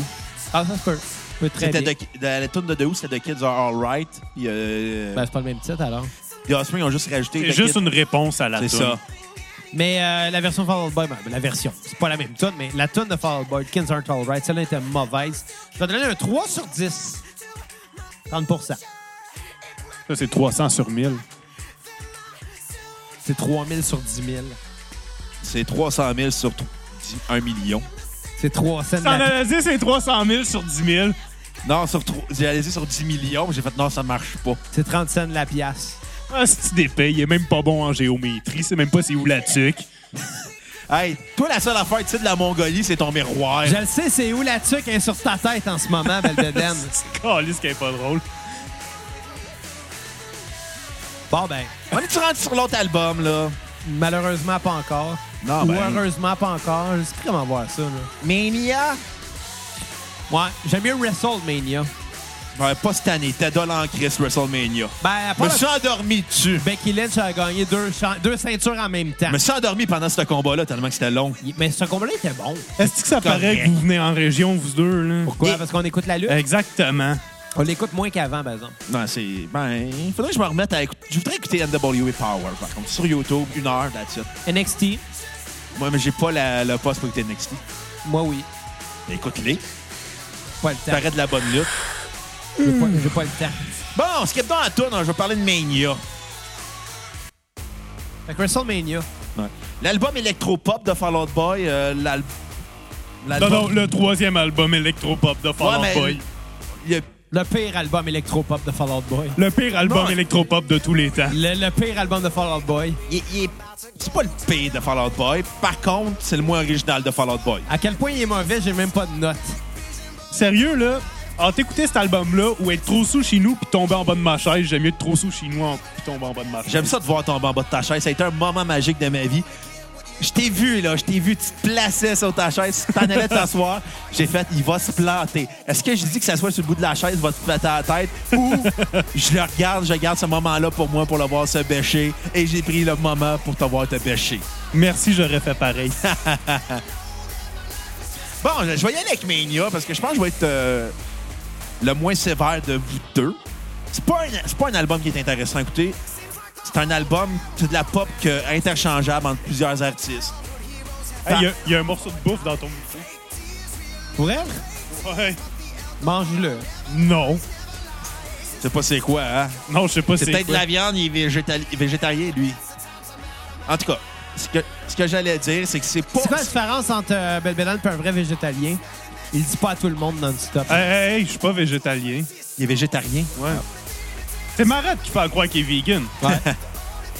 Ah, ça se peut. peut très
C'était
bien.
de- de- la tune de The Who, c'était The Kids Are Alright. Puis, euh,
Ben, c'est pas le même titre, alors.
The Offspring ont juste rajouté.
C'est
The
juste
Kids-
une réponse à la
C'est
toune.
ça.
Mais euh, la version Fall Out Boy, ben, ben, la version, c'est pas la même tune, mais la tune de Fall Out Boy, The Kids Aren't Alright, celle-là était mauvaise. Je vais donner un 3 sur 10. 30
Ça, c'est 300 sur 1000.
C'est 3000 sur 10 000.
C'est 300 000 sur 1 million.
C'est 300 de
T'en
la
as dit, c'est 300 000 sur 10 000.
Non, sur tro- j'ai allé sur 10 millions. J'ai fait non, ça marche pas.
C'est 30 cents de la pièce.
Ah, c'est d'épais. Il est même pas bon en géométrie. C'est même pas c'est où la tuque.
*laughs* Hey, toi, la seule affaire tu sais, de la Mongolie, c'est ton miroir.
Je le sais, c'est où la tuque est sur ta tête en ce moment,
*laughs*
belle bedaine.
C'est *laughs* calice qui est pas drôle.
Bon, ben,
On est-tu rendu sur l'autre album, là?
malheureusement, pas encore.
Non,
Ou
ben.
heureusement, pas encore. Je sais plus comment voir ça, là.
Mania?
Ouais, j'aime mieux WrestleMania.
Ouais, pas cette année. T'es dol en Chris WrestleMania.
Ben, à
Je
part
me suis endormi dessus.
Becky Lynch a gagné deux, cha- deux ceintures en même temps.
Je me suis endormi pendant ce combat-là tellement que c'était long.
Il- Mais ce combat-là était bon.
Est-ce que ça paraît
Correct.
que vous venez en région, vous deux, là?
Pourquoi? Parce qu'on écoute la lutte.
Euh,
Exactement.
On l'écoute moins qu'avant, par exemple.
Non, c'est. Ben, il faudrait que je me remette à écouter. Je voudrais écouter NWA Power, par contre, sur YouTube, une heure, là-dessus.
NXT,
Moi, mais j'ai pas la- le poste pour écouter NXT.
moi, oui.
Ben, Écoute-les.
Pas le temps.
Paraît de la bonne lutte.
J'ai pas, j'ai pas le temps.
Bon, skip dans la toune, hein, je vais parler de Mania.
Fait que WrestleMania.
L'album électropop de Fall Out Boy, euh, l'al-
Non,
l'album.
non, le troisième album électropop de Fall
Ouais,
Out
mais-
Boy.
Il y a
Le pire album électropop de Fall Out Boy.
Le pire album
Non.
électropop de tous les temps.
Le, le pire album de Fall Out Boy.
Il- il est- C'est pas le pire de Fall Out Boy. Par contre, c'est le moins original de Fall Out Boy.
À quel point il est mauvais, j'ai même pas de note.
Sérieux, là, alors t'écouter cet album-là ou être trop sous chez nous puis tomber en bas de ma chaise, j'aime mieux être trop sous chez nous en- puis tomber en bas de ma chaise.
J'aime ça te voir tomber en bas de ta chaise. Ça a été un moment magique de ma vie. Je t'ai vu, là. Je t'ai vu. Tu te plaçais sur ta chaise. Tu t'en allais t'asseoir. J'ai fait, il va se planter. Est-ce que je dis que ça soit sur le bout de la chaise, va te flatter la tête ou je le regarde, je garde ce moment-là pour moi pour le voir se bêcher et j'ai pris le moment pour te voir te bêcher.
Merci, j'aurais fait *laughs* pareil.
Bon, je je vais y aller avec Mania parce que je pense que je vais être euh, le moins sévère de vous deux. C'est pas, un, c'est pas un album qui est intéressant à écouter. C'est un album c'est de la pop que, interchangeable entre plusieurs artistes.
Il y, a- y a un morceau de bouffe dans ton micro.
Pour elle,
Ouais.
mange-le.
Non.
Je sais pas c'est quoi, hein?
Non, je sais pas
C'est
c'est
peut-être de
quoi.
la viande, il est végétali- végétarien, lui. En tout cas, ce que, ce que j'allais dire, c'est que c'est pas.
C'est quoi la différence entre euh, Belbédane et un vrai végétalien? Il dit pas à tout le monde non-stop.
Hey, hey, hey, je suis pas végétalien.
Il est végétarien.
Ouais. C'est Marette qui fait croire qu'il est vegan.
Ouais.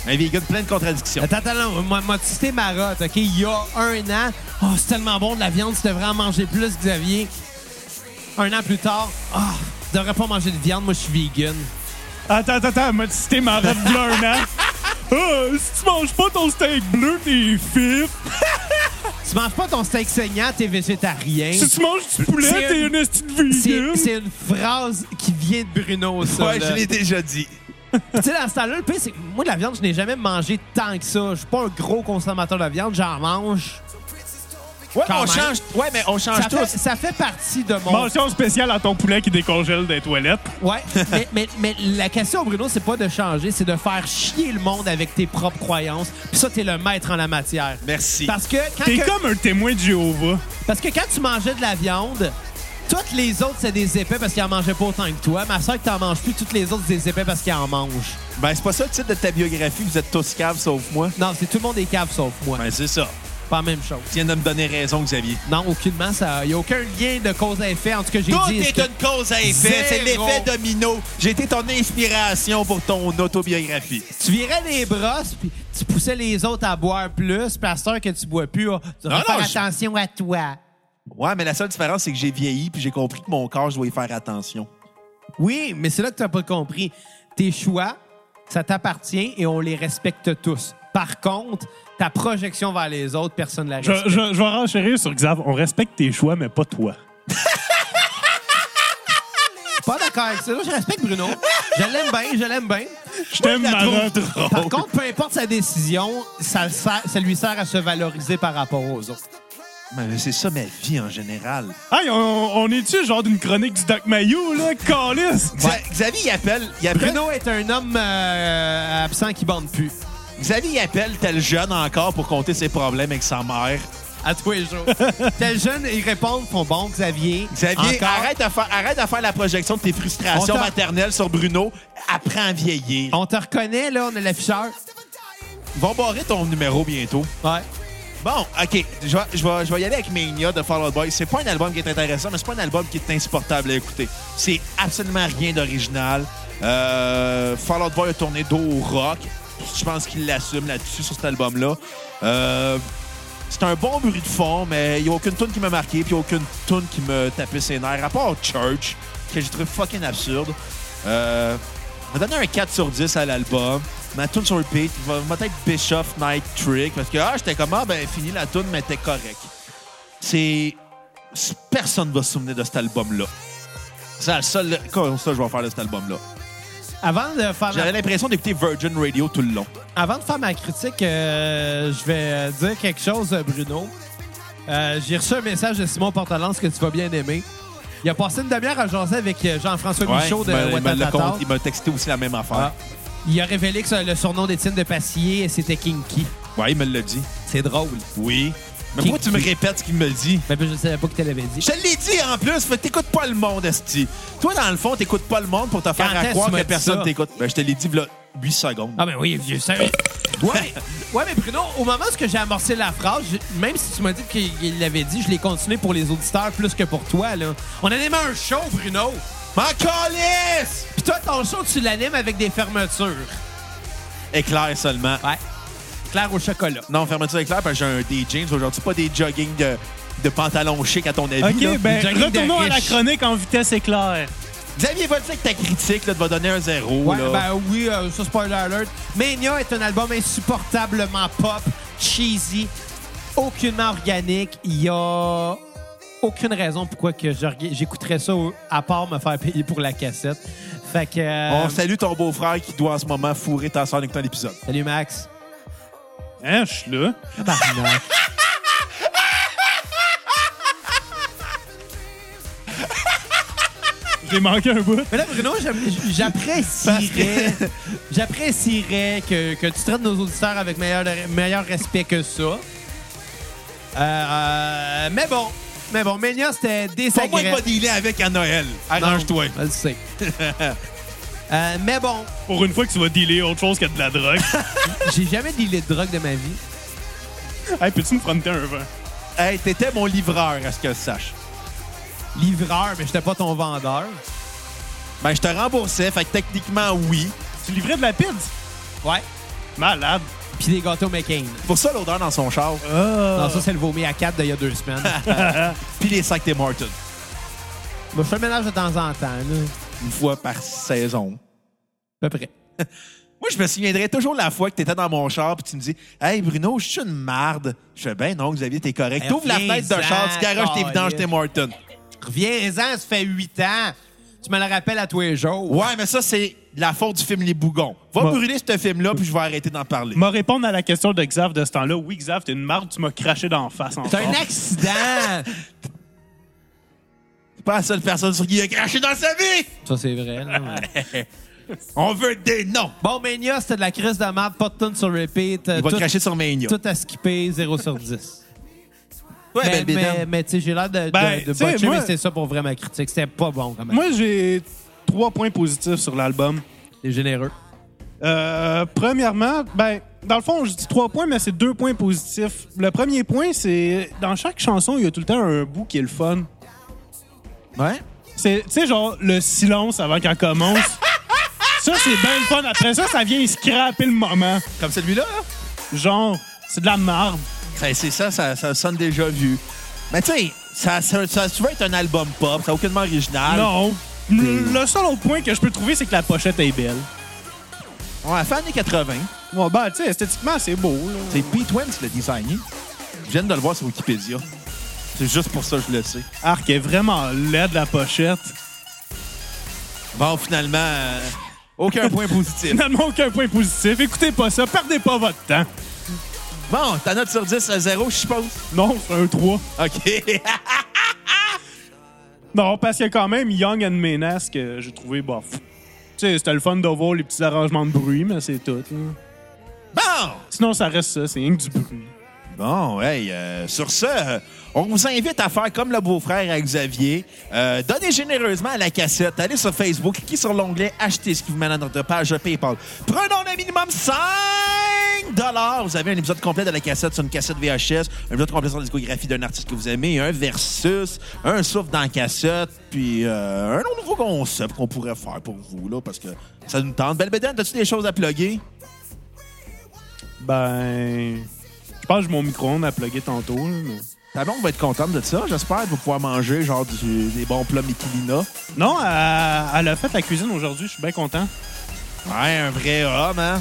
Un vegan plein de contradictions.
Attends, attends, là, moi, moi, tu sais, marotte, OK? Il y a un an, oh, c'est tellement bon de la viande, tu devrais en manger plus, Xavier. Un an plus tard, oh, tu devrais pas manger de viande, moi, je suis vegan.
Attends, attends, attends, elle m'a cité Marette bleu un *laughs* an. Ah, si tu manges pas ton steak bleu, t'es fif.
Tu manges pas ton steak saignant, t'es végétarien.
Si tu manges du poulet,
C'est
t'es
une-
une esti de
C'est
vegan.
c'est une phrase qui vient de Bruno, Ah, ça.
Ouais,
là.
je l'ai déjà dit.
Tu sais, dans ce temps-là, le pire, c'est que moi, de la viande, je n'ai jamais mangé tant que ça. Je suis pas un gros consommateur de viande, j'en mange.
Ouais,
Quand
on
même.
change, ouais mais on change
Ça
tout.
fait, ça fait partie de mon...
Mention spéciale à ton poulet qui décongèle des toilettes.
*laughs* Ouais, mais, mais, mais la question, Bruno, c'est pas de changer, c'est de faire chier le monde avec tes propres croyances. Puis ça, t'es le maître en la matière.
Merci.
Parce que quand,
T'es
que-
comme un témoin de Jéhovah.
parce que quand tu mangeais de la viande, toutes les autres, c'est des épais parce qu'ils en mangeaient pas autant que toi. Ma soeur, que t'en manges plus, toutes les autres, c'est des épais parce qu'ils en mangent.
Ben, c'est pas ça le titre de ta biographie. Vous êtes tous caves sauf moi.
Non, c'est tout le monde est cave sauf moi.
Ben, c'est ça.
Pas la même chose.
Tu viens de me donner raison, Xavier.
Non, aucunement, ça. Y a aucun lien de cause à effet. En tout cas, j'ai
Tout
dit.
est
est-ce que-
une cause à effet. C'est
Zéro.
l'effet domino. J'ai été ton inspiration pour ton autobiographie.
Tu virais les brosses, puis tu poussais les autres à boire plus, puis à cette heure que tu bois plus, oh, tu vas
Non,
faire
non, je-
attention à toi.
Ouais, mais la seule différence, c'est que j'ai vieilli puis j'ai compris que mon corps, je dois y faire attention.
Oui, mais c'est là que tu n'as pas compris. Tes choix, ça t'appartient et on les respecte tous. Par contre, ta projection vers les autres, personne ne la
Je,
respecte.
je, je vais renchérir sur Xav. On respecte tes choix, mais pas toi.
Pas d'accord avec ça. Je respecte Bruno. Je l'aime bien, je l'aime bien.
Je t'aime,
la
Marotte.
Par contre, peu importe sa décision, ça, le sert- ça lui sert à se valoriser par rapport aux autres.
Mais c'est ça ma vie en général.
*laughs* Hey, on, on est-tu genre d'une chronique du Doc Mayou, là? Calice!
Xa- Xavier, il appelle, il appelle,
Bruno est un homme euh, absent qui bande plus.
Xavier, il appelle tel jeune encore pour compter ses problèmes avec sa mère.
À tous
*laughs*
les jours. Tel jeune, ils répondent, font bon, Xavier.
Xavier,
encore,
arrête de, faire, arrête de faire la projection de tes frustrations
On t'a-
maternelles sur Bruno. Apprends à vieillir.
On te reconnaît, là, on a l'afficheur.
Ils vont barrer ton numéro bientôt.
Ouais.
Bon, OK. Je vais, je vais- je vais y aller avec Mania de Fall Out Boy. C'est pas un album qui est intéressant, mais c'est pas un album qui est insupportable à écouter. C'est absolument rien d'original. Euh, Fall Out Boy a tourné dos au rock. Je pense qu'il l'assume là-dessus, sur cet album-là. Euh, c'est un bon bruit de fond, mais il n'y a aucune tune qui m'a marqué, puis aucune tune qui me tapait ses nerfs, à part Church, que j'ai trouvé fucking absurde. Euh, on va donner un 4 sur 10 à l'album. Ma tune sur repeat va, va être Bischoff Night Trick, parce que ah, j'étais comme, ah, ben, fini la tune, mais t'es correct. C'est. c'est- Personne va se souvenir de cet album-là. C'est la seule constat que je vais faire de cet album-là.
Avant de faire ma,
J'avais l'impression d'écouter Virgin Radio tout le long.
avant de faire ma critique, euh, je vais dire quelque chose, Bruno. Euh, J'ai reçu un message de Simon Portalance que tu vas bien aimer. Il a passé une demi-heure à jaser avec euh, Jean-François Michaud de
il m'a- il m'a-
Watatata.
il m'a texté aussi la même affaire.
Ah. Il a révélé que le surnom d'Étienne de Passier, c'était Kinky.
Ouais, il me l'a dit.
C'est drôle.
Oui. Mais pourquoi tu me répètes ce qu'il me le dit?
Mais Ben, je ne savais pas que tu l'avais dit.
Je te l'ai dit en plus, fait que t'écoutes pas le monde, Esti. Toi, dans le fond, t'écoutes pas le monde pour te faire
Quand
à
est-ce
croire
tu m'as
que
dit
personne
ça?
t'écoute. Ben, je te l'ai dit, là, 8 secondes.
Ah ben oui, vieux ça. Ouais, mais- ouais, mais Bruno, au moment où j'ai amorcé la phrase, je- même si tu m'as dit qu'il qu'il l'avait dit, je l'ai continué pour les auditeurs plus que pour toi. Là. On a aimé un show, Bruno.
M'en calisse!
Puis toi, ton show, tu l'animes avec des fermetures. Ah.
Éclair seulement.
Ouais. Clair au chocolat.
Non, fermeture éclair parce que j'ai un des jeans aujourd'hui, pas des jogging de, de pantalon chic à ton avis. là.
OK, ben,
jogging de
retournons à la
riche.
chronique en vitesse éclair.
Xavier va dire que ta critique là, te va donner un zéro.
Ouais,
là.
ben oui, euh, ça, spoiler alert. Mania est un album insupportablement pop, cheesy, aucunement organique. Il y a aucune raison pourquoi que je reg- j'écouterais ça au- à part me faire payer pour la cassette. Fait que... euh,
On salue ton beau-frère qui doit en ce moment fourrer ta soeur en écoutant l'épisode.
Salut, Max.
Hein, je suis là.
Tabarnak.
*laughs* J'ai manqué un bout.
*laughs* Mais là, Bruno, j'aime-
*laughs*
j'apprécierais j'apprécierais que, que tu traites nos auditeurs avec meilleur, meilleur respect que ça. Euh, euh, mais bon, mais bon, Mania, c'était
Pour moi, il
désagréable.
va dealer avec à Noël.
Ah.
Arrange-toi.
Non, Je le sais. *laughs* Euh, mais bon,
Pour une fois que tu vas dealer autre chose que de la drogue. *laughs*
j'ai jamais dealé de drogue de ma vie.
hey, peux-tu me fronter un vent?
Hey, t'étais mon livreur, à ce que je sache.
Livreur, mais j'étais pas ton vendeur.
Ben, je te remboursais, fait que techniquement, oui.
Tu livrais de la pide?
Ouais.
Malade.
Puis des gâteaux McCain.
C'est Pour ça, l'odeur dans son char.
Euh. Non, ça, c'est le vomi à 4 d'il y a deux semaines.
Puis les sacs des Martin.
Moi, je fais le ménage de temps en temps, là.
Une fois par saison.
À peu près.
Moi, je me souviendrai toujours la fois que t'étais dans mon char puis tu me dis Hey Bruno, je suis une marde. Je fais Ben non, Xavier, t'es correct.
Ben,
T'ouvres la fenêtre d'un
viens-en,
char, tu garages tes vidanges,
caliste.
tes Martin.
Reviens-en, ça fait 8 ans. Tu me le rappelles à tous les jours.
Ouais, mais ça, c'est la faute du film Les Bougons. Va
Bon.
brûler ce film-là, puis je vais arrêter d'en parler.
M'a répondre à la question de Xav de ce temps-là. Oui, Xav, t'es une marde, tu m'as craché d'en face encore.
C'est un accident!
C'est pas la seule personne sur qui il a craché dans sa vie.
ça, c'est vrai. là, ouais.
On veut des noms.
Bon, Mania, c'était de la crise de merde, pas de tonne sur repeat. euh,
Il va
tout,
cracher sur Mania.
tout à skipper, 0 sur 10.
ouais, ben,
mais
belle bédaine.
mais, mais, tu sais, j'ai l'air de, de,
Ben,
de
tu sais,
botcher,
moi-
mais c'est ça pour vrai ma critique. C'était pas bon, quand même.
Moi, j'ai trois points positifs sur l'album.
C'est généreux.
Euh, premièrement, ben, dans le fond, je dis trois points, mais c'est deux points positifs. Le premier point, c'est dans chaque chanson, il y a tout le temps un bout qui est le fun.
Ouais.
C'est, tu sais, genre, le silence avant qu'elle commence. ça, c'est bien le fun. Après ça, ça vient scraper le moment.
Comme celui-là, hein? là.
Genre, c'est de la marde.
Ben, c'est ça, ça, ça sonne déjà vu. Mais tu sais, ça, ça, ça a souvent être un album pop, ça n'a aucunement original.
Non. Le le seul autre point que je peux trouver, c'est que la pochette est belle.
On a fait années 80.
Bon, ben, tu sais, esthétiquement, c'est beau, là.
C'est Pete Wentz qui l'a designé. Je viens de le voir sur Wikipédia. C'est juste pour ça que je le sais.
Arc est vraiment laide, la pochette.
Bon, finalement, euh, aucun point positif. *laughs*
Finalement, aucun point positif. Écoutez pas ça. Perdez pas votre temps.
Bon, ta note sur 10 à 0, je suppose.
Non, c'est un 3.
OK.
Non, parce que quand même, Young and Menace, que j'ai trouvé, bof. Tu sais, c'était le fun de voir les petits arrangements de bruit, mais c'est tout. là.
*laughs* bon!
Sinon, ça reste ça, c'est rien que du bruit.
Bon, hey, euh, sur ce, euh, on vous invite à faire comme le beau-frère à Xavier. Euh, donnez généreusement à la cassette. Allez sur Facebook, cliquez sur l'onglet Acheter ce qui vous mène à notre page PayPal. Prenons un minimum 5 Vous avez un épisode complet de la cassette sur une cassette VHS, un épisode complet sur la discographie d'un artiste que vous aimez, un versus, un souffle dans la cassette, puis euh, un autre nouveau concept qu'on pourrait faire pour vous, là, parce que ça nous tente. Belle Bédane, as-tu des choses à plugger?
Ben. Je pense que j'ai mon micro-ondes à plugger tantôt. là, mais-
Ta blonde va être contente de ça, j'espère. Elle va pouvoir manger genre du- des bons plats Mikulina.
Non, elle, elle a fait la cuisine aujourd'hui, je suis bien content.
Ouais, un vrai homme, hein?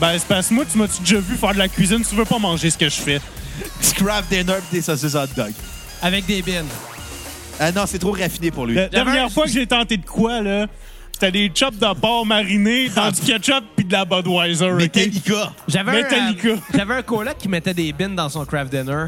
Ben, c'est parce que moi, tu m'as-tu déjà vu faire de la cuisine, tu veux pas manger ce que je fais.
Du craft dinner pis des saucisses hot dog.
Avec des bines.
Ah non, c'est trop raffiné pour lui.
La dernière
un-
fois que j'ai tenté de quoi, là, c'était des chops de porc marinés dans du ketchup puis de la Budweiser. ok?
Metallica!
J'avais un,
Metallica.
euh, j'avais un coloc qui mettait des bines dans son craft dinner.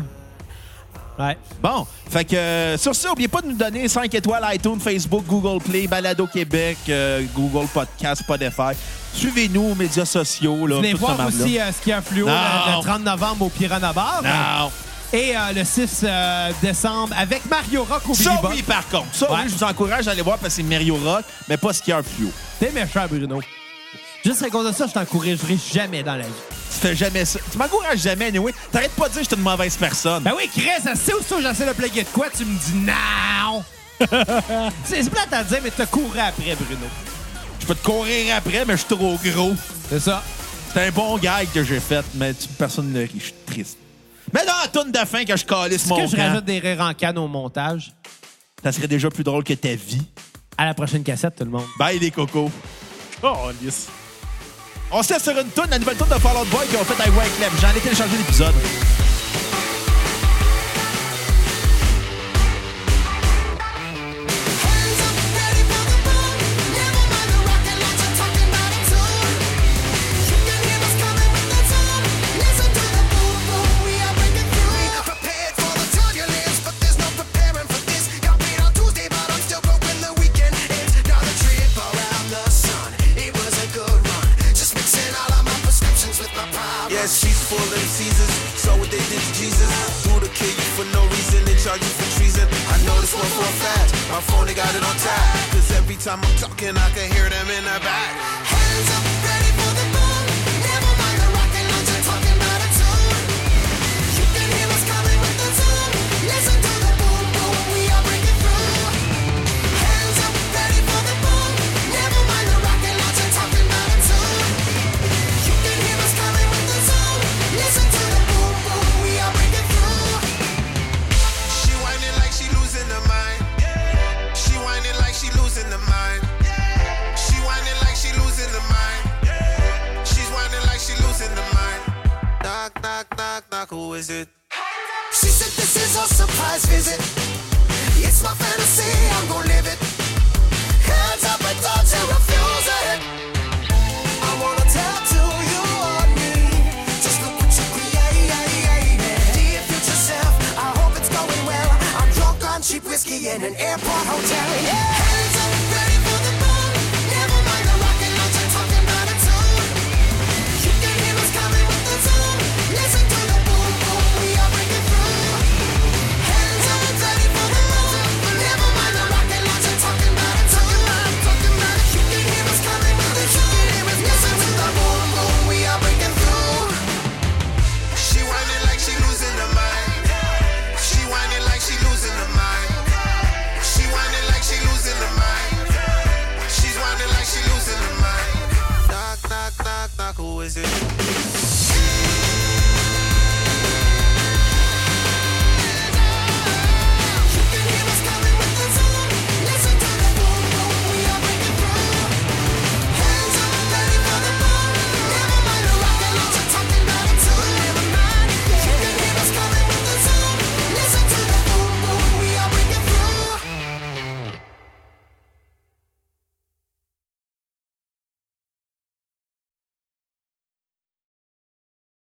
Ouais.
Bon, fait que euh, sur ça, n'oubliez pas de nous donner 5 étoiles iTunes, Facebook, Google Play, Balado Québec, euh, Google Podcast, Spotify. Suivez-nous aux médias sociaux. Là,
Venez
tout ce
voir
marbre-là.
aussi euh, ce qu'il y a fluo
Non.
euh, le 30 novembre au Piranha Bar.
Non!
Et euh, le 6 euh, décembre avec Mario Rock au
Ça,
Billy
oui, par contre. Ça,
Ouais.
oui, je vous encourage à aller voir parce que c'est Mario Rock, mais pas Skier Fluo.
T'es méchant, Bruno. Juste à cause de ça, je t'encouragerai jamais dans la vie.
Tu fais jamais ça. Tu m'encourages jamais, anyway. T'arrêtes pas de dire que je suis une mauvaise personne.
Ben oui, Chris, c'est où ça j'essaie de plugger de quoi? Tu me dis non! *laughs* C'est c'est plate à dire, mais t'as couru après, Bruno.
Je peux te courir après, mais je suis trop gros.
C'est ça.
C'est un bon gag que j'ai fait, mais tu- personne ne rit. Je suis triste. Mais dans la toune de fin que je calisse
Est-ce
mon
que je
camp,
rajoute des rires en canne au montage?
ça serait déjà plus drôle que ta vie.
À la prochaine cassette, tout le monde.
Bye les cocos.
Oh, yes.
On se laisse sur une toune, la nouvelle toune de Fall Out Boy qui ont fait I White Lab. J'en ai téléchargé l'épisode.
Hands up, ready for the boom. Never mind the rocket launch, I'm talking about it soon. You can hear us coming with the sound. Listen to the boom boom, we are breaking through. Prepared for the turbulence, but there's no preparing for this. Got paid on Tuesday, but I'm still broke when the weekend ends. Another trip around the sun. It was a good run. Just mixing all of my prescriptions with my problems.
Yeah, she's full of Caesars. So what they did to Jesus. Buddha kill you for no reason and charge you for treason. I know this one for a fact. My phone, they got it on tap. Cause every time I'm talking, I can hear them in the back.
Hands up, ready for the boom. Never mind the rocket launch, I'm talking about it soon. You can hear us coming with the sound. Listen to the boom boom, we are breaking through. Hands up, ready for the boom. Never mind the rocket launch, I'm talking about it soon. You can hear us coming with the sound. Listen to the boom boom, we are breaking through.
She whining like she losing her mind. She whining like she losing her mind. She whining like she losing her mind. She's whining like she losing her mind. Knock, knock, knock, knock. Who is it?
She said this is a surprise visit. It's my fantasy, I'm gonna live it. Hands up and don't you refuse it. I wanna tattoo you on me. Just look what you created. Dear future self, I hope it's going well. I'm drunk on cheap whiskey in an airport hotel. Yeah. Hands up, ready for the bomb. Never mind the rocket launch, I'm talking about it soon. You can hear us coming with the sound. Listen to the boom boom, we are breaking through. Hands up, ready for the moon. Never mind the rocket launch, I'm talking about it soon. I'm talking about it. You can hear us coming with the you can hear us. Listen to the boom boom, we are breaking through.
She whining like she losing her mind. She whining like she losing her mind. She whining like she losing her mind. She's whining like she losing her mind. Knock, knock, knock, knock. Who is it?